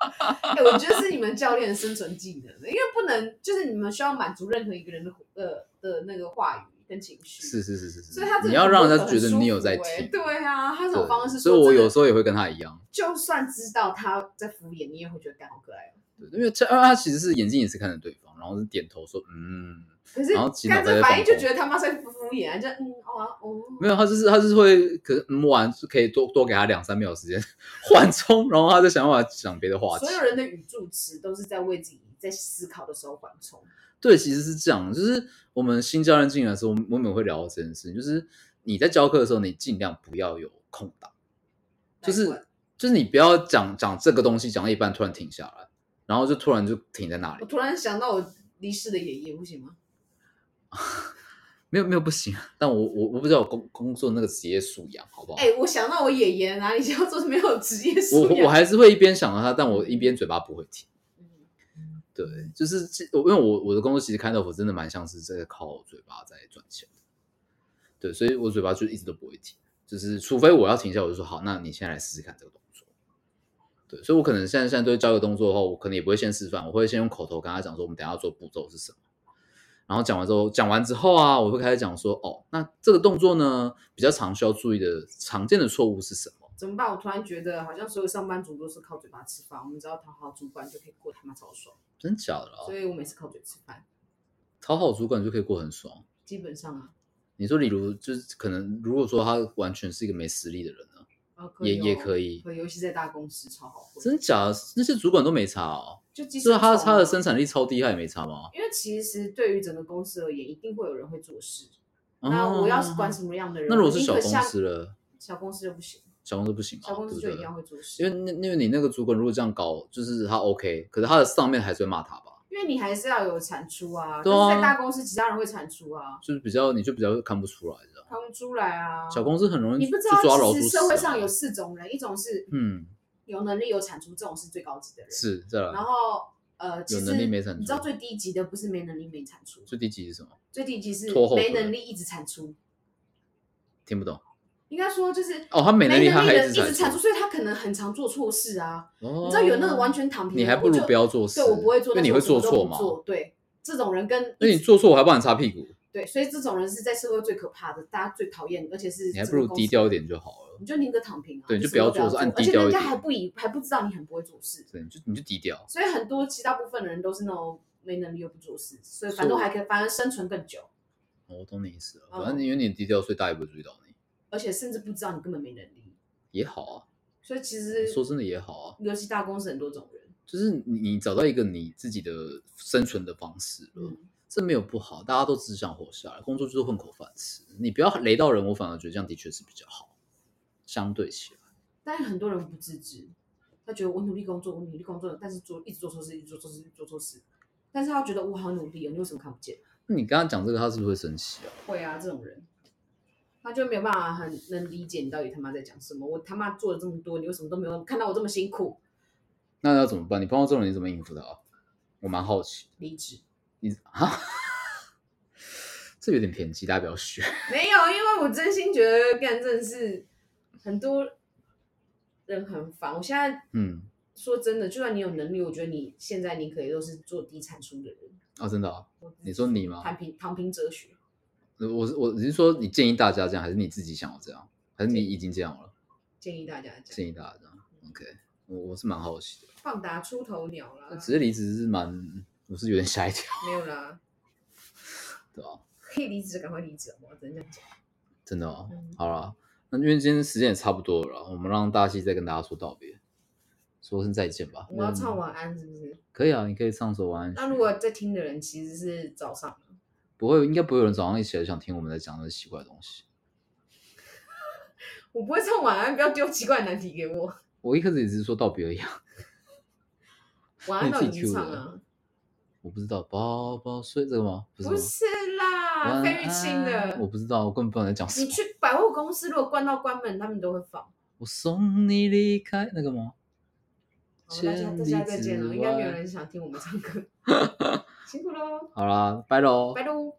[SPEAKER 1] 哎、我觉得是你们教练的生存技能，因为不能就是你们需要满足任何一个人的呃的那个话语跟情绪，
[SPEAKER 2] 是，是是是是
[SPEAKER 1] 所以他，真的
[SPEAKER 2] 你要让人家
[SPEAKER 1] 很
[SPEAKER 2] 觉得
[SPEAKER 1] 舒
[SPEAKER 2] 你有
[SPEAKER 1] 服
[SPEAKER 2] 在
[SPEAKER 1] 欸
[SPEAKER 2] 听，
[SPEAKER 1] 对啊，他这
[SPEAKER 2] 对
[SPEAKER 1] 种方式，
[SPEAKER 2] 所以我有时
[SPEAKER 1] 候
[SPEAKER 2] 候也会跟他一样，
[SPEAKER 1] 就算知道他在敷衍，你也会觉得干好可爱哦。
[SPEAKER 2] 对，因为他他其实是眼睛也是看着对方，然后是点头说嗯，
[SPEAKER 1] 可是
[SPEAKER 2] 然后起码
[SPEAKER 1] 看
[SPEAKER 2] 在
[SPEAKER 1] 这反应
[SPEAKER 2] 放
[SPEAKER 1] 就
[SPEAKER 2] 空
[SPEAKER 1] 觉得他妈在敷衍、啊，就嗯哦啊哦，
[SPEAKER 2] 没有，他就是他就是会，可是嗯完是可以多多给他两三秒时间 缓冲，然后他就想办法想别的话题
[SPEAKER 1] 所。有人的语助词都是在为自己在思考的时候缓冲。
[SPEAKER 2] 对，其实是这样，就是我们新教练进来的时候，我们我们也会聊到这件事情，就是你在教课的时候，你尽量不要有空档，就是
[SPEAKER 1] 难怪
[SPEAKER 2] 就是你不要讲讲这个东西讲到一半突然停下来，然后就突然就停在那里
[SPEAKER 1] 我，突然想到我离世的爷爷，不行吗？
[SPEAKER 2] 没有没有不行，啊但我我我不知道我工工作那个职业素养好不好？
[SPEAKER 1] 哎、我想到我爷爷哪里 叫做没有职业
[SPEAKER 2] 我
[SPEAKER 1] 素
[SPEAKER 2] 我我
[SPEAKER 1] 养。
[SPEAKER 2] 还是会一边想到他，但我一边嘴巴不会停。
[SPEAKER 1] 嗯
[SPEAKER 2] 对，就是这我因为我我的工作其实开头我真的蛮像是在靠嘴巴在赚钱的，对，所以我嘴巴就一直都不会停，就是除非我要停下，我就说好，那你现在来试试看这个动作。对，所以我可能现在现在对教一个动作的话，我可能也不会先示范，我会先用口头跟他讲说我们等一下要做步骤是什么。然后讲完之后，讲完之后啊，我会开始讲说，哦，那这个动作呢，比较常需要注意的常见的错误是什么？
[SPEAKER 1] 怎么办？我突然觉得好像所有上班族都是靠嘴巴吃饭，我们只要讨好主管就可以过他妈超爽。
[SPEAKER 2] 真假的啦？
[SPEAKER 1] 所以我每次靠嘴吃饭，
[SPEAKER 2] 讨好主管就可以过很爽。
[SPEAKER 1] 基本上啊，
[SPEAKER 2] 你说，例如就是可能，如果说他完全是一个没实力的人呢，
[SPEAKER 1] 啊
[SPEAKER 2] 也也可
[SPEAKER 1] 以
[SPEAKER 2] 以
[SPEAKER 1] 哦，。可尤其在大公司超好混。
[SPEAKER 2] 真假的？那些主管都没差哦。
[SPEAKER 1] 就即使
[SPEAKER 2] 就是他他的
[SPEAKER 1] 从
[SPEAKER 2] 生产力超低，他也没差吗？
[SPEAKER 1] 因为其实对于整个公司而言，一定会有人会做事。那
[SPEAKER 2] 哦
[SPEAKER 1] 我要是管什么样的人？
[SPEAKER 2] 那如果
[SPEAKER 1] 我
[SPEAKER 2] 是
[SPEAKER 1] 宁
[SPEAKER 2] 小
[SPEAKER 1] 可
[SPEAKER 2] 公
[SPEAKER 1] 像
[SPEAKER 2] 司了，
[SPEAKER 1] 小公司就不行，
[SPEAKER 2] 小公司不行啊，
[SPEAKER 1] 小公司就
[SPEAKER 2] 对
[SPEAKER 1] 一
[SPEAKER 2] 不
[SPEAKER 1] 定
[SPEAKER 2] 对
[SPEAKER 1] 要？会做事，
[SPEAKER 2] 因为那因为你那个主管如果这样搞，就是他 OK，可是他的上面还是会骂他吧？
[SPEAKER 1] 因为你还是要有产出啊。
[SPEAKER 2] 对
[SPEAKER 1] 但
[SPEAKER 2] 啊
[SPEAKER 1] 是在大公司，其他人会产出啊，
[SPEAKER 2] 就是比较你就比较看不出来这样。
[SPEAKER 1] 看不出来啊。
[SPEAKER 2] 小公司很容易
[SPEAKER 1] 你不
[SPEAKER 2] 就
[SPEAKER 1] 知道，
[SPEAKER 2] 抓老
[SPEAKER 1] 其
[SPEAKER 2] 鼠
[SPEAKER 1] 实
[SPEAKER 2] 屎、
[SPEAKER 1] 社
[SPEAKER 2] 啊。
[SPEAKER 1] 会上有四种人，一种是
[SPEAKER 2] 嗯
[SPEAKER 1] 有能力有产出，这种是最高级的人。
[SPEAKER 2] 是再
[SPEAKER 1] 然
[SPEAKER 2] 来，
[SPEAKER 1] 后呃，其实
[SPEAKER 2] 能力没产出
[SPEAKER 1] 你知道最低级的不是没能力没产出，
[SPEAKER 2] 最低级是什么？
[SPEAKER 1] 最低级是
[SPEAKER 2] 拖后
[SPEAKER 1] 没
[SPEAKER 2] 腿
[SPEAKER 1] 能力一直产出。
[SPEAKER 2] 听不懂
[SPEAKER 1] 应该说就是
[SPEAKER 2] 哦，他没能力他还
[SPEAKER 1] 的
[SPEAKER 2] 一
[SPEAKER 1] 直
[SPEAKER 2] 直
[SPEAKER 1] 产
[SPEAKER 2] 产
[SPEAKER 1] 出，
[SPEAKER 2] 出，
[SPEAKER 1] 所以他可能很常做错事啊。
[SPEAKER 2] 哦
[SPEAKER 1] 你知道有那个完全躺平的
[SPEAKER 2] 你
[SPEAKER 1] 人，
[SPEAKER 2] 还不如
[SPEAKER 1] 我就
[SPEAKER 2] 不要做事，
[SPEAKER 1] 对我不会做，
[SPEAKER 2] 因为
[SPEAKER 1] 但是
[SPEAKER 2] 你
[SPEAKER 1] 我
[SPEAKER 2] 会
[SPEAKER 1] 什么
[SPEAKER 2] 做
[SPEAKER 1] 都
[SPEAKER 2] 错
[SPEAKER 1] 不
[SPEAKER 2] 嘛，
[SPEAKER 1] 做对，这种人跟
[SPEAKER 2] 因为你做错我还帮你擦屁股，
[SPEAKER 1] 对，所以这种人是在社会最可怕的，大家最讨厌，而且是
[SPEAKER 2] 你还
[SPEAKER 1] 整
[SPEAKER 2] 不
[SPEAKER 1] 个
[SPEAKER 2] 如
[SPEAKER 1] 公司
[SPEAKER 2] 低调一，点就好了。
[SPEAKER 1] 你就宁可躺平啊，
[SPEAKER 2] 对你就
[SPEAKER 1] 什
[SPEAKER 2] 不要
[SPEAKER 1] 么都
[SPEAKER 2] 做事按
[SPEAKER 1] 而
[SPEAKER 2] 低
[SPEAKER 1] 且
[SPEAKER 2] 调
[SPEAKER 1] 人
[SPEAKER 2] 一
[SPEAKER 1] 家
[SPEAKER 2] 点
[SPEAKER 1] 还不以还不知道你很不会做事，
[SPEAKER 2] 对，你就你就低调。
[SPEAKER 1] 所以很多其他部分的人都是那种没能力又不做事，所以反
[SPEAKER 2] 是
[SPEAKER 1] 正
[SPEAKER 2] 我
[SPEAKER 1] 还可以，反而生存更久，
[SPEAKER 2] 哦我懂你意思了，
[SPEAKER 1] 嗯
[SPEAKER 2] 反正因为你低调，所以大家也不会注意到你，
[SPEAKER 1] 而且甚至不知道你根本没能力，
[SPEAKER 2] 也好啊。
[SPEAKER 1] 所以其实
[SPEAKER 2] 说真的也好啊，
[SPEAKER 1] 尤其大公司很多这种人，
[SPEAKER 2] 就是你你找到一个你自己的生存的方式了，
[SPEAKER 1] 嗯，
[SPEAKER 2] 这没有不好，大家都只想活下来，工作就是混口饭吃。你不要雷到人，我反而觉得这样的确是比较好，相对起来。
[SPEAKER 1] 但是很多人不自知，他觉得我努力工作，我努力工作，但是做一直做错事，一直做错事，一直做错事，但是他觉得我好努力哦，你为什么看不见？
[SPEAKER 2] 那你刚刚讲这个，他是不是会生气啊？
[SPEAKER 1] 会啊，这种人，他就没有办法很能理解你到底他妈在讲什么。我他妈做了这么多，你为什么都没有看到我这么辛苦？
[SPEAKER 2] 那要怎么办？你碰到这种人你怎么应付他？啊我蛮好奇，
[SPEAKER 1] 离职
[SPEAKER 2] 你啊，这有点偏激，大家不要学。
[SPEAKER 1] 没有，因为我真心觉得干真的是很多人很烦。我现在
[SPEAKER 2] 嗯，
[SPEAKER 1] 说真的，就算你有能力，我觉得你现在你可以都是做低产出的人。
[SPEAKER 2] 啊，真的啊，你说你吗？呃
[SPEAKER 1] 躺平躺平哲学，
[SPEAKER 2] 我是我你是说你建议大家这样，还是你自己想要这样，还是你已经这样了？
[SPEAKER 1] 建议大家这样
[SPEAKER 2] 建议大家这样，OK。我我是蛮好奇的，
[SPEAKER 1] 放打出头鸟啦
[SPEAKER 2] 那，只是离职是蛮，我是有点吓一跳，
[SPEAKER 1] 没有啦，
[SPEAKER 2] 对吧、
[SPEAKER 1] 可以离职赶快离职，我只能这样讲。
[SPEAKER 2] 真的哦
[SPEAKER 1] 嗯，
[SPEAKER 2] 好啦，那因为今天时间也差不多了啦，我们让大西再跟大家说道别，说声再见吧。
[SPEAKER 1] 我要唱
[SPEAKER 2] 嗯
[SPEAKER 1] 晚安是不是？
[SPEAKER 2] 可以啊，你可以唱首晚安曲。
[SPEAKER 1] 那如果在听的人其实是早上了，
[SPEAKER 2] 不会，应该不会有人早上一起来想听我们在讲那些奇怪的东西。
[SPEAKER 1] 我不会唱晚安，不要丢奇怪的难题给我。
[SPEAKER 2] 我一开始也只是说道别而已啊，
[SPEAKER 1] 晚安到
[SPEAKER 2] 那你
[SPEAKER 1] 底
[SPEAKER 2] 自己
[SPEAKER 1] 怎么
[SPEAKER 2] cue
[SPEAKER 1] 唱
[SPEAKER 2] 的
[SPEAKER 1] 啊？
[SPEAKER 2] 我不知道宝宝睡这个吗？不是吗
[SPEAKER 1] 不是啦，
[SPEAKER 2] 晚
[SPEAKER 1] 费玉清
[SPEAKER 2] 安
[SPEAKER 1] 的。
[SPEAKER 2] 我不知道，我根本不知道你在讲什
[SPEAKER 1] 你
[SPEAKER 2] 么。
[SPEAKER 1] 去百货公司，如果关到关门，他们都会放。
[SPEAKER 2] 我送你离开那个吗？
[SPEAKER 1] 好，大家大家再见了，
[SPEAKER 2] 千里之
[SPEAKER 1] 应该没有
[SPEAKER 2] 外
[SPEAKER 1] 人想听我们唱歌，辛苦喽，
[SPEAKER 2] 好啦，拜喽，
[SPEAKER 1] 拜喽。